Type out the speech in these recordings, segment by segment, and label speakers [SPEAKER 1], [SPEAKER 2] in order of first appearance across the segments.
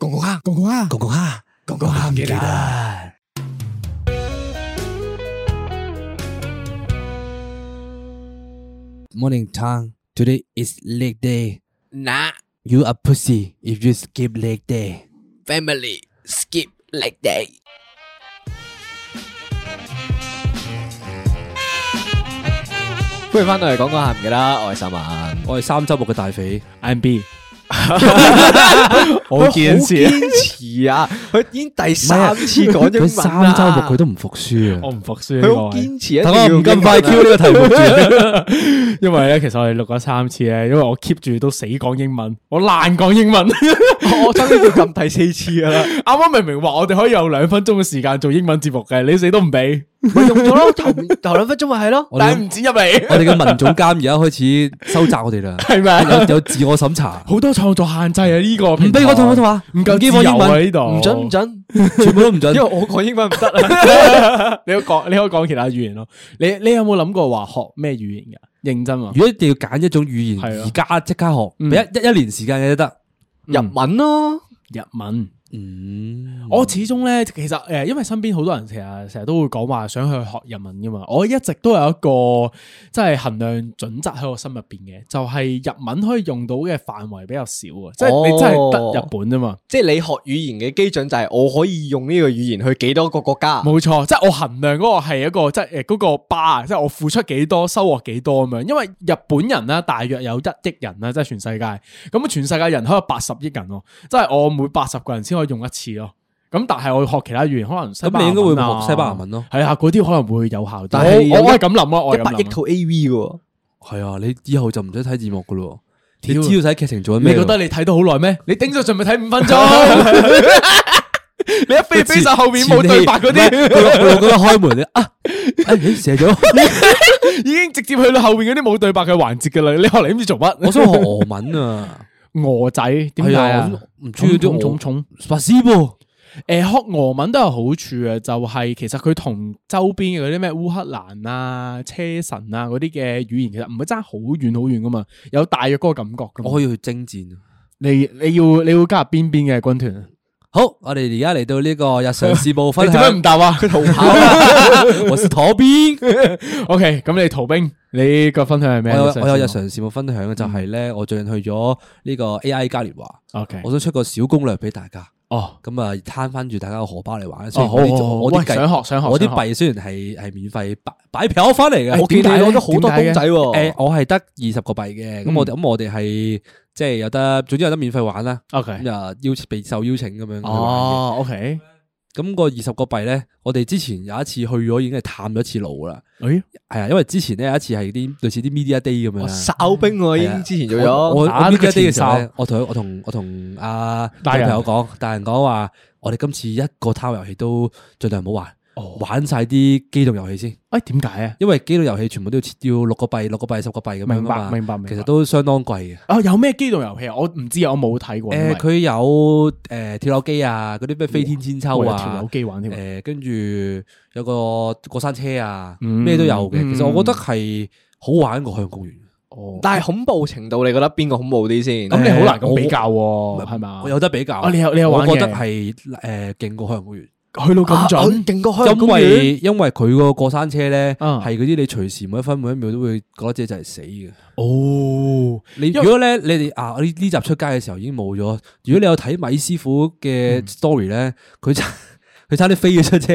[SPEAKER 1] Kongoha, kongoha, kongoha, kongoha, Morning, Tang. Today is leg day.
[SPEAKER 2] Nah,
[SPEAKER 1] You are pussy if you skip leg day.
[SPEAKER 2] family, skip like that.
[SPEAKER 3] M B
[SPEAKER 1] 我
[SPEAKER 3] 堅持啊
[SPEAKER 4] 啊
[SPEAKER 1] 佢三周目佢都唔服輸啊！
[SPEAKER 3] 我唔服輸，
[SPEAKER 1] 佢
[SPEAKER 3] 佢
[SPEAKER 1] 好堅
[SPEAKER 3] 持但我唔咁
[SPEAKER 1] 啊
[SPEAKER 3] 快 Q 呢個題目 住，因為咧其實我哋錄咗三次咧，因為我 keep 住都死講英文，我爛講英文，
[SPEAKER 1] 我差啲要撳第四次噶啦，
[SPEAKER 3] 啱啱明明話我哋可以有兩分鐘嘅時間做英文節目嘅，你死都唔俾，
[SPEAKER 1] 咪用咗咯，頭頭兩分鐘咪係咯。
[SPEAKER 3] 但係唔剪入嚟，
[SPEAKER 4] 我哋嘅民總監而家開始收窄我哋啦，
[SPEAKER 3] 係 咪？
[SPEAKER 4] 有有自我審查，
[SPEAKER 3] 好多創作限制啊！呢個
[SPEAKER 4] 唔
[SPEAKER 3] 唔
[SPEAKER 4] 俾我同我同話，
[SPEAKER 3] 唔夠
[SPEAKER 4] 基
[SPEAKER 3] 自
[SPEAKER 4] 本
[SPEAKER 3] 由
[SPEAKER 4] 英
[SPEAKER 3] 啊！呢
[SPEAKER 4] 文，
[SPEAKER 3] 度
[SPEAKER 1] 唔准唔，准，
[SPEAKER 4] 全部都唔準。
[SPEAKER 1] 因為我講英文唔得啊。
[SPEAKER 3] 你可以講你可以講其他語言咯。你你有冇諗過話學咩語言㗎？認真啊！
[SPEAKER 4] 如果一定要揀一種語言，
[SPEAKER 3] 係啊
[SPEAKER 4] 而家即刻學，
[SPEAKER 3] 嗯
[SPEAKER 4] 俾一一一年時間嘅都得。
[SPEAKER 1] 日文咯，
[SPEAKER 3] 日文。
[SPEAKER 4] 嗯，
[SPEAKER 3] 我始終咧，其實誒、呃因為身邊好多人成日成日都會講話想去學日文噶嘛，我一直都有一個即係衡量準則喺我心入邊嘅，就係、日文可以用到嘅範圍比較少啊，即係你真係得日本啫嘛，
[SPEAKER 1] 即係你學語言嘅基準就係我可以用呢個語言去幾多個國家。
[SPEAKER 3] 冇錯，即係我衡量嗰個係一個即係誒嗰個巴，即係我付出幾多，收穫幾多咁樣，因為日本人啦，大約有一億人啦，即係全世界，咁全世界人口有八十億人喎，即係我每八十個人先可以用一次咯。咁但係我學其他語言，可能西
[SPEAKER 4] 咁
[SPEAKER 3] 班
[SPEAKER 4] 你
[SPEAKER 3] 牙
[SPEAKER 4] 應該會
[SPEAKER 3] 文啊
[SPEAKER 4] 學西班牙文咯。
[SPEAKER 3] 系啊，嗰啲可能會有效啲。
[SPEAKER 1] 但係
[SPEAKER 3] 我我
[SPEAKER 1] 有
[SPEAKER 3] 係
[SPEAKER 1] 一
[SPEAKER 3] 咁諗咯，我
[SPEAKER 1] 一
[SPEAKER 3] 係
[SPEAKER 1] 百
[SPEAKER 3] 咁
[SPEAKER 1] 億
[SPEAKER 3] 諗啊
[SPEAKER 1] 套 A V 嘅
[SPEAKER 4] 係啊，你以後就唔使睇字幕噶咯，你
[SPEAKER 3] 屌
[SPEAKER 4] 知道睇劇情做緊
[SPEAKER 3] 你
[SPEAKER 4] 咩咯。
[SPEAKER 3] 覺得你睇到好耐咩？你頂咗盡咪睇五分鐘？ 你一飛飛晒後面冇對白嗰
[SPEAKER 4] 前戲唔係佢
[SPEAKER 3] 啲，
[SPEAKER 4] 個佢個開門你啊，哎咦射咗。
[SPEAKER 3] 已經直接去到後面嗰啲冇對白嘅環節噶啦。你學嚟唔知做乜？
[SPEAKER 4] 我想學俄文啊，
[SPEAKER 3] 俄仔點解
[SPEAKER 4] 係
[SPEAKER 3] 啊
[SPEAKER 4] 啊，？我唔中意
[SPEAKER 3] 重
[SPEAKER 4] 啲
[SPEAKER 3] 重
[SPEAKER 4] 重重。
[SPEAKER 3] 重。
[SPEAKER 4] 法師噃，
[SPEAKER 3] 誒學俄文都有好處嘅，就係、其實佢同周邊嘅嗰啲咩烏克蘭啊、車臣啊嗰啲嘅語言，其實唔會爭好遠好遠噶嘛，有大約嗰個感覺噶嘛。
[SPEAKER 4] 我可以去征戰。
[SPEAKER 3] 你你要你要加入邊邊嘅軍團啊？
[SPEAKER 4] 好，我哋而家嚟到呢個日常事務分
[SPEAKER 3] 你做咩唔
[SPEAKER 4] 享。
[SPEAKER 3] 答啊？
[SPEAKER 4] 逃 跑啦！我是逃兵。
[SPEAKER 3] O K，咁你逃兵，你個分享係
[SPEAKER 4] 我
[SPEAKER 3] 咩？啊
[SPEAKER 4] 有
[SPEAKER 3] 你嗯
[SPEAKER 4] 我有日常事務分享嘅就係咧，我最近去咗呢個 A I 嘉年華，
[SPEAKER 3] O K，
[SPEAKER 4] 我想出個小攻略俾大家。
[SPEAKER 3] 哦，
[SPEAKER 4] 咁啊，攤翻住大家個荷包嚟玩。雖
[SPEAKER 3] 哦，
[SPEAKER 4] 然
[SPEAKER 3] 好，
[SPEAKER 4] 我啲
[SPEAKER 3] 好
[SPEAKER 4] 我
[SPEAKER 3] 喂
[SPEAKER 4] 啲
[SPEAKER 3] 想
[SPEAKER 4] 計
[SPEAKER 3] 學想學，
[SPEAKER 4] 我啲
[SPEAKER 3] 想學
[SPEAKER 4] 幣雖然係係免費擺擺票翻嚟嘅，
[SPEAKER 1] 喎，我見
[SPEAKER 3] 點
[SPEAKER 1] 你
[SPEAKER 3] 解
[SPEAKER 1] 攞
[SPEAKER 3] 咧
[SPEAKER 1] 咗好多
[SPEAKER 3] 點解嗯嘅
[SPEAKER 1] 公仔
[SPEAKER 4] 啊誒嗯
[SPEAKER 1] 喎。
[SPEAKER 4] 我係得二十個幣嘅。咁我哋咁我哋係即係有得，總之有得免費玩啦。
[SPEAKER 3] O
[SPEAKER 4] 咁
[SPEAKER 3] K，
[SPEAKER 4] 就邀被受邀請咁樣去玩嘅。
[SPEAKER 3] 哦，O K，
[SPEAKER 4] 咁個二十個幣咧，我哋之前有一次去咗已經係探咗一次路啦。
[SPEAKER 3] 誒，
[SPEAKER 4] 係啊，因為之前咧有一次係啲類似啲 media day 咁樣
[SPEAKER 1] 我
[SPEAKER 4] 啦。
[SPEAKER 1] 哨兵
[SPEAKER 3] 哎
[SPEAKER 1] 我已
[SPEAKER 4] 係啊
[SPEAKER 1] 經之前做
[SPEAKER 4] 我
[SPEAKER 1] 咗，
[SPEAKER 4] 我
[SPEAKER 3] 打呢個
[SPEAKER 4] media day 嘅時候
[SPEAKER 3] 前
[SPEAKER 4] 咧，我同我同我同阿
[SPEAKER 3] 大
[SPEAKER 4] 大
[SPEAKER 3] 人
[SPEAKER 4] 朋友講，大人講話，我哋今次一個攤遊戲都盡量唔好玩。
[SPEAKER 3] 哦
[SPEAKER 4] 玩晒啲機動遊戲先，
[SPEAKER 3] 喂，點解啊？
[SPEAKER 4] 因為機動遊戲全部都要切要六個幣、六個幣、十個幣咁樣
[SPEAKER 3] 明
[SPEAKER 4] 噶
[SPEAKER 3] 白
[SPEAKER 4] 嘛
[SPEAKER 3] 明白明白，
[SPEAKER 4] 啊其實都相當貴嘅。
[SPEAKER 3] 哦，有咩機動遊戲啊？我唔知啊，我冇睇過。因為
[SPEAKER 4] 誒，佢有誒跳樓機啊，嗰啲咩飛天千秋
[SPEAKER 3] 我有
[SPEAKER 4] 啊
[SPEAKER 3] 條友，機玩
[SPEAKER 4] 誒，
[SPEAKER 3] 添。
[SPEAKER 4] 跟住有個過山車啊，
[SPEAKER 3] 嗯
[SPEAKER 4] 咩都有嘅。其實
[SPEAKER 3] 嗯
[SPEAKER 4] 我覺得係好玩過海洋公園。
[SPEAKER 3] 哦，
[SPEAKER 1] 但係恐怖程度你覺得邊個恐怖啲先？啊
[SPEAKER 3] 咁你好難咁
[SPEAKER 4] 我
[SPEAKER 3] 比較喎，
[SPEAKER 4] 唔係
[SPEAKER 3] 係嘛？
[SPEAKER 4] 我有得比較。
[SPEAKER 3] 哦你有你有玩
[SPEAKER 4] 我
[SPEAKER 3] 嘅
[SPEAKER 4] 覺得係誒勁過海洋公園，
[SPEAKER 3] 去到咁
[SPEAKER 1] 啊我
[SPEAKER 3] 準，
[SPEAKER 1] 勁過香港
[SPEAKER 4] 因
[SPEAKER 1] 公園。
[SPEAKER 4] 為因為佢個過山車咧
[SPEAKER 3] 啊
[SPEAKER 4] 係嗰啲你隨時每一分每一秒都會覺得自己就係死嘅。
[SPEAKER 3] 哦，
[SPEAKER 4] 你
[SPEAKER 3] 因為
[SPEAKER 4] 如果咧，你哋啊呢呢集出街嘅時候已經冇咗。如果你有睇米師傅
[SPEAKER 3] 嗯
[SPEAKER 4] 嘅 story 咧，佢差 佢差啲飛咗出車。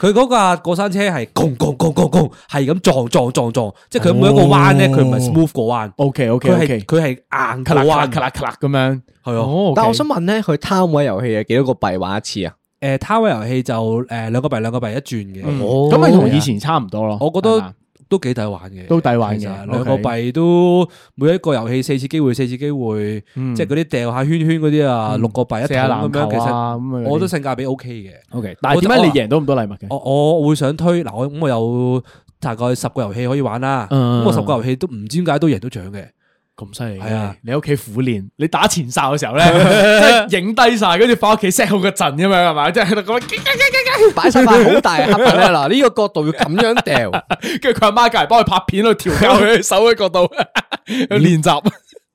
[SPEAKER 4] 佢嗰架過山車係咣咣咣咣咣，係咁撞撞撞撞，即係佢每一個彎咧，
[SPEAKER 3] 哦
[SPEAKER 4] 佢唔係 smooth 過彎，
[SPEAKER 3] OK OK
[SPEAKER 4] 佢
[SPEAKER 3] OK，
[SPEAKER 4] 係佢係硬
[SPEAKER 3] 咔
[SPEAKER 4] 過
[SPEAKER 3] 啦咔啦
[SPEAKER 4] 彎，
[SPEAKER 3] 咔啦咔啦咁樣。
[SPEAKER 4] 係啊。
[SPEAKER 3] 哦，
[SPEAKER 1] 但我想問咧，佢攤位遊戲係幾多個幣玩一 次啊？
[SPEAKER 4] 誒攤位遊戲就誒兩個幣兩個幣一轉嘅，
[SPEAKER 3] 嗯哦咁咪同以前差唔多咯。
[SPEAKER 4] 我覺
[SPEAKER 3] 係嘛
[SPEAKER 4] 得都幾抵玩嘅，
[SPEAKER 3] 都抵玩嘅
[SPEAKER 4] 其實
[SPEAKER 3] OK
[SPEAKER 4] 兩個幣都每一個遊戲四次機會，四次機會，即係嗰啲掉下圈圈嗰啲啊，六個幣一桶
[SPEAKER 3] 射嗯
[SPEAKER 4] 咁
[SPEAKER 3] 下籃
[SPEAKER 4] 樣，
[SPEAKER 3] 球
[SPEAKER 4] 其實
[SPEAKER 3] 啊咁啊嗰啲
[SPEAKER 4] 我覺得性價比 OK 嘅。
[SPEAKER 3] O K，但系点解你贏到咁多禮物嘅？
[SPEAKER 4] 我我會想推嗱，我咁我有大概十個遊戲可以玩啦，
[SPEAKER 3] 嗯
[SPEAKER 4] 咁我十個遊戲都唔知點解都贏到獎嘅，
[SPEAKER 3] 咁犀利嘅
[SPEAKER 4] 係啊！
[SPEAKER 3] 你喺屋企苦練，你打前哨嘅時 候咧，即係影低晒，跟住翻屋企 set 好個陣咁樣係咪？即係喺度咁樣，
[SPEAKER 1] 摆晒塊好大嘅黑板咧， 嗱呢個角度要咁樣 掉，
[SPEAKER 3] 跟住佢阿媽隔離幫佢拍片，喺度調教佢手喺角度去練習。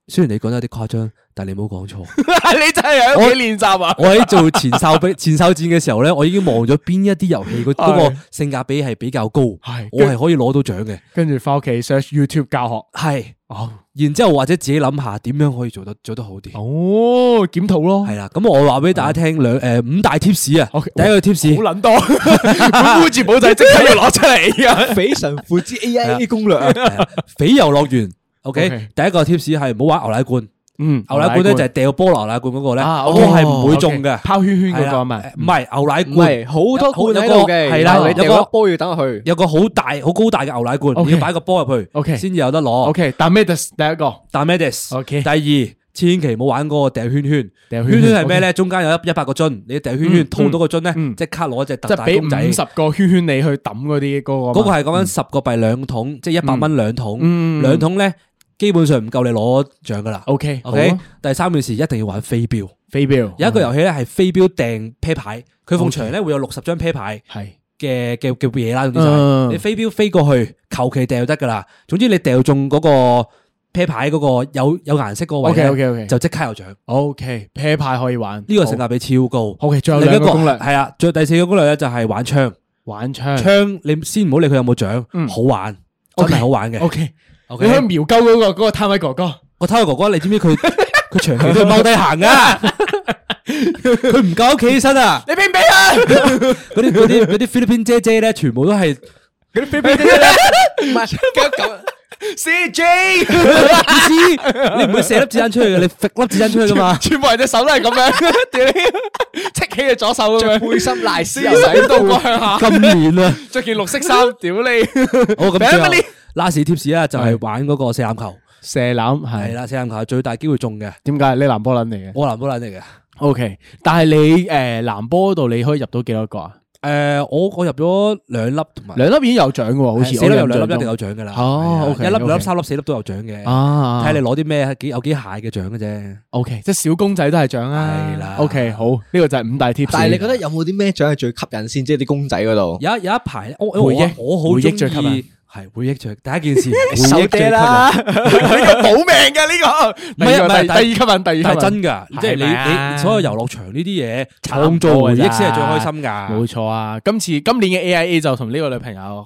[SPEAKER 4] 雖然你講得有啲誇張，但你冇講錯。
[SPEAKER 3] 你真係喺屋企練習啊！
[SPEAKER 4] 我喺做前哨 比前哨戰嘅時候咧，我已經望咗邊一啲遊戲嗰嗰
[SPEAKER 3] 係
[SPEAKER 4] 個性價比係比較高，
[SPEAKER 3] 係
[SPEAKER 4] 我係可以攞到獎嘅。
[SPEAKER 3] 跟住翻屋企 search YouTube 教學。
[SPEAKER 4] 係，
[SPEAKER 3] 哦
[SPEAKER 4] 然之后或者自己諗下點樣可以做得做得好啲。
[SPEAKER 3] 哦，檢討咯，
[SPEAKER 4] 係啦，咁我話俾大家聽兩诶五大 tips 啊
[SPEAKER 3] OK，，
[SPEAKER 4] 第一個 tips
[SPEAKER 3] 好撚多，烏住寶仔即刻要攞出嚟啊！
[SPEAKER 1] 匪神父之 A I A 攻略啊！
[SPEAKER 4] 係啊匪遊樂園。OK，
[SPEAKER 3] OK
[SPEAKER 4] 第一個 tips 係唔好玩牛奶罐，
[SPEAKER 3] 嗯，
[SPEAKER 4] 牛奶罐咧就係掉波牛奶罐嗰個咧，
[SPEAKER 3] 啊
[SPEAKER 4] 我
[SPEAKER 3] OK，
[SPEAKER 4] 係唔會中嘅。
[SPEAKER 3] 拋圈圈
[SPEAKER 4] 係
[SPEAKER 3] 嗰個
[SPEAKER 4] 啦
[SPEAKER 3] 啊嘛
[SPEAKER 4] 誒。唔係牛奶
[SPEAKER 1] 唔
[SPEAKER 4] 罐，
[SPEAKER 1] 係好多罐
[SPEAKER 4] 有
[SPEAKER 1] 喺
[SPEAKER 4] 有
[SPEAKER 1] 度
[SPEAKER 4] 個
[SPEAKER 1] 嘅，
[SPEAKER 4] 係啦，
[SPEAKER 1] 你
[SPEAKER 4] 有
[SPEAKER 1] 掉個
[SPEAKER 4] 個
[SPEAKER 1] 波要等佢去。
[SPEAKER 4] 有個好大好高大嘅牛奶罐，
[SPEAKER 3] OK
[SPEAKER 4] 你要擺個波入去
[SPEAKER 3] OK
[SPEAKER 4] 先至有得攞。
[SPEAKER 3] OK，但咩第第一個？
[SPEAKER 4] 但 Medis。
[SPEAKER 3] OK
[SPEAKER 4] 第二，千祈唔好玩嗰個掉圈圈。
[SPEAKER 3] 掉
[SPEAKER 4] 圈
[SPEAKER 3] 圈圈
[SPEAKER 4] 圈係咩咧？中間有一一百個樽，你掉圈
[SPEAKER 3] 嗯
[SPEAKER 4] 圈套到個樽
[SPEAKER 3] 嗯
[SPEAKER 4] 咧，即刻攞只
[SPEAKER 3] 即
[SPEAKER 4] 特
[SPEAKER 3] 係
[SPEAKER 4] 大
[SPEAKER 3] 俾
[SPEAKER 4] 公仔
[SPEAKER 3] 五。十個圈圈你去抌嗰啲嗰個
[SPEAKER 4] 嗰個
[SPEAKER 3] 啊嘛。
[SPEAKER 4] 係講緊十個幣兩桶，即係一百蚊兩桶。
[SPEAKER 3] 嗯
[SPEAKER 4] 兩桶咧，基本上唔夠你攞獎噶啦。
[SPEAKER 3] OK
[SPEAKER 4] OK，
[SPEAKER 3] 好啊
[SPEAKER 4] 第三件事一定要玩飛鏢。
[SPEAKER 3] 飛鏢
[SPEAKER 4] 有一個遊戲咧係飛鏢掟啤牌，佢埲牆咧會有六十張啤牌。
[SPEAKER 3] 係
[SPEAKER 4] 嘅嘅嘅嘢啦，總之就
[SPEAKER 3] 嗯
[SPEAKER 4] 係你飛鏢飛過去，求其掉就得噶啦。總之你掉中嗰個啤牌嗰個有有顏色嗰個位呢
[SPEAKER 3] OK，OK，OK
[SPEAKER 4] 就即刻有獎。
[SPEAKER 3] OK 啤牌可以玩
[SPEAKER 4] 呢個性價比超高。
[SPEAKER 3] 好 OK，仲有
[SPEAKER 4] 另一
[SPEAKER 3] 兩個攻略
[SPEAKER 4] 係啦，最第四個攻略咧就係玩槍，
[SPEAKER 3] 玩槍
[SPEAKER 4] 槍你先唔好理佢有冇獎，好玩，真
[SPEAKER 3] 嗯 OK，
[SPEAKER 4] 係好玩嘅。
[SPEAKER 3] OK，
[SPEAKER 4] OK
[SPEAKER 3] 你可以瞄鳩嗰個嗰個攤位哥哥，
[SPEAKER 4] 我睇下哥哥，你知唔知佢佢長期都係踎低行噶？佢唔夠屋企起身啊！
[SPEAKER 3] 你俾唔俾啊？
[SPEAKER 4] 嗰啲嗰啲嗰啲菲律賓姐姐咧，全部都係。
[SPEAKER 3] 嗰啲飛 鏢
[SPEAKER 1] 唔係咁咁
[SPEAKER 3] CJ，
[SPEAKER 4] 意思，你唔會射粒子彈出去嘅，你揈粒子彈出去噶嘛？
[SPEAKER 3] 全部人隻手都 係咁樣，屌你，戚起隻左手咁
[SPEAKER 1] 着
[SPEAKER 3] 樣，
[SPEAKER 1] 背心賴 屎又
[SPEAKER 3] 屎
[SPEAKER 1] 使
[SPEAKER 3] 到
[SPEAKER 1] 到
[SPEAKER 3] 過
[SPEAKER 1] 啊！
[SPEAKER 3] 向下，
[SPEAKER 4] 咁亂啊！
[SPEAKER 3] 着件綠 色衫，屌你，
[SPEAKER 4] 好咁
[SPEAKER 3] 俾
[SPEAKER 4] 最
[SPEAKER 3] 乜
[SPEAKER 4] 後
[SPEAKER 3] 你
[SPEAKER 4] last tips 啦，就係玩嗰個射籃球，
[SPEAKER 3] 射籃
[SPEAKER 4] 係
[SPEAKER 3] 係
[SPEAKER 4] 啦，射籃球係最大機會中嘅。
[SPEAKER 3] 點解你藍波撚嚟嘅
[SPEAKER 4] 我男波撚嚟嘅，
[SPEAKER 3] ？OK，但係你誒藍波嗰度你可以入到幾多個啊？
[SPEAKER 4] 誒我我入咗兩粒同埋
[SPEAKER 3] 兩粒已經有獎嘅喎，好似
[SPEAKER 4] 四粒有兩粒一定
[SPEAKER 3] 有
[SPEAKER 4] 有獎嘅啦。係
[SPEAKER 3] 哦
[SPEAKER 4] 啊
[SPEAKER 3] OK，
[SPEAKER 4] 一粒
[SPEAKER 3] OK
[SPEAKER 4] 兩粒三粒四粒都有獎嘅。
[SPEAKER 3] 아. 啊
[SPEAKER 4] 睇你攞啲咩幾有幾蟹嘅獎嘅啫。
[SPEAKER 3] OK，即係小公仔都係獎啊。
[SPEAKER 4] 係啦
[SPEAKER 3] OK，好，呢個就係五大 tips。
[SPEAKER 1] 但係你覺得有冇啲咩獎係最吸引先？即係啲公仔嗰度。
[SPEAKER 4] 有一有一排咧，我我
[SPEAKER 3] 回憶
[SPEAKER 4] 我好
[SPEAKER 3] 回憶
[SPEAKER 4] 中
[SPEAKER 3] 最吸引
[SPEAKER 4] 意係回憶最第一 件事，回
[SPEAKER 1] 手
[SPEAKER 4] 憶最
[SPEAKER 1] 嗲
[SPEAKER 4] 吸
[SPEAKER 1] 啦
[SPEAKER 4] 引。
[SPEAKER 3] 呢個冇命嘅呢個，
[SPEAKER 4] 唔係啊唔
[SPEAKER 3] 唔
[SPEAKER 4] 係
[SPEAKER 3] 係第
[SPEAKER 4] 但
[SPEAKER 3] 二吸引，第二
[SPEAKER 4] 但
[SPEAKER 3] 吸
[SPEAKER 4] 係
[SPEAKER 3] 引
[SPEAKER 4] 真㗎，即係你你你所有遊樂場呢啲嘢創造回憶先係最開心㗎。
[SPEAKER 3] 冇錯啊！今次今年嘅 AIA 就同呢個女朋友，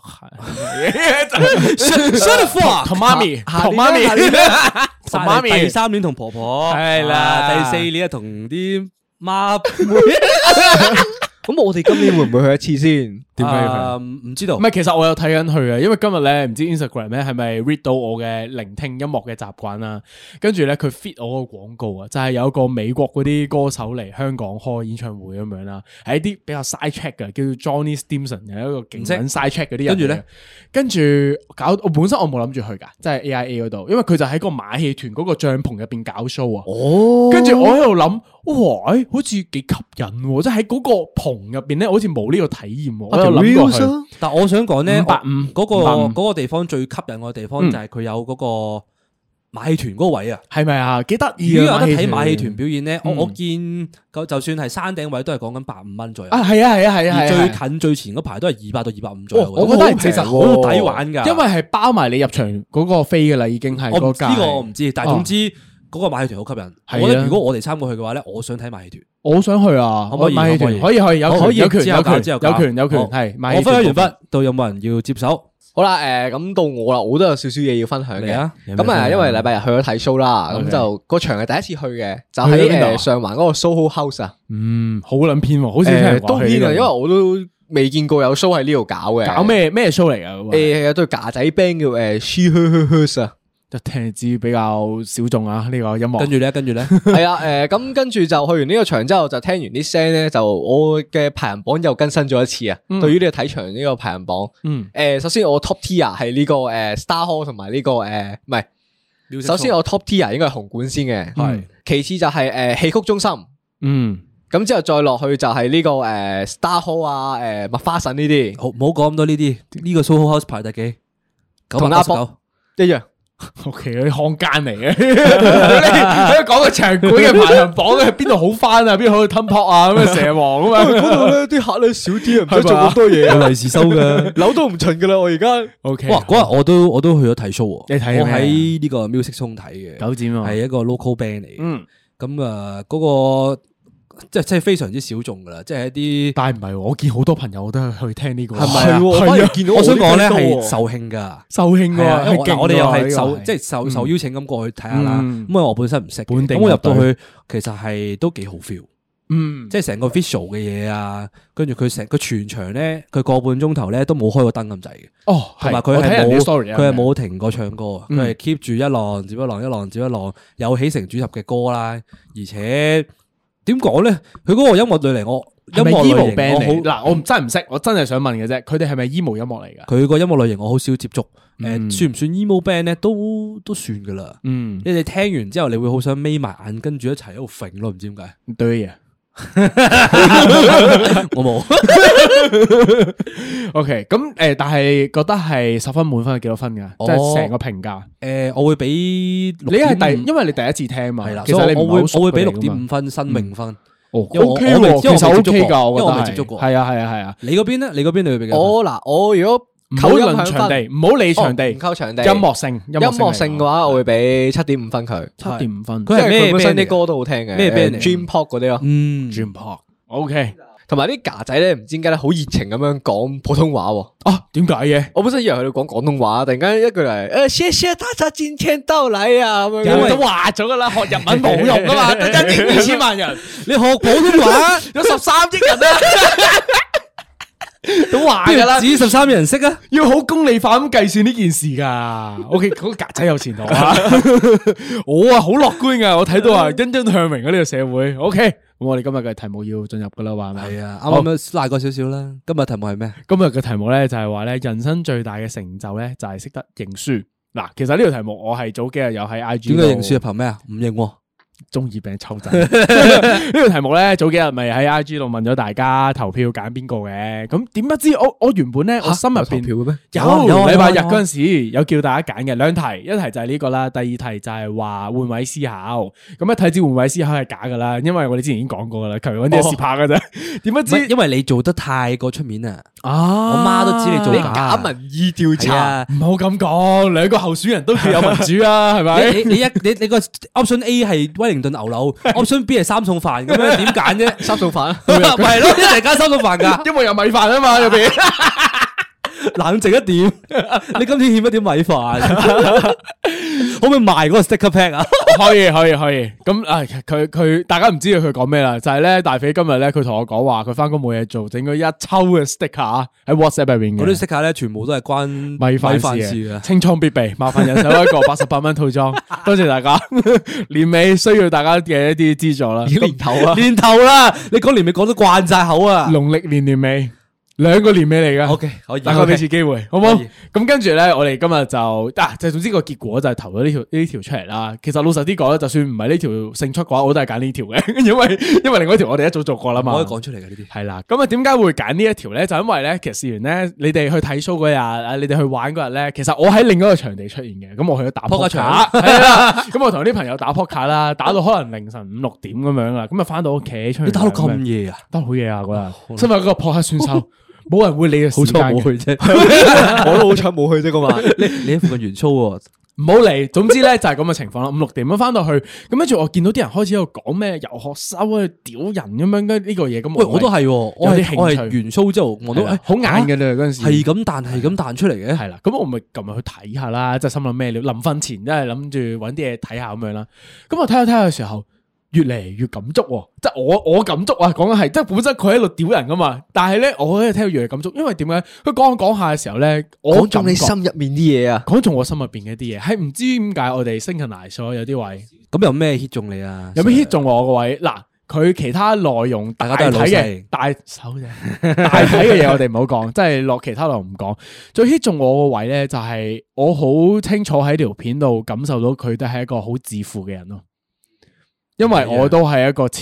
[SPEAKER 3] 同媽咪，同媽
[SPEAKER 1] 下年
[SPEAKER 3] 咪， 同媽
[SPEAKER 4] 生日第
[SPEAKER 3] 咪。
[SPEAKER 4] 三年同婆婆，
[SPEAKER 3] 係啦
[SPEAKER 4] 啊第四年啊同啲 媽妹，
[SPEAKER 1] 咁我哋今年會唔會去一次先？
[SPEAKER 3] 點解要去
[SPEAKER 4] 啊唔知道
[SPEAKER 3] 唔，係，其實我有睇緊佢嘅，因為今日咧唔知 Instagram 咧係咪 read 到我嘅聆聽音樂嘅習慣啦，跟住咧佢 fit 我個廣告啊，就係、有一個美國嗰啲歌手嚟香港開演唱會咁樣啦，係一啲比較 side track 嘅，叫做 Johnny Stimson，有一個勁撚 side track 嗰啲
[SPEAKER 4] 跟
[SPEAKER 3] 人嚟嘅。
[SPEAKER 4] 住呢
[SPEAKER 3] 跟住搞，我本身我冇諗住去㗎，即係 AIA 嗰度，因為佢就喺個馬戲團嗰個帳篷入邊搞 show 啊。
[SPEAKER 4] 哦
[SPEAKER 3] 跟住我喺度諗，哇，欸好似幾吸引喎！即係喺嗰個棚入邊咧，好似冇呢個體驗喎。我有諗過
[SPEAKER 1] 啊
[SPEAKER 3] 去。
[SPEAKER 4] 但我想講咧，
[SPEAKER 3] 五百
[SPEAKER 4] 我
[SPEAKER 3] 五
[SPEAKER 4] 嗰個
[SPEAKER 3] 五百五
[SPEAKER 4] 嗰個地方最吸引我嘅地方就係佢有嗰個馬戲團嗰個位啊。
[SPEAKER 3] 系咪啊？幾得意
[SPEAKER 4] 如果有
[SPEAKER 3] 啊！
[SPEAKER 4] 得睇馬戲
[SPEAKER 3] 戲
[SPEAKER 4] 團表演咧，我
[SPEAKER 3] 嗯
[SPEAKER 4] 我見就就算係山頂位都係講緊百五蚊左右，
[SPEAKER 3] 啊，係啊，係啊，係啊，
[SPEAKER 4] 而
[SPEAKER 3] 係啊
[SPEAKER 4] 最近最前嗰排都係二百到二百五左右
[SPEAKER 3] 哦
[SPEAKER 4] 嘅。
[SPEAKER 3] 我覺得其實
[SPEAKER 4] 好抵玩㗎，
[SPEAKER 3] 因為係包埋你入場嗰個飛噶啦，已經係
[SPEAKER 4] 我
[SPEAKER 3] 嗰
[SPEAKER 4] 唔
[SPEAKER 3] 個
[SPEAKER 4] 知
[SPEAKER 3] 價
[SPEAKER 4] 呢個我唔知，但係
[SPEAKER 3] 哦
[SPEAKER 4] 總之嗰個馬戲團好吸引。
[SPEAKER 3] 係啊
[SPEAKER 4] 我覺得如果我哋參過去嘅話咧，我想睇馬戲團。
[SPEAKER 3] 我想去啊！
[SPEAKER 4] 可唔可以
[SPEAKER 3] 馬戲團
[SPEAKER 4] 可
[SPEAKER 3] 可以可以有權
[SPEAKER 4] 可以
[SPEAKER 3] 有權
[SPEAKER 4] 之
[SPEAKER 3] 有
[SPEAKER 4] 後搞
[SPEAKER 3] 權
[SPEAKER 4] 之後搞
[SPEAKER 3] 有權有權
[SPEAKER 4] 好
[SPEAKER 3] 係馬
[SPEAKER 4] 我分
[SPEAKER 3] 戲團
[SPEAKER 4] 享完畢，到有冇人要接手？
[SPEAKER 1] 好啦，誒咁到我啦，我都有少少嘢要分享
[SPEAKER 4] 嚟
[SPEAKER 1] 嘅
[SPEAKER 4] 啊。有咩
[SPEAKER 1] 咁
[SPEAKER 4] 分
[SPEAKER 1] 啊，
[SPEAKER 4] 享
[SPEAKER 1] 因為禮拜日去咗睇 show 啦，
[SPEAKER 3] OK
[SPEAKER 1] 咁就個場係第一次去嘅，就
[SPEAKER 3] 去咗邊
[SPEAKER 1] 喺
[SPEAKER 3] 度啊
[SPEAKER 1] 誒上環嗰個 SoHo House 啊。
[SPEAKER 3] 嗯，好撚偏喎，好似聽人
[SPEAKER 1] 誒
[SPEAKER 3] 話
[SPEAKER 1] 都
[SPEAKER 3] 去呢
[SPEAKER 1] 偏
[SPEAKER 3] 個
[SPEAKER 1] 啊，因為我都未見過有 show 喺呢度搞嘅。啊
[SPEAKER 3] 搞？咩咩 show 嚟噶？
[SPEAKER 1] 誒有對架仔 band 叫誒 She Her Her Hers 啊，
[SPEAKER 3] 就聽至比較小眾啊呢個音樂。
[SPEAKER 4] 跟住咧，跟住 咧，
[SPEAKER 1] 系啦，诶，啊咁跟住就去完呢個場之後，就聽完啲聲咧，就我嘅排行榜又更新咗一次啊。對於呢個睇場呢個排行榜，
[SPEAKER 3] 嗯
[SPEAKER 1] 诶，首先我 top tier 係呢個诶 Star Hall 同埋呢個诶唔係，首先我 top tier 應該係紅館先嘅，嗯
[SPEAKER 3] 係
[SPEAKER 1] 其次就係诶戲曲中心，
[SPEAKER 3] 嗯，
[SPEAKER 1] 咁之後再落去就係呢個诶 Star Hall 啊，诶麥花臣呢啲
[SPEAKER 4] 好唔好講咁多呢啲？呢個 Soho House 排第幾？九百
[SPEAKER 1] 同
[SPEAKER 4] 九
[SPEAKER 1] 阿
[SPEAKER 4] 十九
[SPEAKER 1] 博。一樣。
[SPEAKER 3] OK，你漢奸嚟嘅，
[SPEAKER 4] 啊
[SPEAKER 3] 喺 度講個場館嘅排行榜咧，邊度好翻啊？邊度好吞撲啊？咁樣蛇王咁啊樣。
[SPEAKER 1] 嗰度咧啲客咧少 啲啊，唔
[SPEAKER 3] 使做咁
[SPEAKER 1] 多嘢。
[SPEAKER 4] 有利是收噶
[SPEAKER 1] 樓都唔巡噶啦，我而家
[SPEAKER 3] O K，
[SPEAKER 4] 哇！嗰日我都我都去咗睇 show，喎
[SPEAKER 3] 你睇咩
[SPEAKER 4] 我喺呢個 music zone 睇嘅，
[SPEAKER 3] 九展啊，
[SPEAKER 4] 係一個 local band 嚟嘅。
[SPEAKER 3] 嗯，
[SPEAKER 4] 咁啊，嗰個即係即係非常之小眾噶啦，即係一啲
[SPEAKER 3] 但係唔係喎，我見好多朋友都係去聽呢個，
[SPEAKER 4] 係咪啊？
[SPEAKER 1] 係喎反而見到
[SPEAKER 4] 我想講咧
[SPEAKER 1] 我啲 friend
[SPEAKER 4] 係
[SPEAKER 1] 多喎
[SPEAKER 4] 受慶噶。
[SPEAKER 3] 受慶
[SPEAKER 4] 係啊
[SPEAKER 3] 喎，
[SPEAKER 4] 因為我
[SPEAKER 3] 係勁
[SPEAKER 4] 嗱我哋又係
[SPEAKER 3] 喎
[SPEAKER 4] 受
[SPEAKER 3] 呢個
[SPEAKER 4] 即係受受邀請咁過去睇下啦。
[SPEAKER 3] 嗯
[SPEAKER 4] 咁啊，我本身唔識嘅，
[SPEAKER 3] 本地
[SPEAKER 4] 咁我入到
[SPEAKER 3] 樂
[SPEAKER 4] 去其實係都幾好 feel。
[SPEAKER 3] 嗯，
[SPEAKER 4] 即係成個 visual 嘅嘢啊，跟住佢成佢全場咧，佢個半鐘頭咧都冇開過燈咁滯嘅，
[SPEAKER 3] 哦，
[SPEAKER 4] 同埋
[SPEAKER 3] 係
[SPEAKER 4] 佢
[SPEAKER 3] 我睇人
[SPEAKER 4] 係
[SPEAKER 3] 哋
[SPEAKER 4] 冇
[SPEAKER 3] 啲 story 啊
[SPEAKER 4] 佢係冇停過唱歌，啊，
[SPEAKER 3] 嗯
[SPEAKER 4] 佢係 keep 住一浪接一浪一浪接一浪，有起承轉合嘅歌啦，而且點講咧，佢嗰個音樂類嚟我音
[SPEAKER 3] 係咪
[SPEAKER 4] 樂類
[SPEAKER 3] emo band
[SPEAKER 4] 型我
[SPEAKER 3] 嚟
[SPEAKER 4] 好，
[SPEAKER 3] 嗱，我唔真係唔識，我真係想問嘅啫，佢哋係咪 emo 音樂嚟㗎？
[SPEAKER 4] 佢個音樂類型我好少接觸，誒
[SPEAKER 3] 嗯
[SPEAKER 4] 算唔算 emo band 咧都都算噶啦，
[SPEAKER 3] 嗯，
[SPEAKER 4] 你哋聽完之後你會好想眯埋眼跟住一齊喺度揈咯，唔知點解。
[SPEAKER 3] 對嘅。
[SPEAKER 4] 我冇，
[SPEAKER 3] OK，咁诶，呃但係覺得係十分滿分係幾多分㗎？
[SPEAKER 4] 哦
[SPEAKER 3] 即係成個評價。
[SPEAKER 4] 誒我會俾六
[SPEAKER 3] 你
[SPEAKER 4] 點
[SPEAKER 3] 係
[SPEAKER 4] 五
[SPEAKER 3] 第，因為你第一次聽嘛，
[SPEAKER 4] 系啦，
[SPEAKER 3] 其
[SPEAKER 4] 所
[SPEAKER 3] 實
[SPEAKER 4] 以
[SPEAKER 3] 你
[SPEAKER 4] 我
[SPEAKER 3] 唔
[SPEAKER 4] 我
[SPEAKER 3] 係
[SPEAKER 4] 會
[SPEAKER 3] 好熟
[SPEAKER 4] 我會俾
[SPEAKER 3] 佢
[SPEAKER 4] 六
[SPEAKER 3] 哋㗎
[SPEAKER 4] 點
[SPEAKER 3] 嘛嗯
[SPEAKER 4] 五分生命分。
[SPEAKER 3] 哦
[SPEAKER 4] 因為我
[SPEAKER 3] ，OK
[SPEAKER 4] 我未
[SPEAKER 3] 喎，
[SPEAKER 4] 因為我
[SPEAKER 3] 其實
[SPEAKER 4] 未接觸
[SPEAKER 3] OK 㗎，
[SPEAKER 4] 過
[SPEAKER 3] 我覺
[SPEAKER 4] 因為我
[SPEAKER 3] 得
[SPEAKER 4] 未接觸過
[SPEAKER 3] 係啊係啊係啊，
[SPEAKER 4] 你嗰邊咧？你嗰邊你會比較
[SPEAKER 1] 我嗱，我如果
[SPEAKER 3] 唔好
[SPEAKER 1] 扣音響
[SPEAKER 3] 論場
[SPEAKER 1] 分，
[SPEAKER 3] 地，唔好理場地，
[SPEAKER 1] 哦唔扣場地
[SPEAKER 3] 音樂性，音
[SPEAKER 1] 音樂性嘅話，我會俾七點五分佢。
[SPEAKER 3] 七點五分，
[SPEAKER 4] 佢係咩
[SPEAKER 1] 因為佢本身
[SPEAKER 4] band 嚟
[SPEAKER 1] 啲
[SPEAKER 4] 㗎
[SPEAKER 1] 歌都好聽嘅，
[SPEAKER 4] 咩 band 嚟㗎
[SPEAKER 1] Dream Pop 嗰啲咯，
[SPEAKER 4] 嗯
[SPEAKER 3] Dream Pop。OK，
[SPEAKER 1] 同埋啲架仔咧，唔知點解咧，好熱情咁樣講普通話喎。
[SPEAKER 3] 啊，點解嘅？
[SPEAKER 1] 我本身以為佢哋講廣東話，突然間一句嚟，誒謝謝大家今天到嚟啊咁
[SPEAKER 4] 因為
[SPEAKER 1] 樣。
[SPEAKER 3] 都話咗噶啦，學日文冇用 噶嘛，得一億二千萬人，
[SPEAKER 4] 你學普通話
[SPEAKER 3] 有十三億人啦，都話噶啦
[SPEAKER 4] 邊，止十三人識啊？
[SPEAKER 3] 要好功利化咁計算呢件事噶。OK，嗰 個格仔有前途啊！ 我啊好樂觀噶，我睇到啊欣欣向榮啊呢個社會。OK，咁我哋今日嘅題目要進入噶啦，話係咪？
[SPEAKER 4] 係啊，啱啱拉過少少啦。今日題目係咩？啊
[SPEAKER 3] 今日嘅題目咧就係話咧，人生最大嘅成就咧就係識得認輸。嗱，其實呢個題目我係早幾日又喺 I G
[SPEAKER 4] 點解認輸啊？憑咩啊？唔認喎。
[SPEAKER 3] 中二病 抽仔呢個題目咧，早幾日咪喺 I G 度問咗大家投票揀邊個嘅。咁點不知我我原本咧我心入
[SPEAKER 1] 有投
[SPEAKER 3] 邊
[SPEAKER 1] 票嘅咩？
[SPEAKER 3] 有
[SPEAKER 4] 有啊有啊
[SPEAKER 3] 禮拜日
[SPEAKER 4] 有啊
[SPEAKER 3] 嗰陣時有叫大家揀嘅兩題，一題就係呢個啦，第二題就係話換位思考。咁一睇知換位思考係假噶啦，因為我哋之前已經講過噶啦，求其揾啲嘢試拍噶啫。點不
[SPEAKER 4] 唔係
[SPEAKER 3] 知
[SPEAKER 4] 因為你做得太過出面啊！
[SPEAKER 3] 啊
[SPEAKER 4] 我媽都知你做
[SPEAKER 1] 你
[SPEAKER 4] 緊
[SPEAKER 1] 假民意調
[SPEAKER 4] 係
[SPEAKER 1] 查，
[SPEAKER 4] 啊，
[SPEAKER 3] 唔好咁講，兩個候選人都叫有民主啊，係 咪？
[SPEAKER 4] 你你你一你你個 option A 係威靈頓牛柳 ，option B 係三餸飯咁樣點揀啫？
[SPEAKER 1] 三餸
[SPEAKER 3] 啊
[SPEAKER 1] 飯。
[SPEAKER 4] 咪係咯，一齊加三餸飯㗎。
[SPEAKER 3] 因為有米飯啊嘛入边。
[SPEAKER 4] 冷靜一點， 你今次欠一點米飯， 可唔可以賣嗰個 sticker pack 啊？
[SPEAKER 3] 可以可以可以，咁啊佢佢大家唔知道佢講咩啦，就係咧大肥今日咧佢同我講話佢翻工冇嘢做，整咗一抽嘅 sticker 喺 WhatsApp 入边
[SPEAKER 4] 嗰啲
[SPEAKER 3] 嘅。
[SPEAKER 4] sticker 咧，全部都係關米啊
[SPEAKER 3] 米飯啊
[SPEAKER 4] 事嘅。
[SPEAKER 3] 清倉必備，麻煩人手一個八十八蚊套裝，多謝大家。 年尾需要大家嘅一啲資助啦，
[SPEAKER 1] 年頭 啊，
[SPEAKER 4] 年頭啦，你講年尾講得慣晒口啊。
[SPEAKER 3] 農曆年年尾兩個年尾嚟嘅。
[SPEAKER 4] OK，可以
[SPEAKER 3] 大家俾次機會，好唔好？
[SPEAKER 4] 可以
[SPEAKER 3] 咁跟住咧，我哋今日就啊，就總之個結果就係投咗呢條呢條出嚟啦。其實老實啲講咧，就算唔係呢條勝出嘅話，我都係揀呢條嘅， 因為因為另外一條我哋一早做過啦
[SPEAKER 4] 唔
[SPEAKER 3] 嘛。
[SPEAKER 4] 可以講出嚟嘅呢啲。
[SPEAKER 3] 系啦，咁啊，點解會揀呢一條咧？就因為咧，其實試完咧，你哋去睇 show 嗰日，啊你哋去玩嗰日咧，其實我喺另一個場地出現嘅，咁我去咗打
[SPEAKER 4] Poker
[SPEAKER 3] 扑卡，
[SPEAKER 4] 場
[SPEAKER 3] 係啦，咁我同啲朋友打扑卡啦，打到可能凌晨五六點咁樣啦，咁啊翻到屋企出去，
[SPEAKER 4] 你打到咁，夜啊？
[SPEAKER 3] 打到好嘢啊嗰日，身為一個扑克選 手，冇人會理嘅
[SPEAKER 4] 好
[SPEAKER 3] 時
[SPEAKER 4] 彩
[SPEAKER 3] 間嘅
[SPEAKER 4] 冇去啫。
[SPEAKER 1] 我都好彩冇去啫嗰晚。
[SPEAKER 4] 你你喺附近元操喎，
[SPEAKER 3] 唔好理，總之咧就係咁嘅情況啦。五六點咁翻到去，咁跟住我見到啲人開始喺度講咩遊學收啊、屌人咁樣跟呢個嘢，咁
[SPEAKER 4] 喂，我都係喎，我
[SPEAKER 3] 有
[SPEAKER 4] 係
[SPEAKER 3] 啲興
[SPEAKER 4] 我係
[SPEAKER 3] 趣
[SPEAKER 4] 元操之後望到，
[SPEAKER 3] 係啦
[SPEAKER 4] 誒
[SPEAKER 3] 好眼嘅
[SPEAKER 4] 啊
[SPEAKER 3] 啦嗰陣時
[SPEAKER 4] 係咁彈係咁彈出嚟嘅。
[SPEAKER 3] 系啦，咁我咪撳入去睇下啦，即係心諗咩料。臨瞓前真係諗住揾啲嘢睇下咁樣啦。咁我睇下睇下嘅時候，越嚟越感觸喎，即係我我感觸啊，講緊係，即係本身佢喺度屌人噶嘛，但係咧我喺度聽到越嚟越感觸，因為點解佢講講下嘅時候咧，我
[SPEAKER 1] 講中你
[SPEAKER 3] 感覺
[SPEAKER 1] 心入面啲嘢啊！
[SPEAKER 3] 講中我心入邊嘅一啲嘢，係唔知點解我哋 synchronize 咗有啲位，
[SPEAKER 4] 咁有咩 hit 中你啊？
[SPEAKER 3] 有咩 hit 中我個位？嗱，佢其他內容
[SPEAKER 4] 大家都係老
[SPEAKER 3] 大體嘅
[SPEAKER 4] 細
[SPEAKER 3] 大手啫，大體嘅嘢我哋唔好講，即係落其他內容唔講。最 hit 中我個位咧，就係我好清楚喺條片度感受到佢都係一個好自負嘅人咯。因為
[SPEAKER 4] 啊
[SPEAKER 3] 我都係一個超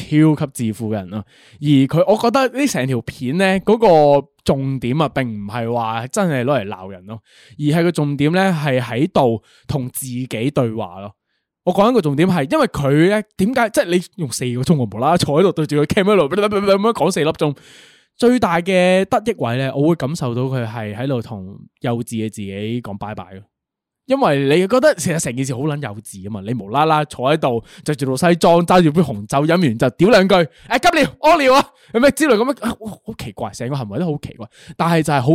[SPEAKER 3] 級自負嘅人咯，而佢我覺得呢成條片咧嗰、個重點啊，並唔係話真係攞嚟鬧人咯，而係個重點咧係喺度同自己對話咯。我講緊個重點係，因為佢咧點解即係你用四個鐘我無啦啦坐喺度對住個 cam 喺度咁樣講四粒鐘，最大嘅得益位咧，我會感受到佢係喺度同幼稚嘅自己講拜拜咯。因為你覺得其實成件事好撚幼稚啊嘛，你無啦啦坐喺度着住套西裝，揸住杯紅酒，飲完就屌兩句，誒、哎急尿屙尿啊，有咩之類咁樣，啊哇好奇怪，成個行為都好奇怪，但係就係好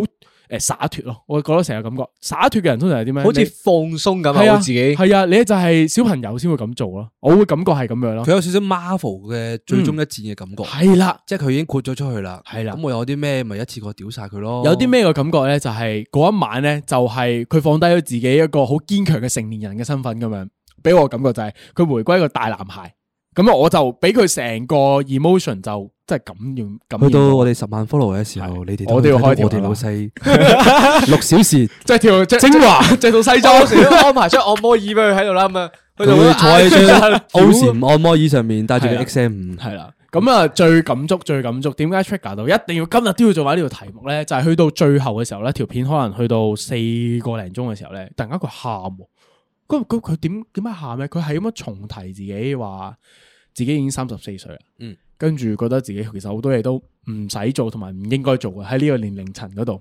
[SPEAKER 3] 誒灑脱咯，我覺得成個感覺灑脱嘅人通常係啲咩？
[SPEAKER 1] 好似
[SPEAKER 3] 你
[SPEAKER 1] 放鬆咁
[SPEAKER 3] 係
[SPEAKER 1] 啊，我自己
[SPEAKER 3] 系啊，你就系小朋友先会咁做咯，我会感觉系咁样咯
[SPEAKER 4] 佢。有少少 Marvel 嘅最終一戰嘅感覺，哦
[SPEAKER 3] 系啦，
[SPEAKER 4] 即係佢已經豁咗出去啦。
[SPEAKER 3] 係啦
[SPEAKER 4] 咁我有啲咩咪一次過屌晒佢咯。
[SPEAKER 3] 有啲咩嘅感觉咧？就系嗰一晚咧，就系佢放低咗自己一个好坚强嘅成年人嘅身份咁样，俾我感觉就系佢回归一个大男孩。咁我就俾佢成个 emotion 就即系感染感染
[SPEAKER 4] 去到
[SPEAKER 3] 到
[SPEAKER 4] 我哋十萬 follow 嘅時候，你哋都
[SPEAKER 3] 啊我都要
[SPEAKER 4] 睇到
[SPEAKER 3] 開條
[SPEAKER 4] 我哋
[SPEAKER 3] 啦
[SPEAKER 4] 老細 六小時，
[SPEAKER 3] 即系条精华，着到西
[SPEAKER 1] 我
[SPEAKER 3] 装
[SPEAKER 1] 有。 時都安排張按摩椅俾佢喺度啦，咁啊，佢
[SPEAKER 4] 佢
[SPEAKER 1] 就
[SPEAKER 4] 坐
[SPEAKER 1] 會
[SPEAKER 4] 喺 張 O
[SPEAKER 1] 屌
[SPEAKER 4] 禪按摩椅上面，戴住個
[SPEAKER 3] 係啊
[SPEAKER 4] XM 五。
[SPEAKER 3] 系啦，咁啊最感觸最感觸，點解 trigger 到一定要今日都要做埋呢條題目咧？就係去到最後嘅時候咧，條片可能去到四個零鐘嘅時候咧，突然間佢喊喎，咁咁佢點點解喊咧？佢係咁樣重提自己話自己已經三十四歲啦，
[SPEAKER 4] 嗯，
[SPEAKER 3] 跟住覺得自己其實好多嘢都唔使做，同埋唔應該做嘅喺呢個年齡層嗰度，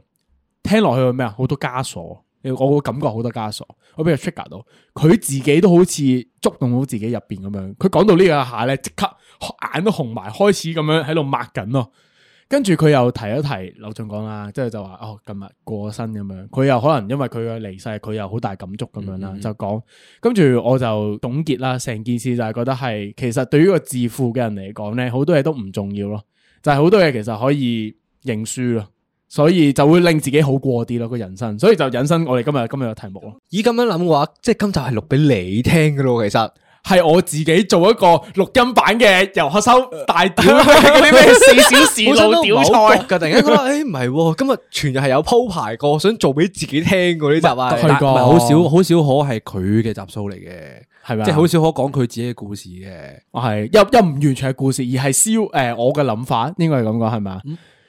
[SPEAKER 3] 聽落去係咩啊？好多枷鎖，我會感覺好多枷鎖，我俾佢 trigger 到。佢自己都好似觸動到自己入邊咁樣。佢講到呢個下咧，即刻眼都紅埋，開始咁樣喺度抹緊咯。跟住佢又提一提劉俊講啦，即係就話哦，近日過身咁樣，佢又可能因為佢嘅離世，佢又好大感觸咁樣啦，就講。跟住我就總結啦，成件事就係覺得係其實對於一個自負嘅人嚟講咧，好多嘢都唔重要咯，就係、好多嘢其實可以認輸咯，所以就會令自己好過啲咯個人生，所以就引申我哋今日今日嘅題目咯。
[SPEAKER 1] 咦咁樣諗嘅話，即係今集係錄俾你聽嘅咯，其實。
[SPEAKER 3] 系我自己做一個錄音版嘅游客收大 屌嗰啲咩四小時路屌賽，
[SPEAKER 1] 噶，突然間覺得，诶唔係喎，今日全日係有鋪排過，想做俾自己聽嗰呢集啊，
[SPEAKER 3] 係
[SPEAKER 4] 但唔
[SPEAKER 3] 個
[SPEAKER 4] 係好少好少可係佢嘅集數嚟嘅，
[SPEAKER 3] 係咪啊？
[SPEAKER 4] 即係好少可講佢自己嘅故事嘅。
[SPEAKER 3] 系又又唔完全係故事，而係燒诶、我嘅諗法，應該係咁講係咪啊？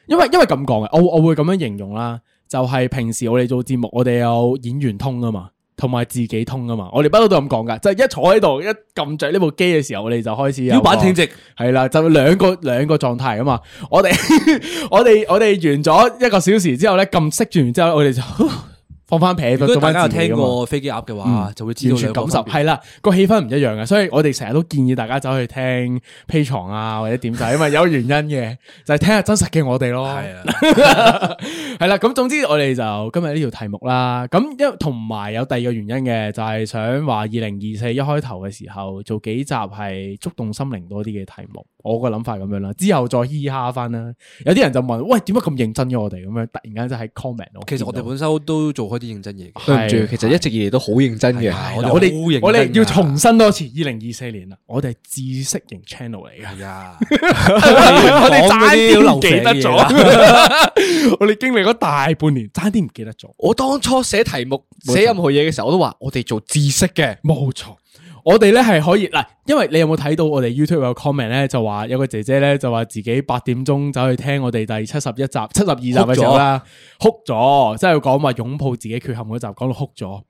[SPEAKER 3] 因為因为咁講嘅，我我会咁樣形容啦，就係平時我哋做節目，我哋有演員通啊嘛，同埋自己通啊嘛，我哋不嬲都咁講噶，就係一坐喺度一撳着呢部機嘅時候，我哋就開始有啊
[SPEAKER 4] 腰板
[SPEAKER 3] 個
[SPEAKER 4] 挺直，
[SPEAKER 3] 系啦，就兩個兩個狀態啊嘛。我哋 我哋我哋完咗一個小時之後咧，撳熄住完之後，我哋就 放翻屁，
[SPEAKER 4] 如果
[SPEAKER 3] 做
[SPEAKER 4] 大
[SPEAKER 3] 翻
[SPEAKER 4] 家有
[SPEAKER 3] 自己
[SPEAKER 4] 聽
[SPEAKER 3] 噶嘛。嗯
[SPEAKER 4] 過飛機鴨嘅話，就會知
[SPEAKER 3] 完
[SPEAKER 4] 道兩
[SPEAKER 3] 全
[SPEAKER 4] 個
[SPEAKER 3] 感受
[SPEAKER 4] 分別
[SPEAKER 3] 係啦，個氣氛唔一樣嘅，所以我哋成日都建議大家走去聽 P 床啊或者 點就，因為有原因嘅，就係聽下真實嘅我哋咯。
[SPEAKER 4] 係啊。
[SPEAKER 3] 系啦，咁總之我哋就今日呢條題目啦。咁因同埋有第二個原因嘅，就係想話二零二四一開頭嘅時候做幾集係觸動心靈多啲嘅題目。我個諗法咁樣啦，之後再嘻哈翻啦。有啲人就問：喂，點解咁認真嘅我哋咁樣？突然間就喺 comment 我見到。
[SPEAKER 4] 其實我哋本身都做開啲認真嘢嘅，
[SPEAKER 1] 對唔住，其實一直以嚟都好認真嘅，
[SPEAKER 4] 係
[SPEAKER 3] 我
[SPEAKER 4] 好認
[SPEAKER 3] 哋
[SPEAKER 4] 真
[SPEAKER 3] 我哋要
[SPEAKER 4] 㗎
[SPEAKER 3] 重申多次，二零二四年啦，啊我哋係知識型 channel 嚟 嘅。
[SPEAKER 4] 係啊，
[SPEAKER 3] 我哋爭啲唔
[SPEAKER 4] 流
[SPEAKER 3] 記得咗
[SPEAKER 4] 咗。，
[SPEAKER 3] 我哋經歷咗 大半年，爭啲唔記得咗。
[SPEAKER 1] 我當初寫題目寫任何嘢嘅時候，我都話我哋做知識嘅，
[SPEAKER 3] 冇錯，我哋咧係可以嗱，因為你有冇睇到我哋 YouTube 有 comment 咧，就話有個姐姐咧就話自己八點鐘走去聽我哋第七十一集、七十二集嘅時候啦，哭咗，即係講話擁抱自己缺陷嗰集，講到哭咗。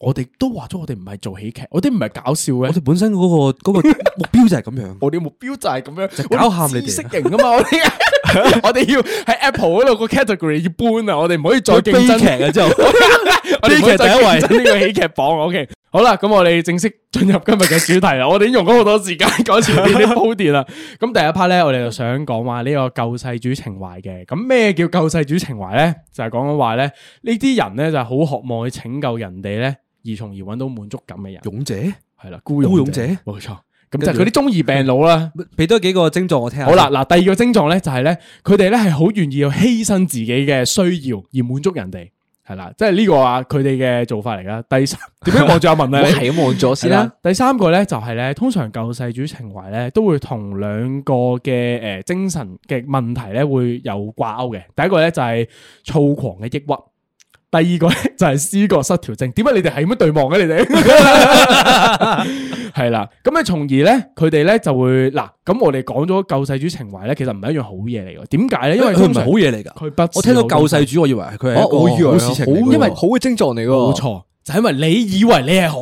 [SPEAKER 3] 我哋都話咗，我哋唔係做喜劇，我哋唔係搞笑
[SPEAKER 4] 我
[SPEAKER 3] 嘅
[SPEAKER 4] 哋，本身嗰個嗰個目標就係咁樣。
[SPEAKER 3] 我哋目標就係咁樣，
[SPEAKER 4] 搞喊你哋
[SPEAKER 3] 我哋知識型啊嘛，我 哋我哋要喺 Apple 嗰度個 category 要搬啊，我哋唔可以再
[SPEAKER 4] 最
[SPEAKER 3] 競爭。
[SPEAKER 4] 啊！之後
[SPEAKER 3] 我
[SPEAKER 4] 悲
[SPEAKER 3] 哋
[SPEAKER 4] 劇第一位
[SPEAKER 3] 位呢個喜劇榜，OK。好啦，咁我哋正式進入今日嘅主題啦。我哋已經用咗好多時間講前面啲鋪 墊啦。咁第一 part 咧，我哋就想講話呢個救世主情懷嘅。咁咩叫救世主情懷咧？就係講緊話咧，呢啲人咧就係好渴望去拯救人哋咧，而從而揾到滿足感嘅人。
[SPEAKER 4] 勇者
[SPEAKER 3] 系啦，孤
[SPEAKER 4] 孤
[SPEAKER 3] 勇
[SPEAKER 4] 勇者
[SPEAKER 3] 冇錯。咁就係嗰啲中二病佬啦。
[SPEAKER 4] 俾多幾個症狀我聽下。
[SPEAKER 3] 好啦，，嗱，第二個症狀咧就係咧，佢哋咧係好願意去犧牲自己嘅需要而滿足人哋，係啦，即係呢個啊，佢哋嘅做法嚟噶。第三，點解望住阿文啊？
[SPEAKER 1] 我
[SPEAKER 3] 你
[SPEAKER 1] 係咁望咗先
[SPEAKER 3] 係啦
[SPEAKER 1] 啦。，
[SPEAKER 3] 第三個咧就係咧，通常救世主情懷咧都會同兩個嘅誒精神嘅問題咧會有掛鈎嘅。第一個咧就係躁狂嘅抑鬱，第二個咧就係思覺失調症。點解你哋係咁樣對望嘅？你哋 係啦，咁啊，從而咧佢哋咧就會嗱，咁我哋講咗救世主情懷咧，其實唔係一樣好嘢嚟嘅。點解咧？因
[SPEAKER 4] 因
[SPEAKER 3] 為
[SPEAKER 4] 為佢唔係
[SPEAKER 3] 通常
[SPEAKER 4] 好嘢嚟㗎。
[SPEAKER 3] 佢不
[SPEAKER 4] 我聽到
[SPEAKER 3] 是
[SPEAKER 4] 救世主，我以為係佢係
[SPEAKER 1] 我
[SPEAKER 4] 一
[SPEAKER 1] 以
[SPEAKER 4] 個
[SPEAKER 1] 為
[SPEAKER 4] 好事情嚟㗎喎，
[SPEAKER 1] 因為啊好嘅症狀嚟噶，
[SPEAKER 3] 冇錯，就係因為你以為你係好，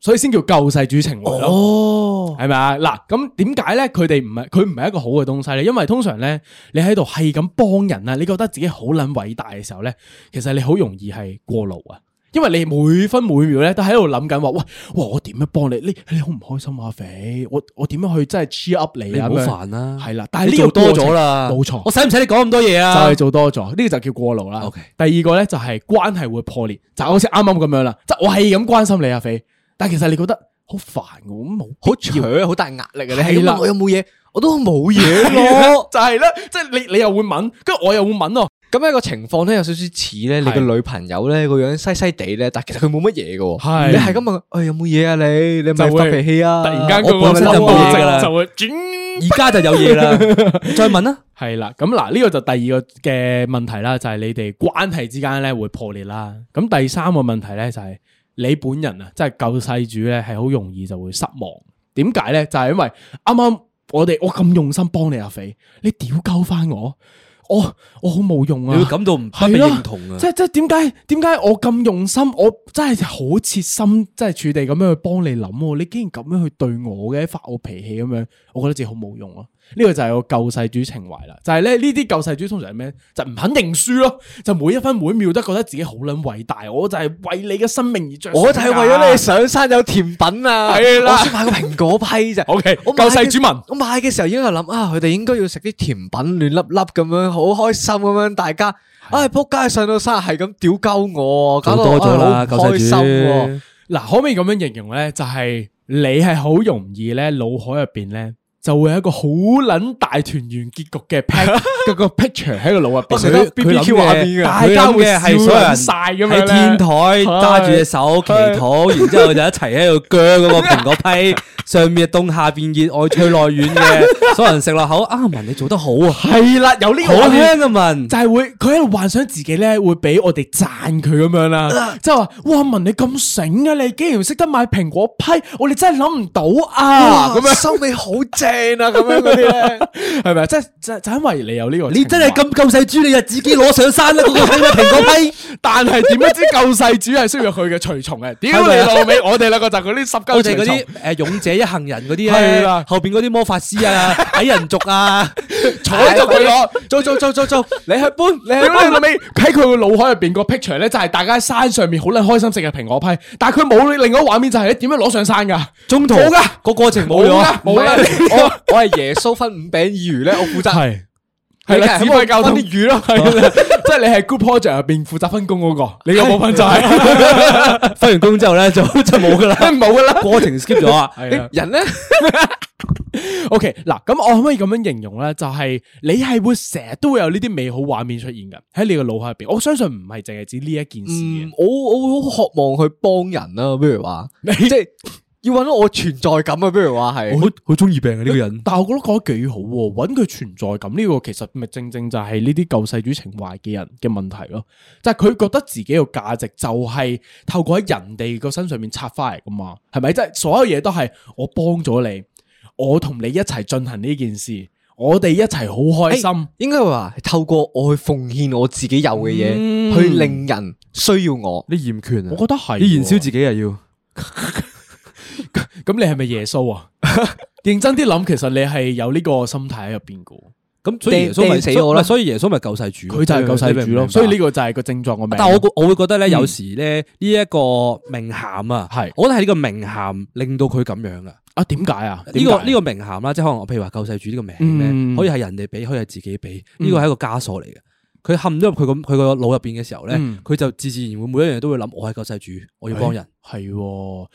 [SPEAKER 3] 所以先叫救世主
[SPEAKER 1] 啊
[SPEAKER 3] 情懷咯。
[SPEAKER 4] 哦，
[SPEAKER 3] 系咪啊？嗱，咁點解咧？佢哋唔係佢唔係一個好嘅東西咧，因為通常咧，你喺度係咁幫人啊，你覺得自己好撚偉大嘅時候咧，其實你好容易係過勞啊。因為你每分每秒咧都喺度諗緊話，喂，哇，我點樣幫你？你你好唔開心啊，肥？我我點樣去真係 cheer up 你
[SPEAKER 4] 你
[SPEAKER 3] 啊？
[SPEAKER 4] 唔好
[SPEAKER 3] 咁樣
[SPEAKER 4] 煩啦
[SPEAKER 3] 係啦，但係
[SPEAKER 4] 你
[SPEAKER 3] 呢
[SPEAKER 4] 做
[SPEAKER 3] 個
[SPEAKER 4] 多
[SPEAKER 3] 過程
[SPEAKER 4] 咗啦
[SPEAKER 3] 冇錯，
[SPEAKER 4] 我使唔使你講咁多嘢
[SPEAKER 3] 就
[SPEAKER 4] 啊
[SPEAKER 3] 係？做多咗，呢、個就叫過勞啦。
[SPEAKER 4] OK
[SPEAKER 3] 第二個咧就係關係會破裂，就好似啱啱咁樣啦，即係我係咁關心你啊，肥，但係其實你覺得好煩嘅，咁冇
[SPEAKER 1] 好扯，好大壓力嘅。你係
[SPEAKER 3] 係
[SPEAKER 1] 咁
[SPEAKER 3] 啦
[SPEAKER 1] 問我有冇嘢？我都話冇嘢
[SPEAKER 3] 咯
[SPEAKER 1] 咯。，
[SPEAKER 3] 就係啦，即係你你又會問，跟住我又會問咯，
[SPEAKER 1] 咁一個情況咧，有少少似咧，你個
[SPEAKER 3] 係
[SPEAKER 1] 女朋友咧個樣西西地咧，但其實佢冇乜嘢嘅喎。
[SPEAKER 3] 係
[SPEAKER 1] 你係咁問佢，誒有冇嘢啊你？你咪
[SPEAKER 3] 就
[SPEAKER 1] 發
[SPEAKER 3] 會
[SPEAKER 1] 脾氣啊？
[SPEAKER 3] 突然間
[SPEAKER 1] 我
[SPEAKER 3] 嗰個
[SPEAKER 1] 本身就冇嘢㗎啦。
[SPEAKER 3] 就會轉。
[SPEAKER 4] 而家就有嘢啦，再問啊啦。
[SPEAKER 3] 係啦，咁嗱呢個就第二個嘅問題啦，就係你哋關係之間咧會破裂啦。咁第三個問題咧就係你本人啊，即係救世主咧係好容易就會失望。點解咧？就係因為啱啱我哋我咁用心幫你阿肥，你屌鳩翻我，我我好冇用啊！
[SPEAKER 4] 你會感到唔不
[SPEAKER 3] 係
[SPEAKER 4] 被
[SPEAKER 3] 咯
[SPEAKER 4] 認同啊
[SPEAKER 3] 即係即係點解點解我咁用心，我真係好切心，即係處地咁樣去幫你諗喎，你竟然咁樣去對我嘅，發我脾氣咁樣，我覺得自己好冇用咯。啊呢個就係我救世主情懷啦，就係咧呢啲救世主通常係咩？就唔肯認輸咯，就每一分每秒都覺得自己好撚偉大，我就係為你嘅生命而着想㗎。
[SPEAKER 1] 我就係為咗你上山有甜品啊！
[SPEAKER 3] 係啦
[SPEAKER 1] 我先買個蘋果批咋。
[SPEAKER 3] OK，
[SPEAKER 1] 我買嘅
[SPEAKER 3] 救世主文
[SPEAKER 1] 我買嘅時候已經係諗啊，佢哋應該要食啲甜品亂粒粒咁樣，好開心咁樣，大家唉仆街上到山係咁屌鳩我，搞
[SPEAKER 4] 做
[SPEAKER 1] 到
[SPEAKER 4] 多咗
[SPEAKER 1] 我
[SPEAKER 4] 啦，救
[SPEAKER 1] 唉好開
[SPEAKER 4] 世
[SPEAKER 1] 心
[SPEAKER 4] 主。
[SPEAKER 1] 喎。
[SPEAKER 3] 嗱，可唔可以咁樣形容咧？就係、你係好容易咧，腦海入邊咧就會有一個好撚大團圓結局嘅 pack 嗰個 picture 喺個腦入邊。
[SPEAKER 1] 我成日都 BBQ 畫面嘅
[SPEAKER 3] 大家會笑撚晒咁樣
[SPEAKER 4] 喺天台揸住隻手祈禱，然之後就一齊喺度鋸嗰個蘋果批， 上面凍下邊熱，外脆內軟嘅，所有人食落口。啊，文你做得好啊，
[SPEAKER 3] 係啦，有呢個
[SPEAKER 4] 好
[SPEAKER 3] 畫
[SPEAKER 4] 香
[SPEAKER 3] 面。
[SPEAKER 4] 啊文
[SPEAKER 3] 就。係會佢喺度幻想自己咧會俾我哋讚佢咁樣啦，即係話哇文你咁醒啊，你竟然識得買蘋果批，我哋真係諗唔到啊
[SPEAKER 1] 啊，
[SPEAKER 3] 咁
[SPEAKER 1] 咁
[SPEAKER 3] 樣
[SPEAKER 1] 樣收尾好正啊，咁樣嗰啲咧。
[SPEAKER 3] 係咪？即係就就因為你有呢個情懷，
[SPEAKER 4] 你真係咁救世主，你就自己攞上山啦！嗰 個係咪蘋果批？
[SPEAKER 3] 但係點樣知救世主係需要佢嘅隨 從嘅？屌你
[SPEAKER 4] 咪啊
[SPEAKER 3] 老味，我哋兩個就係嗰啲十鳩
[SPEAKER 4] 我哋
[SPEAKER 3] 隨
[SPEAKER 4] 嗰啲
[SPEAKER 3] 從，
[SPEAKER 4] 誒勇者一行人嗰啲
[SPEAKER 3] 係
[SPEAKER 4] 咧
[SPEAKER 3] 啦，
[SPEAKER 4] 後邊嗰啲魔法師 啊、矮人族啊，
[SPEAKER 3] 坐咗佢咯。
[SPEAKER 4] 做做做做做，你去搬，你
[SPEAKER 3] 屌
[SPEAKER 4] 去
[SPEAKER 3] 你
[SPEAKER 4] 搬
[SPEAKER 3] 老。味，喺佢個腦海入邊個 picture 咧，就係大家喺山上面好撚開心食嘅蘋果批，但係佢冇另外一個畫面就係點樣攞上山㗎？
[SPEAKER 4] 中途
[SPEAKER 3] 冇㗎
[SPEAKER 4] 個過程冇
[SPEAKER 3] 冇
[SPEAKER 4] 咗
[SPEAKER 3] 啦，，冇啦，
[SPEAKER 1] 我我系耶穌分五餅二魚咧，我 負責
[SPEAKER 3] 係。系啦，
[SPEAKER 1] 你
[SPEAKER 3] 只
[SPEAKER 1] 係
[SPEAKER 3] 可以教
[SPEAKER 1] 分
[SPEAKER 3] 啲魚咯， 係啦，即係你係 group project 入邊負責分工嗰個，你有冇分就 係
[SPEAKER 4] 翻完工之後咧就就 冇噶啦，
[SPEAKER 3] 冇㗎啦。
[SPEAKER 4] 過程 skip 咗 啊。
[SPEAKER 3] 係啦
[SPEAKER 1] 人咧，
[SPEAKER 3] O K，嗱，咁我可唔可以咁樣形容咧？就係、你係會成日都會有呢啲美好畫面出現嘅喺你個腦海入邊。我相信唔係淨係指呢一件事嘅。
[SPEAKER 1] 嗯，我我好渴望去幫人啦，不如話，即係要搵到我存在感啊，不如話係。
[SPEAKER 4] 哎好中意病啊呢個人，
[SPEAKER 3] 但係我覺得講得幾好喎，揾佢存在感呢、個其實咪正正就係呢啲救世主情懷嘅人嘅問題咯。就係佢覺得自己嘅價值就係透過喺人哋個身上面拆翻嚟噶嘛，係咪？即係所有嘢都係我幫咗你，我同你一齊進行呢件事，我哋一齊好開
[SPEAKER 4] 哎
[SPEAKER 3] 心。
[SPEAKER 1] 應該話係透過我去奉獻我自己有嘅嘢，
[SPEAKER 3] 嗯
[SPEAKER 1] 去令人需要我。
[SPEAKER 4] 你嫌權啊
[SPEAKER 3] 我覺得係
[SPEAKER 4] 你燃燒
[SPEAKER 3] 喎
[SPEAKER 4] 自己啊要。
[SPEAKER 3] 咁你係咪耶穌啊？ 認真啲諗，其實你係有呢個心態喺入邊噶，
[SPEAKER 4] 咁所以耶穌咪
[SPEAKER 1] 掟死我啦
[SPEAKER 4] 所以耶穌咪救世主，
[SPEAKER 3] 佢就係救世主咯。所以呢
[SPEAKER 4] 個。
[SPEAKER 3] 個就係個症狀個名。
[SPEAKER 4] 但我我會覺得咧，有時咧呢一個名銜啊，
[SPEAKER 3] 嗯係
[SPEAKER 4] 我覺得係呢個名銜令到佢咁樣噶。
[SPEAKER 3] 啊，點解啊？
[SPEAKER 4] 呢個呢個
[SPEAKER 3] 個
[SPEAKER 4] 名銜啦，即係可能我譬如話救世主呢個名咧，
[SPEAKER 3] 嗯
[SPEAKER 4] 可以係人哋俾，可以係自己俾，呢個係一個枷鎖嚟嘅。佢陷咗入佢咁佢個腦入邊嘅時候咧，
[SPEAKER 3] 嗯
[SPEAKER 4] 佢就自自然會每一樣都會諗，我係救世主，我要幫人。
[SPEAKER 3] 系，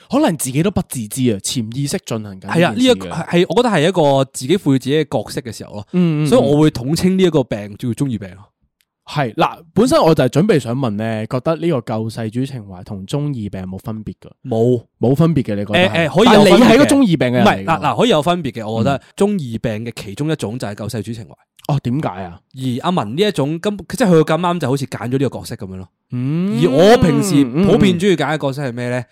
[SPEAKER 3] 可能自己都不自知啊，潜意识进行紧。
[SPEAKER 4] 係啊，呢一個
[SPEAKER 3] 个
[SPEAKER 4] 係我覺得係一個自己賦予自己嘅角色嘅時候咯，
[SPEAKER 3] 嗯嗯
[SPEAKER 4] 所以我會統稱呢一個病叫中二病咯。
[SPEAKER 3] 系嗱，本身我就係準備想問咧，覺得呢個救世主情懷同中二病有冇分別噶？
[SPEAKER 4] 冇
[SPEAKER 3] 冇分別嘅，你覺得
[SPEAKER 4] 誒
[SPEAKER 3] 係？
[SPEAKER 4] 誒可以
[SPEAKER 3] 但
[SPEAKER 4] 有
[SPEAKER 3] 你
[SPEAKER 4] 分別
[SPEAKER 3] 係一個
[SPEAKER 4] 嘅
[SPEAKER 3] 中二病嘅
[SPEAKER 4] 唔
[SPEAKER 3] 人嚟
[SPEAKER 4] 係
[SPEAKER 3] 㗎
[SPEAKER 4] 嗱嗱，可以有分別嘅，我覺得中二病嘅其中一種就係救世主情懷，
[SPEAKER 3] 哦，點解啊？
[SPEAKER 4] 而阿文呢一種根即係佢咁啱就好似揀咗呢個角色咁樣咯。
[SPEAKER 3] 嗯
[SPEAKER 4] 而我平時普遍中意揀嘅角色係咩咧？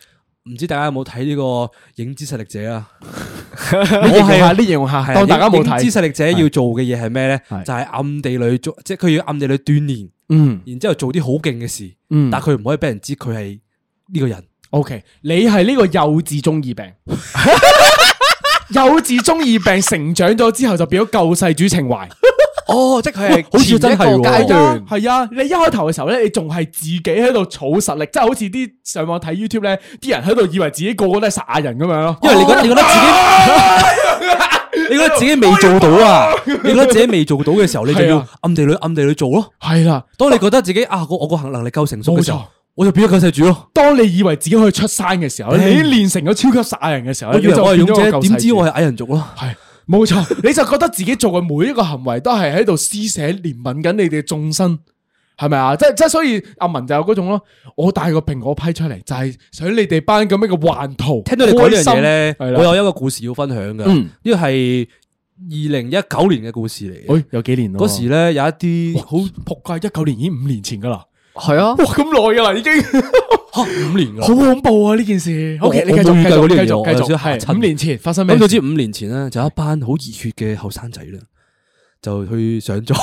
[SPEAKER 4] 唔知大家有冇睇呢個《影之實力者》啊？
[SPEAKER 3] 我
[SPEAKER 4] 我係啊
[SPEAKER 3] 係呢形容下，
[SPEAKER 4] 係
[SPEAKER 3] 當大家冇
[SPEAKER 4] 影
[SPEAKER 3] 睇，
[SPEAKER 4] 之實力者要做嘅嘢係咩咧？
[SPEAKER 3] 係
[SPEAKER 4] 就係暗地裏做，即係佢要暗地裏鍛鍊，
[SPEAKER 3] 嗯
[SPEAKER 4] 然之後做啲好勁嘅事，
[SPEAKER 3] 嗯，哦
[SPEAKER 4] 但佢唔可以俾人知佢係呢個人。
[SPEAKER 3] OK，你係呢個幼稚中二病， 幼稚中二病成長咗之後就變咗救世主情懷。
[SPEAKER 1] 哦，即
[SPEAKER 4] 呃
[SPEAKER 1] 係
[SPEAKER 3] 好似真係
[SPEAKER 1] 前一個階段。
[SPEAKER 3] 係啊！你一開頭嘅時候咧，你仲係自己喺度儲實力，即係好似啲上網睇 YouTube 咧，啲人喺度以為自己個個都係殺亞人咁樣咯。
[SPEAKER 4] 因為你覺得你覺得自己， 你覺得自己未做到啊，你覺得自己未做到嘅時候，你就
[SPEAKER 3] 哎係
[SPEAKER 4] 要
[SPEAKER 3] 啊
[SPEAKER 4] 暗地裏暗地裏做咯。
[SPEAKER 3] 係啦，
[SPEAKER 4] 當你覺得自己啊，我我個能力夠成熟嘅時
[SPEAKER 3] 冇錯
[SPEAKER 4] 候，我就變咗救世主咯。
[SPEAKER 3] 當你以為自己可以出山嘅時候，你練成咗超級殺亞人嘅時候，
[SPEAKER 4] 我以為我係勇
[SPEAKER 3] 你就變咗個
[SPEAKER 4] 者，
[SPEAKER 3] 救世
[SPEAKER 4] 點知我係矮人族咯。
[SPEAKER 3] 係 冇錯，你就覺得自己做嘅每一個行為都係喺度施捨憐憫緊你哋嘅眾生。係咪啊？即即所以阿文就有嗰種咯，我帶個蘋果批出嚟，就係、想你哋班咁樣嘅幻徒
[SPEAKER 4] 聽到你講呢樣嘢
[SPEAKER 3] 咧
[SPEAKER 4] 咧，，
[SPEAKER 3] 係啦
[SPEAKER 4] 我有一個故事要分享嘅，
[SPEAKER 3] 嗯
[SPEAKER 4] 呢個係二零一九年嘅故事嚟嘅。
[SPEAKER 3] 哎，有幾年咯
[SPEAKER 4] 嗰時咧有一啲
[SPEAKER 3] 好仆街，一九年已經五年前噶啦，
[SPEAKER 1] 係啊，
[SPEAKER 3] 哇咁耐噶啦已 經，
[SPEAKER 4] 五年㗎
[SPEAKER 3] 好恐怖啊呢件事。
[SPEAKER 4] 我
[SPEAKER 3] OK，你
[SPEAKER 4] 哦我
[SPEAKER 3] 繼
[SPEAKER 4] 冇
[SPEAKER 3] 續
[SPEAKER 4] 預
[SPEAKER 3] 繼
[SPEAKER 4] 計過呢樣嘢
[SPEAKER 3] 續
[SPEAKER 4] 我
[SPEAKER 3] 繼
[SPEAKER 4] 有少
[SPEAKER 3] 續
[SPEAKER 4] 少
[SPEAKER 3] 係，
[SPEAKER 4] 嚇
[SPEAKER 3] 係
[SPEAKER 4] 親
[SPEAKER 3] 五年前發生咩
[SPEAKER 4] 咁
[SPEAKER 3] 事？
[SPEAKER 4] 早知五年前咧，就有一班好熱血嘅後生仔咧，就去上 咗。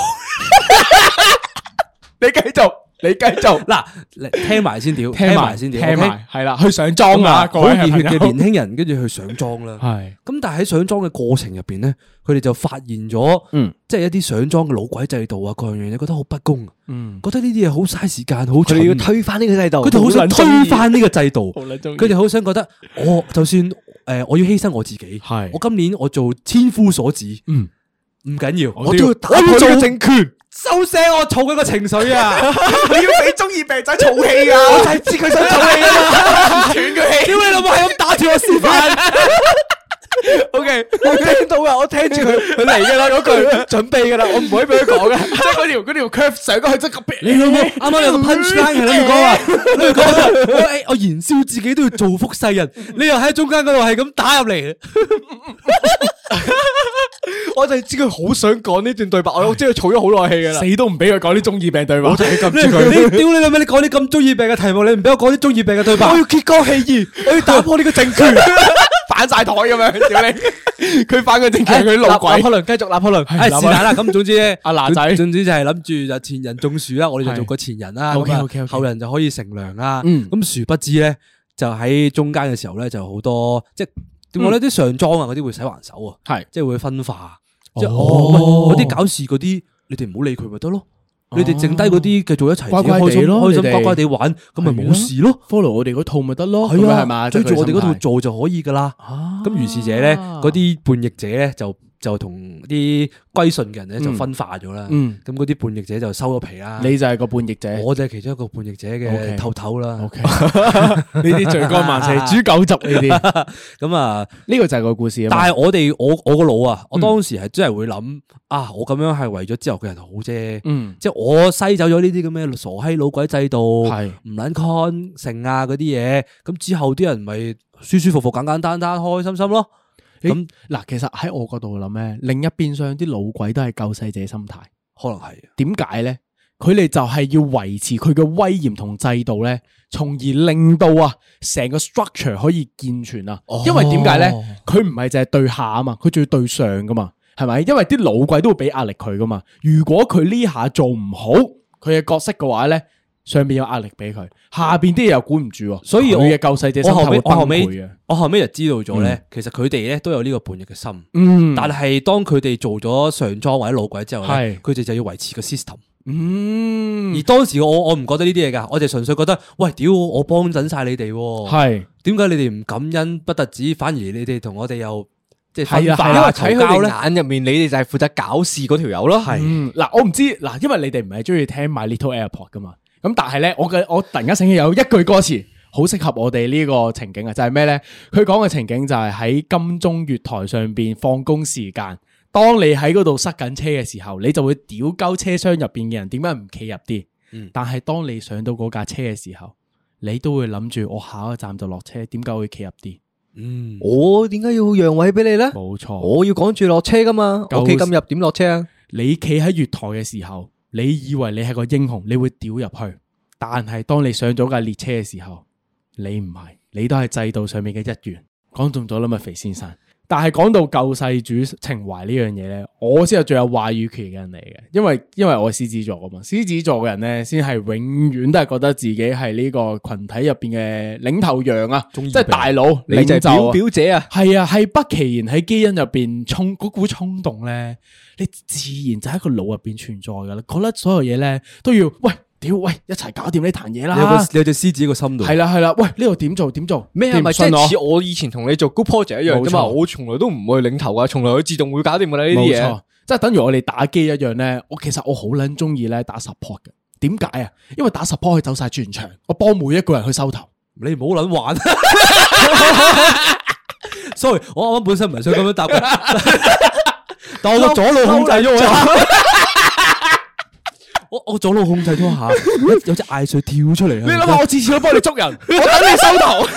[SPEAKER 3] 你繼續，你繼續，
[SPEAKER 4] 嗱，你聽埋先屌，聽埋先屌，
[SPEAKER 3] 聽
[SPEAKER 4] OK？
[SPEAKER 3] 埋，係啦，去上莊
[SPEAKER 4] 咁
[SPEAKER 3] 啊，
[SPEAKER 4] 啊，
[SPEAKER 3] 各
[SPEAKER 4] 好
[SPEAKER 3] 位
[SPEAKER 4] 熱血嘅
[SPEAKER 3] 朋友
[SPEAKER 4] 年輕人，跟住去上莊啦。
[SPEAKER 3] 係
[SPEAKER 4] 咁但係喺上莊嘅過程入邊咧，佢哋就發現咗，
[SPEAKER 3] 嗯
[SPEAKER 4] 即係一啲上莊嘅老鬼制度啊，各樣嘢覺得好不公，啊
[SPEAKER 3] 嗯，
[SPEAKER 4] 覺得呢啲嘢好嘥時間，好
[SPEAKER 1] 佢
[SPEAKER 4] 蠢
[SPEAKER 1] 哋要推翻呢個制度，
[SPEAKER 4] 佢哋好想推翻呢個制度，
[SPEAKER 3] 好撚中意
[SPEAKER 4] 佢哋好想覺得我就算诶我要犧牲我自己，
[SPEAKER 3] 係
[SPEAKER 4] 我今年我做千夫所指，
[SPEAKER 3] 嗯，
[SPEAKER 4] 唔緊要，
[SPEAKER 3] 我都要打破呢個政
[SPEAKER 4] 權，收聲我躁緊個情緒啊！
[SPEAKER 3] 你要俾中二病仔嘈氣啊！ 我就係知佢想嘈氣啊，斷佢氣。
[SPEAKER 4] 屌你老母係咁打住我示範，
[SPEAKER 3] O K，
[SPEAKER 1] 我聽到啊，我聽住佢佢嚟嘅啦，嗰句準備嘅啦，我唔可以俾佢講啊 嘅。
[SPEAKER 3] 即係嗰條嗰條 curve 上咗去，即係
[SPEAKER 4] 你 老母啱啱有個 punch line 諗住講話，諗住講話我誒我燃燒自己都要造福世 人，你又喺中間嗰度係咁打入嚟，
[SPEAKER 1] 我就係知佢好想講呢段對白，我知佢儲咗好耐氣嘅啦。
[SPEAKER 3] 死都唔俾佢講啲中二病對話。
[SPEAKER 4] 你 你屌你老母！你講啲咁中二病嘅題目，你唔俾我講啲中二病嘅對白，
[SPEAKER 1] 我要揭竿起義，我要打破呢個政權。
[SPEAKER 3] 反晒台咁樣，屌你！佢反佢正強，佢老
[SPEAKER 1] 老鬼，
[SPEAKER 4] 哎
[SPEAKER 3] 鬼
[SPEAKER 1] 拿。破崙繼續拿破崙，
[SPEAKER 4] 唉，是但啦，咁總之咧，
[SPEAKER 3] 阿嗱仔
[SPEAKER 4] 總之就係諗住就前人種樹啦，我哋
[SPEAKER 3] 係
[SPEAKER 4] 就做個前人啦，
[SPEAKER 3] OK，
[SPEAKER 4] 咁啊
[SPEAKER 3] OK，OK
[SPEAKER 4] 後人就可以乘涼啦。
[SPEAKER 3] 嗯
[SPEAKER 4] 咁殊不知咧，就喺中間嘅時候咧，就好多即係點
[SPEAKER 3] 嗯
[SPEAKER 4] 講咧，啲上莊啊嗰啲會洗還手啊，
[SPEAKER 3] 係
[SPEAKER 4] 即係會分化，即係
[SPEAKER 3] 哦
[SPEAKER 4] 哦，喂嗰啲搞事嗰啲，你哋唔好理佢咪得咯。你哋剩低嗰啲繼續一齊
[SPEAKER 3] 哦乖
[SPEAKER 4] 自己
[SPEAKER 3] 乖
[SPEAKER 4] 開
[SPEAKER 3] 地
[SPEAKER 4] 心
[SPEAKER 3] 咯
[SPEAKER 4] 開心
[SPEAKER 3] 你哋
[SPEAKER 4] 乖乖地玩，咁咪
[SPEAKER 3] 係
[SPEAKER 4] 冇
[SPEAKER 3] 咯
[SPEAKER 4] 事咯。
[SPEAKER 3] follow 我哋嗰套咪得咯，
[SPEAKER 4] 係
[SPEAKER 3] 咁樣係
[SPEAKER 4] 啊，
[SPEAKER 3] 嘛？
[SPEAKER 4] 追
[SPEAKER 3] 即係
[SPEAKER 4] 住我哋嗰度
[SPEAKER 3] 佢心態啊
[SPEAKER 4] 做就可以噶啦。咁如是者咧，嗰啲叛逆者咧就就同啲歸順嘅人咧就分化咗啦。
[SPEAKER 3] 嗯
[SPEAKER 4] 咁嗰啲叛逆者就收咗皮啦。
[SPEAKER 3] 你就係個叛逆者。
[SPEAKER 4] 我就係其中一個叛逆者
[SPEAKER 3] OK
[SPEAKER 4] 嘅頭頭啦
[SPEAKER 3] O。K，呢啲罪該 萬死，煮狗汁呢啲，
[SPEAKER 4] 咁啊，
[SPEAKER 3] 呢個就係個故事啊嘛。嗯
[SPEAKER 4] 但係我哋我我個腦啊，我當時係真係會諗啊，我咁樣係為咗之後嘅人好啫。
[SPEAKER 3] 嗯
[SPEAKER 4] 即係我篩走咗呢啲咁嘅傻閪老鬼制度，
[SPEAKER 3] 係
[SPEAKER 4] 唔撚 con 成啊嗰啲嘢，咁之後啲人咪舒舒服服、簡簡單單、開開心心咯。
[SPEAKER 3] 咁
[SPEAKER 4] 咁
[SPEAKER 3] 嗱，其實喺我角度諗咧，另一邊上啲老鬼都係救世者心態。
[SPEAKER 4] 可能係。
[SPEAKER 3] 點解咧？佢哋就係要維持佢嘅威嚴同制度咧，從而令到啊成個 structure 可以健全啊。
[SPEAKER 4] 哦
[SPEAKER 3] 因為點解咧？佢唔係淨係對下啊嘛，佢仲要對上噶嘛，係咪？因為啲老鬼都會俾壓力佢噶嘛。如果佢呢下做唔好佢嘅角色嘅話咧，上邊有壓力俾佢，下邊啲嘢又管唔住喎，
[SPEAKER 4] 所以我
[SPEAKER 3] 佢嘅救世者心
[SPEAKER 4] 我後
[SPEAKER 3] 態會
[SPEAKER 4] 尾我
[SPEAKER 3] 崩
[SPEAKER 4] 後
[SPEAKER 3] 潰啊
[SPEAKER 4] 尾
[SPEAKER 3] 嘅。
[SPEAKER 4] 我後尾就知道咗咧，其實佢哋咧都有呢個叛逆嘅心，
[SPEAKER 3] 嗯，
[SPEAKER 4] 但係當佢哋做咗上莊或者老鬼之後咧
[SPEAKER 3] 係，
[SPEAKER 4] 佢哋就要維持個 system。
[SPEAKER 3] 嗯
[SPEAKER 4] 而當時我我唔覺得呢啲嘢㗎，我哋純粹覺得，喂，屌我幫緊晒你哋喎，
[SPEAKER 3] 係
[SPEAKER 4] 點解你哋唔感恩不特止，反而你哋同我哋又即係
[SPEAKER 3] 係啊
[SPEAKER 4] 分化
[SPEAKER 1] 因為
[SPEAKER 4] 啊、
[SPEAKER 1] 喺
[SPEAKER 4] 嘈
[SPEAKER 1] 佢
[SPEAKER 4] 交咧？
[SPEAKER 1] 哋眼入面，你哋就係負責搞事嗰條友咯。係
[SPEAKER 3] 嗯，嗱，我唔知，嗱，因為你哋唔係中意聽 My Little Airport 噶嘛，咁但係咧，我嘅我突然間醒起有一句歌詞好適合我哋呢個情景啊，就係咩咧？佢講嘅情景就係喺金鐘月台上邊放工時間，當你喺嗰度塞緊車嘅時候，你就會屌鳩車廂入邊嘅人點解唔企入啲？但係當你上到嗰架車嘅時候，你都會諗住我下一個站就落車，點解會企入啲？嗯
[SPEAKER 1] 我哦點解要讓位俾你咧？
[SPEAKER 3] 冇錯，
[SPEAKER 1] 我要趕住落車噶嘛，
[SPEAKER 3] 夠
[SPEAKER 1] 我企咁入點落車啊？
[SPEAKER 3] 你企喺月台嘅時候，你以為你係個英雄，你會屌入去。但係當你上咗架列車嘅時候，你唔係，你都係制度上面嘅一員。講中咗啦嘛，肥先生。但係講到救世主情懷呢樣嘢咧，我先係最有話語權嘅人嚟嘅，因為因為我係獅子座噶嘛，獅子座嘅人咧，先係永遠都係覺得自己係呢個群體入邊嘅領頭羊啊，即係大佬
[SPEAKER 1] 你就係
[SPEAKER 3] 領袖
[SPEAKER 1] 表
[SPEAKER 3] 啊。
[SPEAKER 1] 表姐啊！
[SPEAKER 3] 系啊，係不其然喺基因入边冲嗰股衝動咧，你自然就喺個腦入边存在噶啦。覺得所有嘢咧都要喂，屌喂，一齊搞掂呢壇嘢
[SPEAKER 4] 你有個
[SPEAKER 3] 啦。
[SPEAKER 4] 你有隻獅子喺個心度，
[SPEAKER 3] 係啦係啦，喂呢度點做點做
[SPEAKER 1] 咩啊？
[SPEAKER 3] 你唔
[SPEAKER 1] 咪即
[SPEAKER 3] 信
[SPEAKER 1] 係
[SPEAKER 3] 我
[SPEAKER 1] 似我以前同你做 group project 一樣啫嘛，
[SPEAKER 3] 冇錯
[SPEAKER 1] 我從來都唔會領頭噶，從來佢自動會搞掂噶啦呢啲
[SPEAKER 3] 冇
[SPEAKER 1] 嘢
[SPEAKER 3] 錯。，即係等於我哋打機一樣咧。我其實我好撚中意咧打 support 嘅，點解啊？因為打 support 可以走晒全場，我幫每一個人去收頭。
[SPEAKER 4] 你唔好撚玩。sorry，我 어, 啱啱本身唔係想咁樣答 嘅，但我個左腦控制咗我一下， 我我左腦控制咗一下，有有隻艾水跳出嚟啊！
[SPEAKER 3] 你諗下，我次次都幫你 捉人，我等你收頭。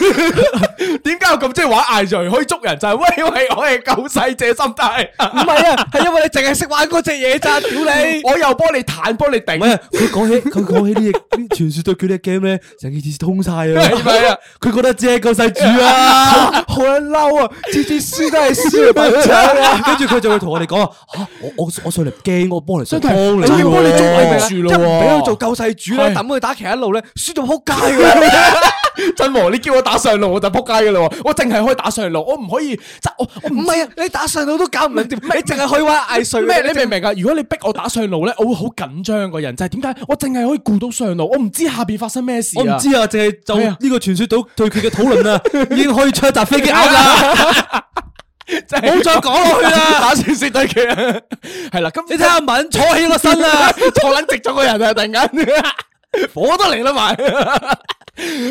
[SPEAKER 3] 點解我咁中意玩艾瑞可以捉人？就係喂 喂，我係救世者心態。
[SPEAKER 1] 唔係啊，係因為你淨係識玩嗰隻嘢咋，屌你！
[SPEAKER 3] 我又幫你彈，幫你頂。
[SPEAKER 4] 唔係啊，佢講起佢講起呢隻呢傳說對決呢 game 咧，成件事通晒 啊！
[SPEAKER 3] 係咪啊？
[SPEAKER 4] 佢覺得自己係救世主啊，好撚嬲啊！次次輸都係輸嚟笨仔啊！跟住佢就會同我哋講啊，嚇我我我上嚟驚，我幫你想幫你喎，
[SPEAKER 3] 真係
[SPEAKER 1] 要幫你做
[SPEAKER 3] 係咪
[SPEAKER 1] 埋
[SPEAKER 3] 啊
[SPEAKER 1] 住
[SPEAKER 3] 咯
[SPEAKER 1] 咯，即係唔俾佢做救世主咧，
[SPEAKER 3] 係
[SPEAKER 1] 抌佢打其他路咧，輸到撲街㗎。
[SPEAKER 3] 真王，你叫我打上路我就扑街噶啦喎！我淨係可以打上路，我唔可以即我我
[SPEAKER 1] 唔係啊，你打上路都搞唔撚掂，你淨係可以玩藝術
[SPEAKER 3] 咩？你明唔明啊？如果你逼我打上路咧，我會好緊張個人，就係點解我淨係可以顧到上路，我唔知下边發生咩事
[SPEAKER 4] 我唔
[SPEAKER 3] 啊！
[SPEAKER 4] 知啊，淨係就
[SPEAKER 3] 係啊
[SPEAKER 4] 呢個傳說到對決嘅討論啊，已經可以出一集飛機咬啦！
[SPEAKER 3] 真係，
[SPEAKER 4] 冇再講落去啦
[SPEAKER 3] 打算蝕對佢啊！係啦，咁
[SPEAKER 4] 你睇下文坐起個身啊！
[SPEAKER 3] 坐捻直咗個人啊！突然間火都嚟啦埋。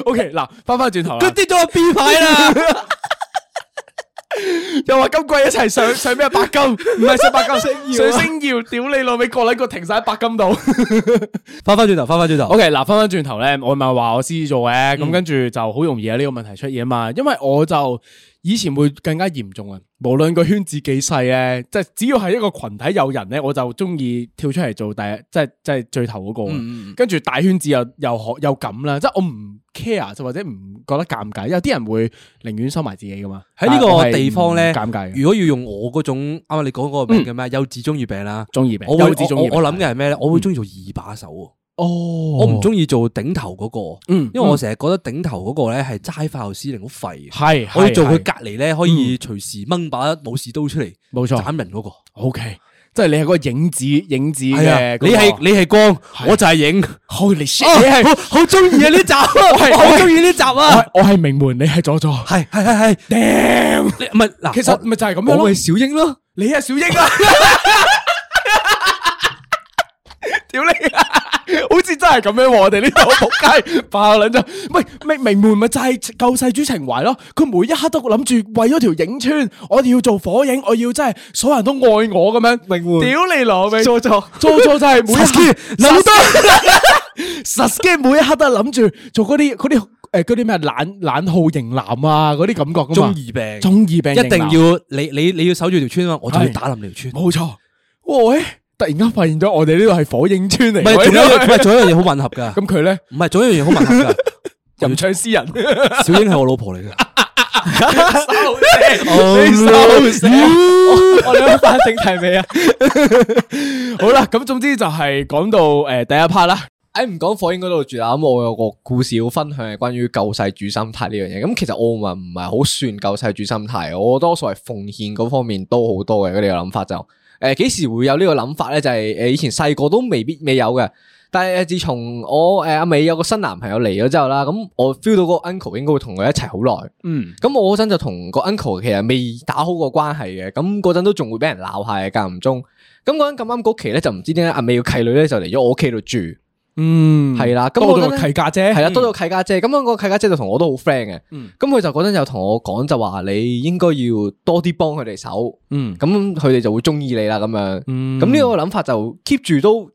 [SPEAKER 3] OK，嗱，翻翻轉頭啦，啊
[SPEAKER 4] 佢跌咗個 B 牌啦，
[SPEAKER 3] 又話今季一齊上上咩白金？唔係上白 金星
[SPEAKER 1] 啊
[SPEAKER 3] 耀，上星耀，屌你老味，個撚個停晒喺白金度。
[SPEAKER 4] 翻翻轉頭，翻翻轉頭，
[SPEAKER 3] OK，嗱，翻翻轉頭咧，我咪話我獅子座
[SPEAKER 4] 嗯
[SPEAKER 3] 嘅，咁跟住就好容易有呢個問題出現啊嘛，因為我就以前會更加嚴重啊，無論個圈子幾細咧，即係只要係一個群體有人咧，我就中意跳出嚟做第一，即係即係最頭嗰、
[SPEAKER 4] 哦
[SPEAKER 3] 個啊。
[SPEAKER 4] 嗯
[SPEAKER 3] 跟住大圈子又又學又咁啦，即係我唔 care 啊就或者唔覺得尷尬，有啲人會寧願收埋自己噶嘛。
[SPEAKER 4] 喺呢
[SPEAKER 3] 但係我
[SPEAKER 4] 個
[SPEAKER 3] 係
[SPEAKER 4] 地方咧
[SPEAKER 3] 唔尷尬，嘅，
[SPEAKER 4] 如果要用我嗰種啱啱你講嗰個名叫咩幼稚中二病啦，
[SPEAKER 3] 中意病，
[SPEAKER 4] 我會
[SPEAKER 3] 幼稚中意
[SPEAKER 4] 我
[SPEAKER 3] 病
[SPEAKER 4] 我諗嘅係咩咧？我會中意做二把手喎，
[SPEAKER 3] 哦，
[SPEAKER 4] 我
[SPEAKER 3] 我
[SPEAKER 4] 唔中意做頂頭嗰個，
[SPEAKER 3] 嗯
[SPEAKER 4] 因為我成日覺得頂頭嗰個咧係齋化學司令好廢嘅，
[SPEAKER 3] 係
[SPEAKER 4] 我要做佢
[SPEAKER 3] 係
[SPEAKER 4] 隔離咧可以隨時掹把武士刀出嚟，
[SPEAKER 3] 冇錯
[SPEAKER 4] 斬人嗰個。
[SPEAKER 3] O K，即系你系个影子影子
[SPEAKER 4] 係啊
[SPEAKER 3] 嘅嗰個，哦
[SPEAKER 4] 你係你係光，我就係影。
[SPEAKER 3] Holy shit，
[SPEAKER 4] 啊
[SPEAKER 3] 你係
[SPEAKER 4] 好好中意啊呢集，
[SPEAKER 3] 係
[SPEAKER 4] 我好中意呢集
[SPEAKER 3] 我係
[SPEAKER 4] 啊。
[SPEAKER 3] 我系名门，你系佐助。
[SPEAKER 4] 係係係係，
[SPEAKER 3] Damn，
[SPEAKER 4] 你唔係嗱，
[SPEAKER 3] 其
[SPEAKER 4] 我
[SPEAKER 3] 實咪就係咁樣
[SPEAKER 4] 我
[SPEAKER 3] 咯
[SPEAKER 4] 係。小英咯。
[SPEAKER 3] 你係小英啊！ 屌你啊！好似真係咁樣喎，我哋呢度仆街爆撚咗。喂，明明門咪就係救世主情懷咯。佢每一刻都諗住為咗條影村，我哋要做火影，我要真係所有人都愛我咁樣。
[SPEAKER 1] 明門
[SPEAKER 3] 屌你羅明，
[SPEAKER 1] 佐助
[SPEAKER 3] 佐助就係每一刻
[SPEAKER 4] Sasuke，
[SPEAKER 3] 諗得 Sasuke 每一刻都係諗住做嗰啲嗰啲誒嗰啲咩懶懶好型男啊嗰啲感覺噶嘛。
[SPEAKER 4] 中二病
[SPEAKER 3] 中二病型
[SPEAKER 4] 一定
[SPEAKER 3] 男
[SPEAKER 4] 要你你你要守住條村啊！我就要
[SPEAKER 3] 係
[SPEAKER 4] 打冧你條村。
[SPEAKER 3] 冇錯，喂！突然間發現咗我哋呢度係火影村嚟
[SPEAKER 4] 唔係，
[SPEAKER 3] 喎，
[SPEAKER 4] 仲有一樣唔係仲有一樣嘢好吻合㗎。
[SPEAKER 3] 咁佢咧
[SPEAKER 4] 唔係，仲有一樣嘢好吻合㗎。
[SPEAKER 3] 吟唱詩人，
[SPEAKER 4] 小英係我老婆 嚟㗎。Oh,
[SPEAKER 3] 收聲
[SPEAKER 1] 我哋翻正題未啊？
[SPEAKER 3] 好啦，咁總之就係講到诶第一 part 啦，
[SPEAKER 1] 誒哎唔講火影嗰度住啦，咁我有個故事要分享係關於救世主心態呢樣嘢。咁其實我咪唔係好算救世主心態，我多數係奉獻嗰方面都好多嘅。佢哋嘅諗法就誒幾、時會有呢個諗法咧？就係、誒、以前細個都未必未有嘅。但系自從我诶阿美有個新男朋友嚟咗之後啦，咁我 feel 到嗰個 uncle 應該會同佢一齊好耐。
[SPEAKER 3] 嗯，
[SPEAKER 1] 咁我嗰陣就同個 uncle 其實未打好個關係嘅，咁嗰陣都仲會俾人鬧下嘅間唔中。咁嗰陣咁啱嗰期咧，就唔知點解阿美個契女咧就嚟咗我屋企度住，
[SPEAKER 3] 嗯，
[SPEAKER 4] 啊
[SPEAKER 1] 係啦咁
[SPEAKER 3] 多
[SPEAKER 1] 我覺得
[SPEAKER 3] 咗個契家姐，
[SPEAKER 1] 係啦，多咗個契家姐。咁樣個契家姐就同我都好 friend 嘅，
[SPEAKER 3] 嗯
[SPEAKER 1] 咁佢就嗰陣就同我講就話你應該要多啲幫佢哋手，
[SPEAKER 3] 嗯，
[SPEAKER 1] 咁佢哋就會中意你啦咁樣。
[SPEAKER 3] 嗯，
[SPEAKER 1] 咁呢個諗法就 keep 住都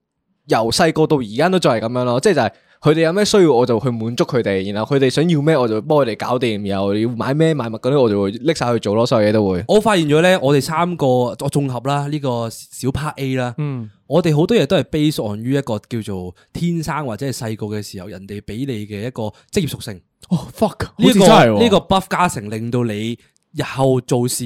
[SPEAKER 1] 由細個到而家都再係咁樣咯，即係就係佢哋有咩需要我就去滿足佢哋，然後佢哋想要咩我就幫佢哋搞掂，然後要買咩買物嗰啲我就會拎晒去做咯，所有嘢都
[SPEAKER 3] 嗯
[SPEAKER 1] 會。
[SPEAKER 4] 我發現咗咧，我哋三個我綜合啦，呢、個小 part A 啦，
[SPEAKER 3] 嗯
[SPEAKER 4] 我哋好多嘢都係 base on 於一個叫做天生或者係細個嘅時候人哋俾你嘅一個職業屬性。
[SPEAKER 3] 哦 fuck，好
[SPEAKER 4] 呢、
[SPEAKER 3] 似
[SPEAKER 4] 個
[SPEAKER 3] 真係喎
[SPEAKER 4] 呢個 buff 加成令到你日後做事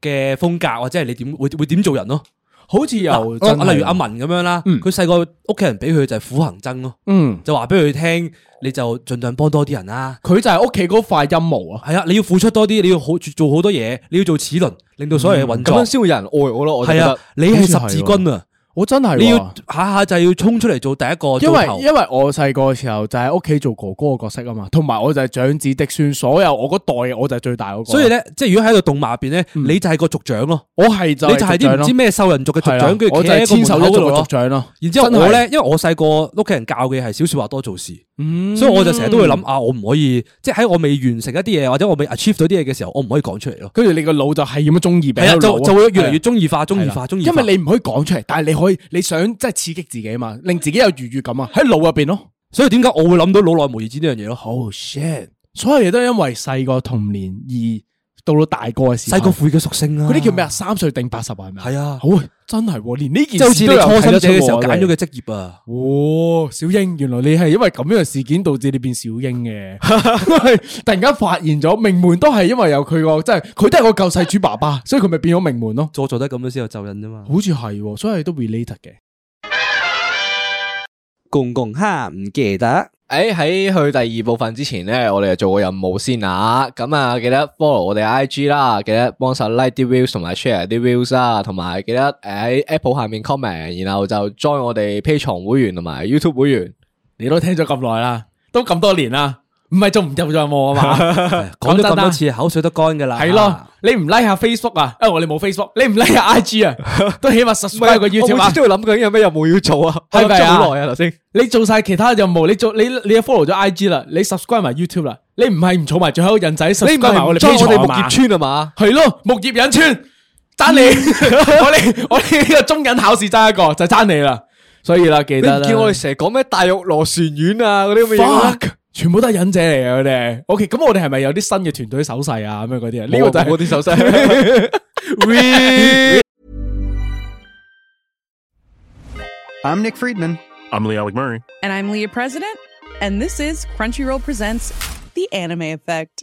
[SPEAKER 4] 嘅風格或者係你點會會點做人咯。
[SPEAKER 3] 好似又真
[SPEAKER 4] 嗱
[SPEAKER 3] 係
[SPEAKER 4] 例如阿文咁樣啦，
[SPEAKER 3] 嗯
[SPEAKER 4] 佢細個屋企人俾佢就係苦行僧咯，
[SPEAKER 3] 嗯，
[SPEAKER 4] 就話俾佢聽，你就盡量幫多啲人啦。
[SPEAKER 3] 佢就係屋企嗰塊陰毛啊，
[SPEAKER 4] 係啊，你要付出多啲，你要好做好多嘢，你要做齒輪，令到所有嘢運
[SPEAKER 3] 嗯
[SPEAKER 1] 咁樣
[SPEAKER 4] 作。
[SPEAKER 1] 先會有人愛我咯，我就
[SPEAKER 4] 係
[SPEAKER 1] 覺
[SPEAKER 4] 啊
[SPEAKER 1] 得。，
[SPEAKER 4] 你係十字軍啊！
[SPEAKER 3] 我真係
[SPEAKER 4] 你要
[SPEAKER 3] 喎
[SPEAKER 4] 下下就係要衝出嚟做第一個
[SPEAKER 3] 因
[SPEAKER 4] 為
[SPEAKER 3] 為因為我細個嘅時候就喺屋企做哥哥嘅角色啊嘛，同埋我就係長子嫡孫，所有我嗰代我就係最大嗰個。
[SPEAKER 4] 所以，咧，即係如果喺個動漫入边咧，你就係個族長咯，
[SPEAKER 3] 我係嗯就
[SPEAKER 4] 你就係啲唔知
[SPEAKER 3] 咩
[SPEAKER 4] 咩獸人族嘅族長，跟住
[SPEAKER 3] 我
[SPEAKER 4] 企
[SPEAKER 3] 就
[SPEAKER 4] 喺
[SPEAKER 3] 係
[SPEAKER 4] 個門
[SPEAKER 3] 千手
[SPEAKER 4] 口
[SPEAKER 3] 一
[SPEAKER 4] 嗰
[SPEAKER 3] 族
[SPEAKER 4] 度
[SPEAKER 3] 嘅
[SPEAKER 4] 咯
[SPEAKER 3] 族。長咯。
[SPEAKER 4] 然之後
[SPEAKER 3] 真係
[SPEAKER 4] 我咧，因為我細個屋企人教嘅係少说話多做事，所以我就成
[SPEAKER 3] 嗯
[SPEAKER 4] 日都會諗啊，我唔可以，即係喺我未完成一啲嘢或者我未 achieve 到啲嘢嘅時候，我唔可以講出嚟咯。
[SPEAKER 3] 跟住你個腦就係咁樣中意俾
[SPEAKER 4] 係啊，
[SPEAKER 3] 個腦
[SPEAKER 4] 就
[SPEAKER 3] 啊
[SPEAKER 4] 就会越嚟
[SPEAKER 3] 係
[SPEAKER 4] 越
[SPEAKER 3] 啊
[SPEAKER 4] 中意化、中意化、中意化。
[SPEAKER 3] 因為你唔可以講出嚟，但係你可以，你想即係刺激自己嘛，令自己有愉悦感啊，喺腦入边咯。
[SPEAKER 4] 所以點解我會諗到腦內無意知呢樣嘢咯？
[SPEAKER 3] 好 shit，所有嘢都係因為細個童年而到到大個嘅時候，
[SPEAKER 4] 細個悔嘅屬性啦，
[SPEAKER 3] 啊嗰啲叫咩啊？？三歲定八十係咪？
[SPEAKER 4] 係啊
[SPEAKER 3] 好真係喎，連呢
[SPEAKER 4] 即
[SPEAKER 3] 件
[SPEAKER 4] 係好似
[SPEAKER 3] 事都有
[SPEAKER 4] 你初
[SPEAKER 3] 睇
[SPEAKER 4] 心
[SPEAKER 3] 得
[SPEAKER 4] 者
[SPEAKER 3] 出
[SPEAKER 4] 嘅時候
[SPEAKER 3] 喎
[SPEAKER 4] 揀咗
[SPEAKER 3] 你
[SPEAKER 4] 嘅職業啊。
[SPEAKER 3] 哦，小英，原來你係因為咁樣嘅事件導致你變小英嘅， 突然間發現咗名門都係因為有佢個，即係佢都係個救世主爸爸，所以佢咪變咗名門咯。
[SPEAKER 4] 我做得咁樣先有就印啫嘛。
[SPEAKER 3] 好似係喎，所以都 related 嘅。
[SPEAKER 2] 公公哈唔記得，
[SPEAKER 1] 诶喺去第二部分之前咧，我哋就做個任務先啊。咁啊，記得 follow 我哋 IG 啦，記得幫手 like 啲 views 同埋 share 啲 views 啦，同埋記得誒喺 Apple 下面 comment，然後就 join 我哋 P 床會員同埋 YouTube 會員。
[SPEAKER 3] 你都聽咗咁耐啦，都咁多年啦，唔係仲唔入咗任務啊 嘛？
[SPEAKER 4] 講咗咁多
[SPEAKER 3] 啦
[SPEAKER 4] 次，口水都乾噶啦。
[SPEAKER 3] 系咯，，你唔 like 下 Facebook 啊？因為我哋冇 Facebook，你唔 like 下 IG 啊，都起碼 subscribe 個 YouTube
[SPEAKER 1] 我每
[SPEAKER 3] 啊
[SPEAKER 1] 次。都要諗究竟有咩任務要做啊，
[SPEAKER 3] 係咪啊
[SPEAKER 1] 我諗咗好耐啊頭先。
[SPEAKER 3] 你做晒其他任務，你做你你又 follow 咗 IG 啦，你 subscribe 埋 YouTube 啦，你唔係唔儲埋最後一個人仔
[SPEAKER 1] 你唔
[SPEAKER 3] subscribe 埋我哋
[SPEAKER 1] 系我
[SPEAKER 3] Patreon
[SPEAKER 1] 哋木
[SPEAKER 3] 啊嘛
[SPEAKER 1] 葉村啊嘛？
[SPEAKER 3] 系咯，木叶引村争你，
[SPEAKER 1] 嗯
[SPEAKER 3] 我哋我哋呢个中忍考试争一个就争你啦，所以啦记
[SPEAKER 1] 你
[SPEAKER 3] 得
[SPEAKER 1] 唔
[SPEAKER 3] 啦。
[SPEAKER 1] 見我哋成日講咩大玉螺旋丸啊嗰啲咁嘅嘢咩
[SPEAKER 3] fuck，全部都系忍者嚟嘅佢哋。OK，咁我哋系咪有啲新嘅团队手势啊咁样嗰啲啊？呢个就係
[SPEAKER 1] 冇啊 冇啲 手勢
[SPEAKER 3] We-
[SPEAKER 5] I'm Nick Friedman.
[SPEAKER 6] I'm Lee Alec Murray.
[SPEAKER 7] And I'm Leah President, and this is Crunchyroll Presents The Anime Effect.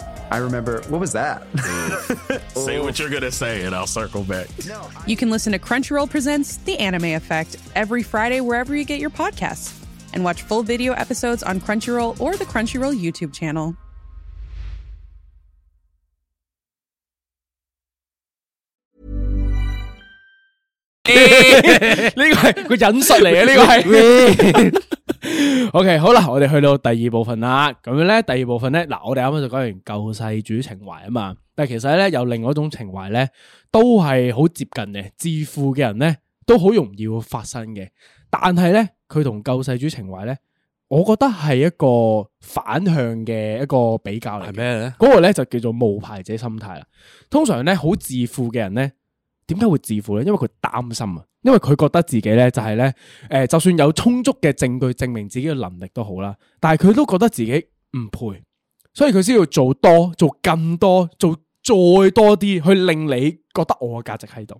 [SPEAKER 5] I remember, what was that?
[SPEAKER 8] Say what you're gonna say, and I'll circle back.
[SPEAKER 7] you can listen to Crunchyroll Presents The Anime Effect every Friday wherever you get your podcasts, and watch full video episodes on Crunchyroll or the Crunchyroll YouTube channel.
[SPEAKER 3] 呢个系个引述嚟嘅，呢个系。OK，好啦，我哋去到第二部分啦。咁样咧，第二部分咧，嗱，我哋啱啱就讲完救世主情怀啊嘛。但系其实咧，有另外一种情怀咧，都系好接近嘅，致富嘅人咧，都好容易會发生嘅。但系咧，佢同救世主情怀咧，我觉得系一个反向嘅一个比较嚟嘅。
[SPEAKER 4] 係咩咧？
[SPEAKER 3] 嗰個咧就叫做冒牌者心態啦。通常咧好自負嘅人咧，點解會自負咧？因為佢擔心啊，因為佢覺得自己咧就係咧，诶，就算有充足嘅證據證明自己嘅能力都好啦，但係佢都覺得自己唔配，所以佢先要做多、做更多、做再多啲去令你覺得我嘅價值喺度。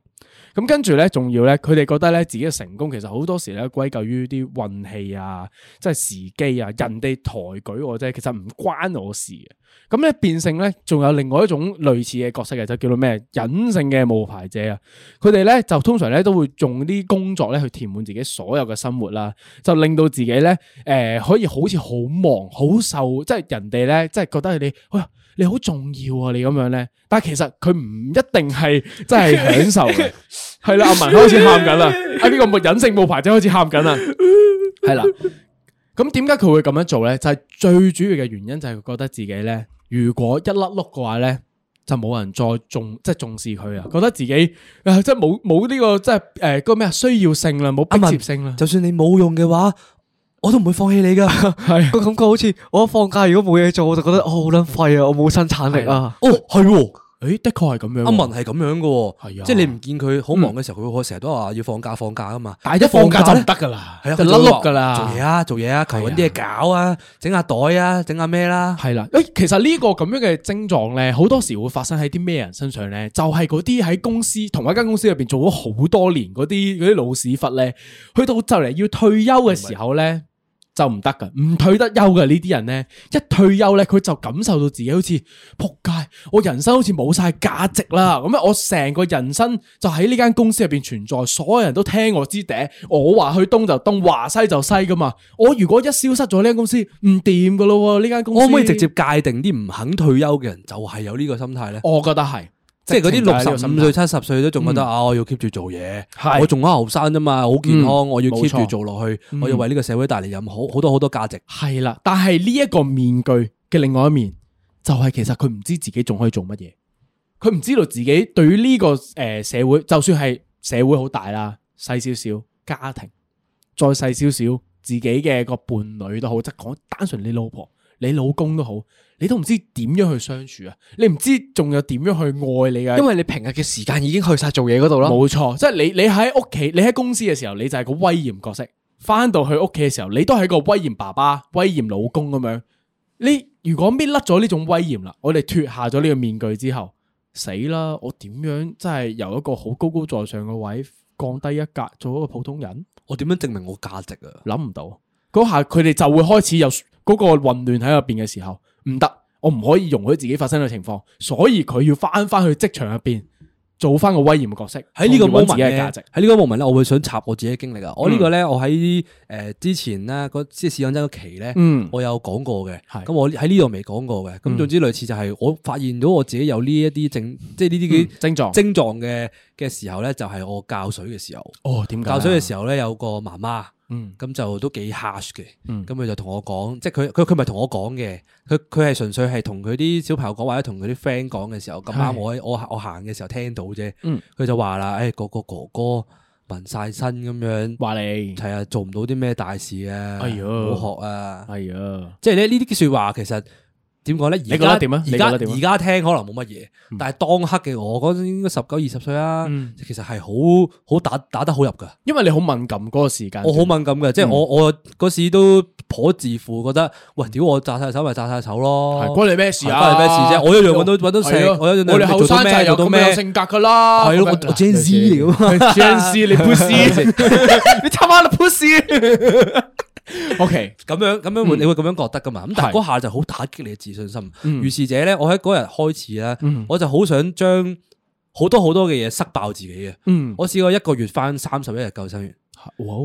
[SPEAKER 3] 咁跟住咧，仲要咧，佢哋覺得咧自己嘅成功其實好多時咧歸咎於啲運氣啊，即係時機啊，人哋抬舉我啫，其實唔關我事嘅。咁咧變成咧，仲有另外一種類似嘅角色嘅，就叫做咩隱性嘅冒牌者啊。佢哋咧就通常咧都會用啲工作咧去填滿自己所有嘅生活啦，就令到自己咧誒、呃可以好似好忙、好受，即係人哋咧即係覺得你哇你好重要啊你咁樣咧，但係其實佢唔一定係真係享受嘅。 係啦，阿文開始喊緊啦，啊呢個冇隱性冒牌者開始喊緊 啦，係啦。咁點解佢會咁樣做咧？就係、最主要嘅原因就係佢覺得自己咧，如果一甩碌嘅話咧，就冇人再重即係重視佢啊，覺得自己啊即係冇冇呢個即係誒嗰個咩啊需要性啦，冇
[SPEAKER 4] 阿
[SPEAKER 3] 迫
[SPEAKER 4] 文
[SPEAKER 3] 切性啦，
[SPEAKER 4] 就算你冇用嘅話，我都唔會放棄你噶。
[SPEAKER 3] 係
[SPEAKER 1] 個感覺好似我一放假如果冇嘢做，我就覺得哦好撚廢啊，我冇生產力啊。
[SPEAKER 4] 哦，係喎。
[SPEAKER 3] 誒的確係咁樣喎。
[SPEAKER 4] 阿文係咁樣噶，
[SPEAKER 3] 係啊
[SPEAKER 4] 即係你唔見佢好忙嘅時候，佢會成日都話要放假放假噶嘛。
[SPEAKER 3] 嗯但係一放假就唔
[SPEAKER 4] 咧
[SPEAKER 3] 得㗎啦，
[SPEAKER 4] 係啊，
[SPEAKER 3] 就
[SPEAKER 4] 佢
[SPEAKER 3] 甩
[SPEAKER 4] 會話
[SPEAKER 3] 碌㗎啦，
[SPEAKER 4] 做嘢啊，做嘢啊，求揾啲嘢搞啊，整下袋啊，整下咩啦。
[SPEAKER 3] 系啦，诶，其實呢個咁樣嘅症狀咧，好多時會發生喺啲咩人身上咧？就係嗰啲喺公司同一間公司入边做咗好多年嗰啲嗰啲老屎忽咧，去到就嚟要退休嘅時候咧，就唔得噶，唔退得休嘅呢啲人咧，一退休咧，佢就感受到自己好似扑街，我人生好似冇晒價值啦，咁啊，我成個人生就喺呢間公司入边存在，所有人都聽我支笛，我話去東就東，話西就西噶嘛，我如果一消失咗呢間公司，唔掂噶咯喎，呢間公司
[SPEAKER 4] 我可唔可以直接界定啲唔肯退休嘅人就係有呢個心態咧？
[SPEAKER 3] 我覺得係，
[SPEAKER 4] 即係嗰啲
[SPEAKER 3] 直情就係呢個
[SPEAKER 4] 六十
[SPEAKER 3] 心
[SPEAKER 4] 五
[SPEAKER 3] 態嗯
[SPEAKER 4] 歲、七十歲都仲覺得啊，我要 keep 住做嘢，我仲好後生啫嘛，好健康，
[SPEAKER 3] 嗯
[SPEAKER 4] 我要
[SPEAKER 3] 冇
[SPEAKER 4] keep
[SPEAKER 3] 錯嗯
[SPEAKER 4] 住做落去，我要為呢個社會帶嚟任好好多好多價值。
[SPEAKER 3] 係啦，但係呢一個面具嘅另外一面，就係其實佢唔知自己仲可以做乜嘢，佢唔知道自己對於呢、個诶、呃社會，就算係社會好大啦，細少少家庭，再細少少自己嘅個伴侶都好，即係講單純你老婆、你老公都好，你都唔知點樣去相處啊，你唔知仲有點樣去愛你嘅，啊
[SPEAKER 1] 因為你平日嘅時間已經去晒做嘢嗰度啦。
[SPEAKER 3] 冇錯，即係你你喺屋企，你喺公司嘅時候，你就係個威嚴角色；翻到去屋企嘅時候，你都係個威嚴爸爸、威嚴老公咁樣。你如果搣甩咗呢種威嚴啦，我哋脱下咗呢個面具之後，死啦！我點樣真係由一個好高高在上嘅位降低一格，做一個普通人？
[SPEAKER 4] 我點樣證明我價值啊？
[SPEAKER 3] 諗唔到嗰下，佢哋就會開始有嗰個混亂喺入邊嘅時候，唔得，我唔可以容許自己發生嘅情況，所以佢要翻翻去職場入邊做翻個威嚴嘅角色，
[SPEAKER 4] 喺呢個
[SPEAKER 3] 從而揾自
[SPEAKER 4] moment
[SPEAKER 3] 己嘅
[SPEAKER 4] 咧，
[SPEAKER 3] 價值。嗯
[SPEAKER 4] 喺呢個 moment 咧，我會想插我自己嘅經歷啊！我呢個咧，我喺誒之前咧，嗰即係試講真嗰期咧
[SPEAKER 3] 嗯，
[SPEAKER 4] 我有講過嘅。
[SPEAKER 3] 係嗯
[SPEAKER 4] 咁我喺呢度未講過嘅。咁總之類似就係我發現到我自己有呢一啲症，即係呢啲
[SPEAKER 3] 嗯症狀
[SPEAKER 4] 症狀嘅嘅時候咧，就係我教水嘅時候。
[SPEAKER 3] 哦，點解啊？
[SPEAKER 4] 教水嘅時候咧，有個媽媽，
[SPEAKER 3] 嗯
[SPEAKER 4] 咁就都幾 harsh 嘅，
[SPEAKER 3] 嗯
[SPEAKER 4] 咁佢就同我講，即係佢佢佢唔係同我講嘅，佢佢係純粹係同佢啲小朋友講或者同佢啲 friend 講嘅時候，咁啱
[SPEAKER 3] 係
[SPEAKER 4] 我喺我我行嘅時候聽到啫，佢、
[SPEAKER 3] 嗯
[SPEAKER 4] 就話啦，誒、個個哥哥紋晒身咁樣，
[SPEAKER 3] 話你
[SPEAKER 4] 係啊，做唔到啲咩大事啊，
[SPEAKER 3] 哎呦
[SPEAKER 4] 唔好學啊，
[SPEAKER 3] 係啊，
[SPEAKER 4] 即係咧呢啲説話其實點講咧？而
[SPEAKER 3] 你覺得
[SPEAKER 4] 家
[SPEAKER 3] 點啊你
[SPEAKER 4] 而
[SPEAKER 3] 覺
[SPEAKER 4] 家
[SPEAKER 3] 得點啊
[SPEAKER 4] 而家聽可能冇乜嘢，但係當刻嘅我嗰陣應該十九二十歲啦，
[SPEAKER 3] 嗯
[SPEAKER 4] 其實係好好打打得好入㗎。
[SPEAKER 3] 因為你好敏感嗯嗰個時間，
[SPEAKER 4] 我好敏感嘅，即係我我嗰時都頗自負，覺得喂，屌我炸晒手咪炸晒手咯，
[SPEAKER 3] 係關你咩事啊？
[SPEAKER 4] 係關你咩事啫？我一樣揾到揾到食，
[SPEAKER 3] 係啊
[SPEAKER 4] 我一樣
[SPEAKER 3] 我哋後
[SPEAKER 4] 做
[SPEAKER 3] 生
[SPEAKER 4] 到
[SPEAKER 3] 仔
[SPEAKER 4] 咩
[SPEAKER 3] 有
[SPEAKER 4] 做
[SPEAKER 3] 咁
[SPEAKER 4] 到
[SPEAKER 3] 樣有
[SPEAKER 4] 咩？
[SPEAKER 3] 性格噶啦，
[SPEAKER 4] 係咯，我
[SPEAKER 3] 咁樣
[SPEAKER 4] 我 Gen Z 嚟噶嘛
[SPEAKER 3] Gen Z 你 pussy，你他媽你 pussy。OK，
[SPEAKER 4] 咁樣咁樣會你會咁樣覺得噶嘛？咁但係
[SPEAKER 3] 嗯係
[SPEAKER 4] 嗰下就好打擊你嘅自信心。如是者咧，我喺嗰日開始咧
[SPEAKER 3] 嗯，
[SPEAKER 4] 我就好想將好多好多嘅嘢塞爆自己嘅。
[SPEAKER 3] 嗯，
[SPEAKER 4] 我試過一個月翻三十一日救生員，
[SPEAKER 3] 哇，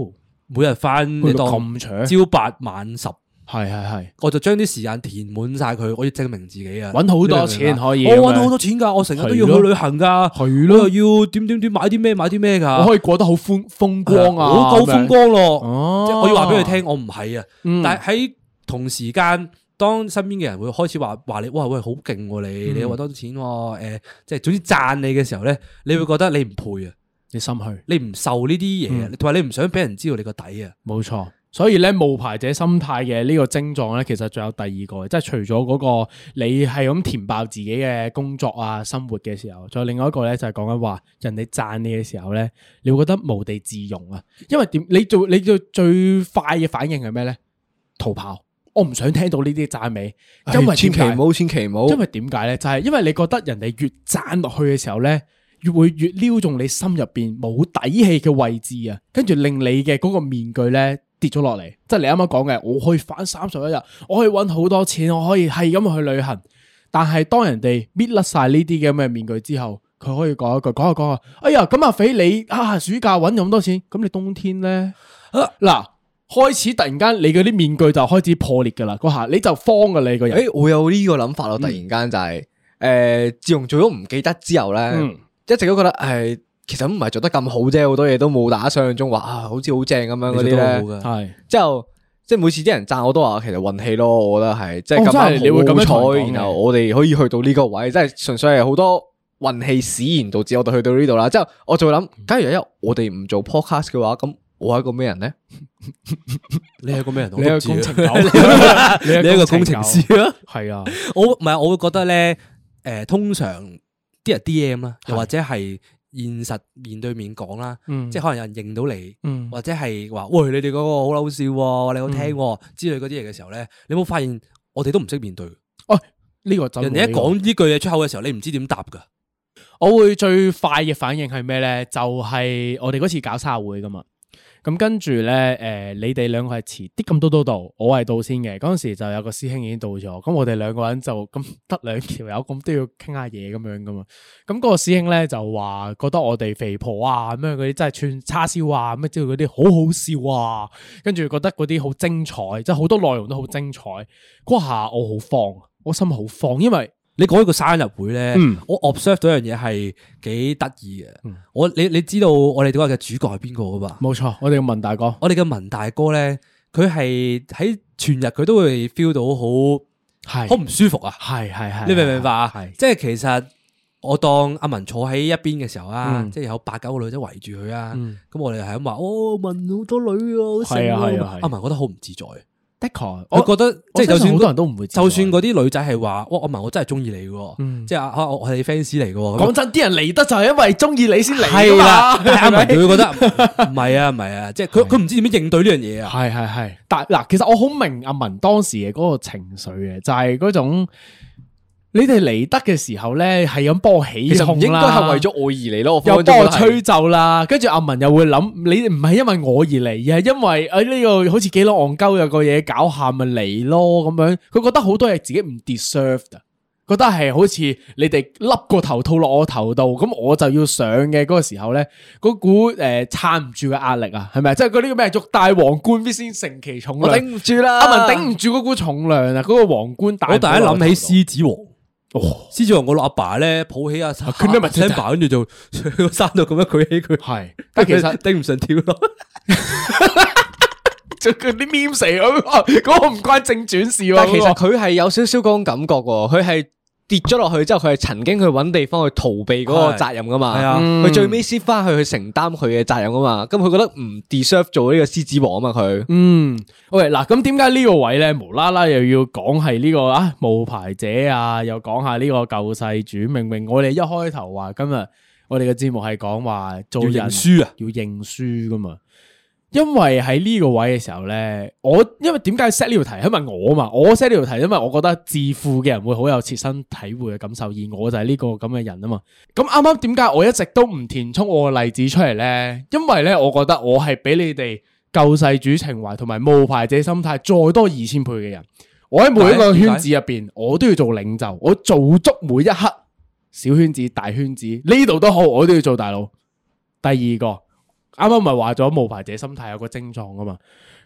[SPEAKER 4] 每日翻你
[SPEAKER 3] 去到
[SPEAKER 4] 當
[SPEAKER 3] 咁長，
[SPEAKER 4] 朝八晚十。
[SPEAKER 3] 係係係，
[SPEAKER 4] 我就將啲時間填滿晒佢，我要證明自己啊！
[SPEAKER 3] 搵好多
[SPEAKER 4] 你明
[SPEAKER 3] 錢
[SPEAKER 4] 唔明啊
[SPEAKER 3] 可以，
[SPEAKER 4] 我搵好多錢㗎，我成日都要
[SPEAKER 3] 係咯
[SPEAKER 4] 去旅行㗎，
[SPEAKER 3] 係
[SPEAKER 4] 我
[SPEAKER 3] 咯
[SPEAKER 4] 又要點點點買啲咩買啲咩㗎，
[SPEAKER 3] 我可以過得好風風光啊，
[SPEAKER 4] 好夠
[SPEAKER 3] 咁樣
[SPEAKER 4] 風，光咯！
[SPEAKER 3] 哦
[SPEAKER 4] 即係我要話俾佢聽，我唔係啊，
[SPEAKER 3] 嗯
[SPEAKER 4] 但係喺同時間。當身邊嘅人會開始話話你，哇喂，好勁喎
[SPEAKER 3] 嗯
[SPEAKER 4] 你，你揾多啲錢喎，誒，即係總之讚你嘅時候咧，你會覺得你唔配啊，
[SPEAKER 3] 你心虛，
[SPEAKER 4] 你唔受呢啲嘢啊，
[SPEAKER 3] 嗯
[SPEAKER 4] 同埋你唔想俾人知道你個底啊。
[SPEAKER 3] 冇錯，所以咧，冒牌者心態嘅呢個症狀咧，其實仲有第二個，即係除咗嗰、個你係咁填爆自己嘅工作啊、生活嘅時候，仲有另外一個咧，就係講緊話人哋讚你嘅時候咧，你會覺得無地自容啊。因為點？你做你做最快嘅反應係咩咧？逃跑。我唔想聽到呢啲讚美，因為
[SPEAKER 1] 哎千祈
[SPEAKER 3] 點解
[SPEAKER 1] 唔好，千祈唔好，
[SPEAKER 3] 因為點解咧？就係、因為你覺得人哋越讚落去嘅時候咧，越會越撩中你心入邊冇底氣嘅位置啊，跟住令你嘅嗰個面具咧跌咗落嚟。即係你啱啱講嘅，我可以返三十一日，我可以搵好多錢，我可以係咁去旅行。但係當人哋搣甩晒呢啲咁嘅面具之後，佢可以講一句，講下講下，哎呀，咁阿肥你啊，暑假搵咁多錢，咁你冬天咧？啊嗱，開始突然間你嗰啲面具就開始破裂噶啦，嗰下你就慌噶你個人。
[SPEAKER 1] 诶，哎我有呢個諗法咯，突然間就係诶，自從做咗唔記得之後咧
[SPEAKER 3] 嗯，
[SPEAKER 1] 一直都覺得诶，其實唔係做得咁好啫，好多嘢都冇打想象中話啊，好似好正咁樣嗰啲
[SPEAKER 4] 你做得好
[SPEAKER 1] 咧
[SPEAKER 4] 好。㗎
[SPEAKER 3] 係
[SPEAKER 1] 之後即係每次啲人讚我都話，其實運氣咯，我覺得係即係
[SPEAKER 3] 哦
[SPEAKER 1] 咁
[SPEAKER 3] 真係你會咁樣
[SPEAKER 1] 啱
[SPEAKER 3] 同
[SPEAKER 1] 好
[SPEAKER 3] 人講
[SPEAKER 1] 彩，
[SPEAKER 3] 嘅
[SPEAKER 1] 然後我哋可以去到呢個位，即係純粹係好多運氣使然導致我哋去到呢度啦。之後我就會諗，假如有一日我哋唔做 podcast 嘅話，咁我係一個咩人咧？
[SPEAKER 4] 你系个咩人？
[SPEAKER 3] 你係工 程狗，
[SPEAKER 4] 啊你係一個工程師啊！
[SPEAKER 3] 係啊，
[SPEAKER 4] 我唔係，我會覺得咧，诶、通常啲人 D M 啦，又或者係現實面對面講啦，
[SPEAKER 3] 嗯
[SPEAKER 4] 即係可能有人認到你，
[SPEAKER 3] 嗯
[SPEAKER 4] 或者係話喂你哋嗰個好嬲笑喎，你好聽喎、之類嗰啲嘢嘅時候咧，你有冇發現我哋都唔識面對？
[SPEAKER 3] 哦，呢個就
[SPEAKER 4] 人哋一講呢句嘢出口嘅時候，你唔知點答噶。
[SPEAKER 3] 我會最快嘅反應係咩咧？就係我哋嗰次搞沙會噶嘛。咁跟住咧，誒、你哋兩個係遲啲咁多都到，我係到先嘅。嗰陣時就有個師兄已經到咗，咁我哋兩個人就咁得兩條友，咁都要傾下嘢咁樣噶嘛。咁、嗰個師兄咧就話覺得我哋肥婆啊，咁樣嗰啲真係串叉燒啊，咩之類嗰啲好好笑啊，跟住覺得嗰啲好精彩，即係好多內容都好精彩。嗰下我好慌，啊我心好慌，因為
[SPEAKER 4] 你講呢個生日會咧，
[SPEAKER 3] 嗯
[SPEAKER 4] 我 observe 到一樣嘢係幾得意嘅。我你你知道我哋嗰日嘅主角係邊個噶嘛？
[SPEAKER 3] 冇錯，我哋要問大哥。
[SPEAKER 4] 我哋嘅文大哥咧，佢係喺全日佢都會 feel 到好
[SPEAKER 3] 係
[SPEAKER 4] 好唔舒服啊！
[SPEAKER 3] 系系系，
[SPEAKER 4] 你明唔明白啊
[SPEAKER 3] 系？
[SPEAKER 4] 即係其實我當阿文坐喺一邊嘅時候啊，
[SPEAKER 3] 嗯
[SPEAKER 4] 即係有八九個女仔圍住佢啊，
[SPEAKER 3] 嗯
[SPEAKER 4] 咁我哋係咁話，哦，文好多女啊，好
[SPEAKER 3] 係
[SPEAKER 4] 性
[SPEAKER 3] 啊係
[SPEAKER 4] 啊
[SPEAKER 3] 啊係，
[SPEAKER 4] 阿文覺得好唔自在，
[SPEAKER 3] 的確，
[SPEAKER 4] 我覺得即係就
[SPEAKER 3] 相信
[SPEAKER 4] 算
[SPEAKER 3] 好多人都唔會自在，啊
[SPEAKER 4] 就算嗰啲女仔係話，哇，阿文我真係中意你
[SPEAKER 3] 嗯
[SPEAKER 4] 嘅，即係啊，我我係你 fans 嚟嘅喎，咁
[SPEAKER 3] 講真，啲人嚟得就係因為中意你先嚟
[SPEAKER 4] 係
[SPEAKER 3] 㗎
[SPEAKER 4] 啦
[SPEAKER 3] 嘛，，
[SPEAKER 4] 但係阿
[SPEAKER 3] 係咪
[SPEAKER 4] 文佢會覺得唔係啊，唔係啊，即係佢佢唔知點樣應對呢樣嘢啊。
[SPEAKER 3] 係係係，但嗱，其實我好明阿文當時嘅嗰個情緒嘅，就係嗰種你哋嚟得嘅時候咧，係咁幫我起
[SPEAKER 1] 其實唔
[SPEAKER 3] 哄
[SPEAKER 1] 應該
[SPEAKER 3] 啦，
[SPEAKER 1] 係為咗我而嚟咯，我分
[SPEAKER 3] 又
[SPEAKER 1] 分鐘
[SPEAKER 3] 幫我
[SPEAKER 1] 覺得係
[SPEAKER 3] 吹奏啦，跟住阿文又會諗，你唔係因為我而嚟，而係因為誒呢個好似幾攞戇鳩有個嘢搞下咪嚟咯咁樣。佢覺得好多嘢自己唔 deserve 啊，覺得係好似你哋呃笠個頭套落我頭度，咁我就要上嘅嗰個時候咧，嗰股誒撐唔住嘅壓力啊，係咪？即係嗰啲叫咩？欲大皇冠必先承其重
[SPEAKER 1] 我
[SPEAKER 3] 量。
[SPEAKER 1] 頂唔住啦，
[SPEAKER 3] 阿文頂唔住嗰股重量啊！嗰、個皇冠大，
[SPEAKER 4] 我第一諗起
[SPEAKER 3] 獅，
[SPEAKER 4] 獅子王。獅子王我阿爸咧抱起阿佢
[SPEAKER 3] 哦啊佢咩物質
[SPEAKER 4] 爸，跟住就 個山度咁樣舉起佢，
[SPEAKER 3] 係， 但其實。
[SPEAKER 4] 顶唔順跳咯。
[SPEAKER 3] 就佢啲 meme 死咁，哦嗰個唔關正傳事喎。
[SPEAKER 1] 但其
[SPEAKER 3] 嗰個
[SPEAKER 1] 實佢係有少少嗰種感覺喎，佢係跌咗落去之後，佢係曾經去揾地方去逃避嗰個責任噶嘛。
[SPEAKER 4] 係啊
[SPEAKER 1] 佢最尾先翻去去承擔佢嘅責任噶嘛。咁佢覺得唔 deserve 做呢個獅子王啊嘛，佢
[SPEAKER 3] 嗯，喂，嗱，咁點解呢個位咧無啦啦又要講係呢個啊冒牌者啊，又講下呢個救世主？明明我哋一開頭話今日我哋嘅節目係講話做人
[SPEAKER 4] 要認輸啊，
[SPEAKER 3] 要認輸噶嘛。因為喺呢個位嘅時候咧，我因為點解 set 呢條題？因為我嘛，我 set 呢條題，因為我覺得自負嘅人會好有切身體會嘅感受，而我就係呢個咁嘅人啊嘛。咁啱啱點解我一直都唔填充我嘅例子出嚟咧？因為咧，我覺得我係比你哋救世主情懷同埋冒牌者心態再多二千倍嘅人。我喺每一個圈子入邊，我都要做領袖，我做足每一刻，小圈子、大圈子，呢度都好，我都要做大佬。第二個，啱啱咪話咗冒牌者心態有個症狀噶嘛，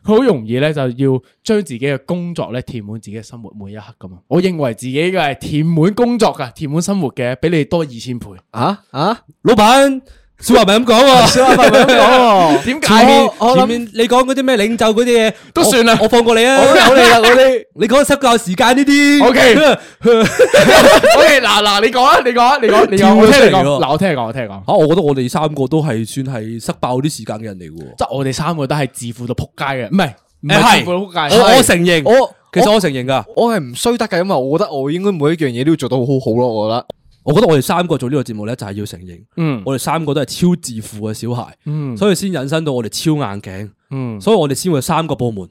[SPEAKER 3] 佢好容易咧就要將自己嘅工作咧填滿自己嘅生活每一刻噶嘛。我認為自己嘅係填滿工作噶，填滿生活嘅，比你多二千倍。
[SPEAKER 1] 啊啊，
[SPEAKER 4] 老闆，小華咪咁講 喎，小華咪咁講喎。
[SPEAKER 3] 點 解
[SPEAKER 4] 前面
[SPEAKER 3] 我我諗
[SPEAKER 4] 前面你講嗰啲咩領袖嗰啲嘢
[SPEAKER 3] 都算啦
[SPEAKER 4] 我我放過你啊，
[SPEAKER 1] 我有你啦，我哋
[SPEAKER 4] 你講失教時間呢啲
[SPEAKER 3] OK OK，嗱嗱，你講啊，你講啊，你講，你講，
[SPEAKER 4] 跳咗
[SPEAKER 3] 我聽你
[SPEAKER 4] 出嚟
[SPEAKER 3] 講，
[SPEAKER 4] 喎
[SPEAKER 3] 嗱，我聽你講，我聽你講。
[SPEAKER 4] 吓，我覺得我哋三個都係算係塞爆啲時間嘅人嚟嘅
[SPEAKER 3] 即係我哋三個都係自負到撲街嘅，唔係唔
[SPEAKER 4] 喎。
[SPEAKER 3] 係自負到撲街。
[SPEAKER 4] 我我
[SPEAKER 3] 係
[SPEAKER 4] 承認，
[SPEAKER 1] 我
[SPEAKER 4] 其實我承認噶，
[SPEAKER 1] 我係唔衰得㗎，因為我覺得我應該每一樣嘢都要做到好好咯，我覺得。
[SPEAKER 4] 我覺得我哋三個做呢個節目咧，就係要承認，
[SPEAKER 3] 嗯
[SPEAKER 4] 我哋三個都係超自負嘅小孩，
[SPEAKER 3] 嗯
[SPEAKER 4] 所以先引申到我哋超硬頸，
[SPEAKER 3] 嗯
[SPEAKER 4] 所以我哋先會有三個部門。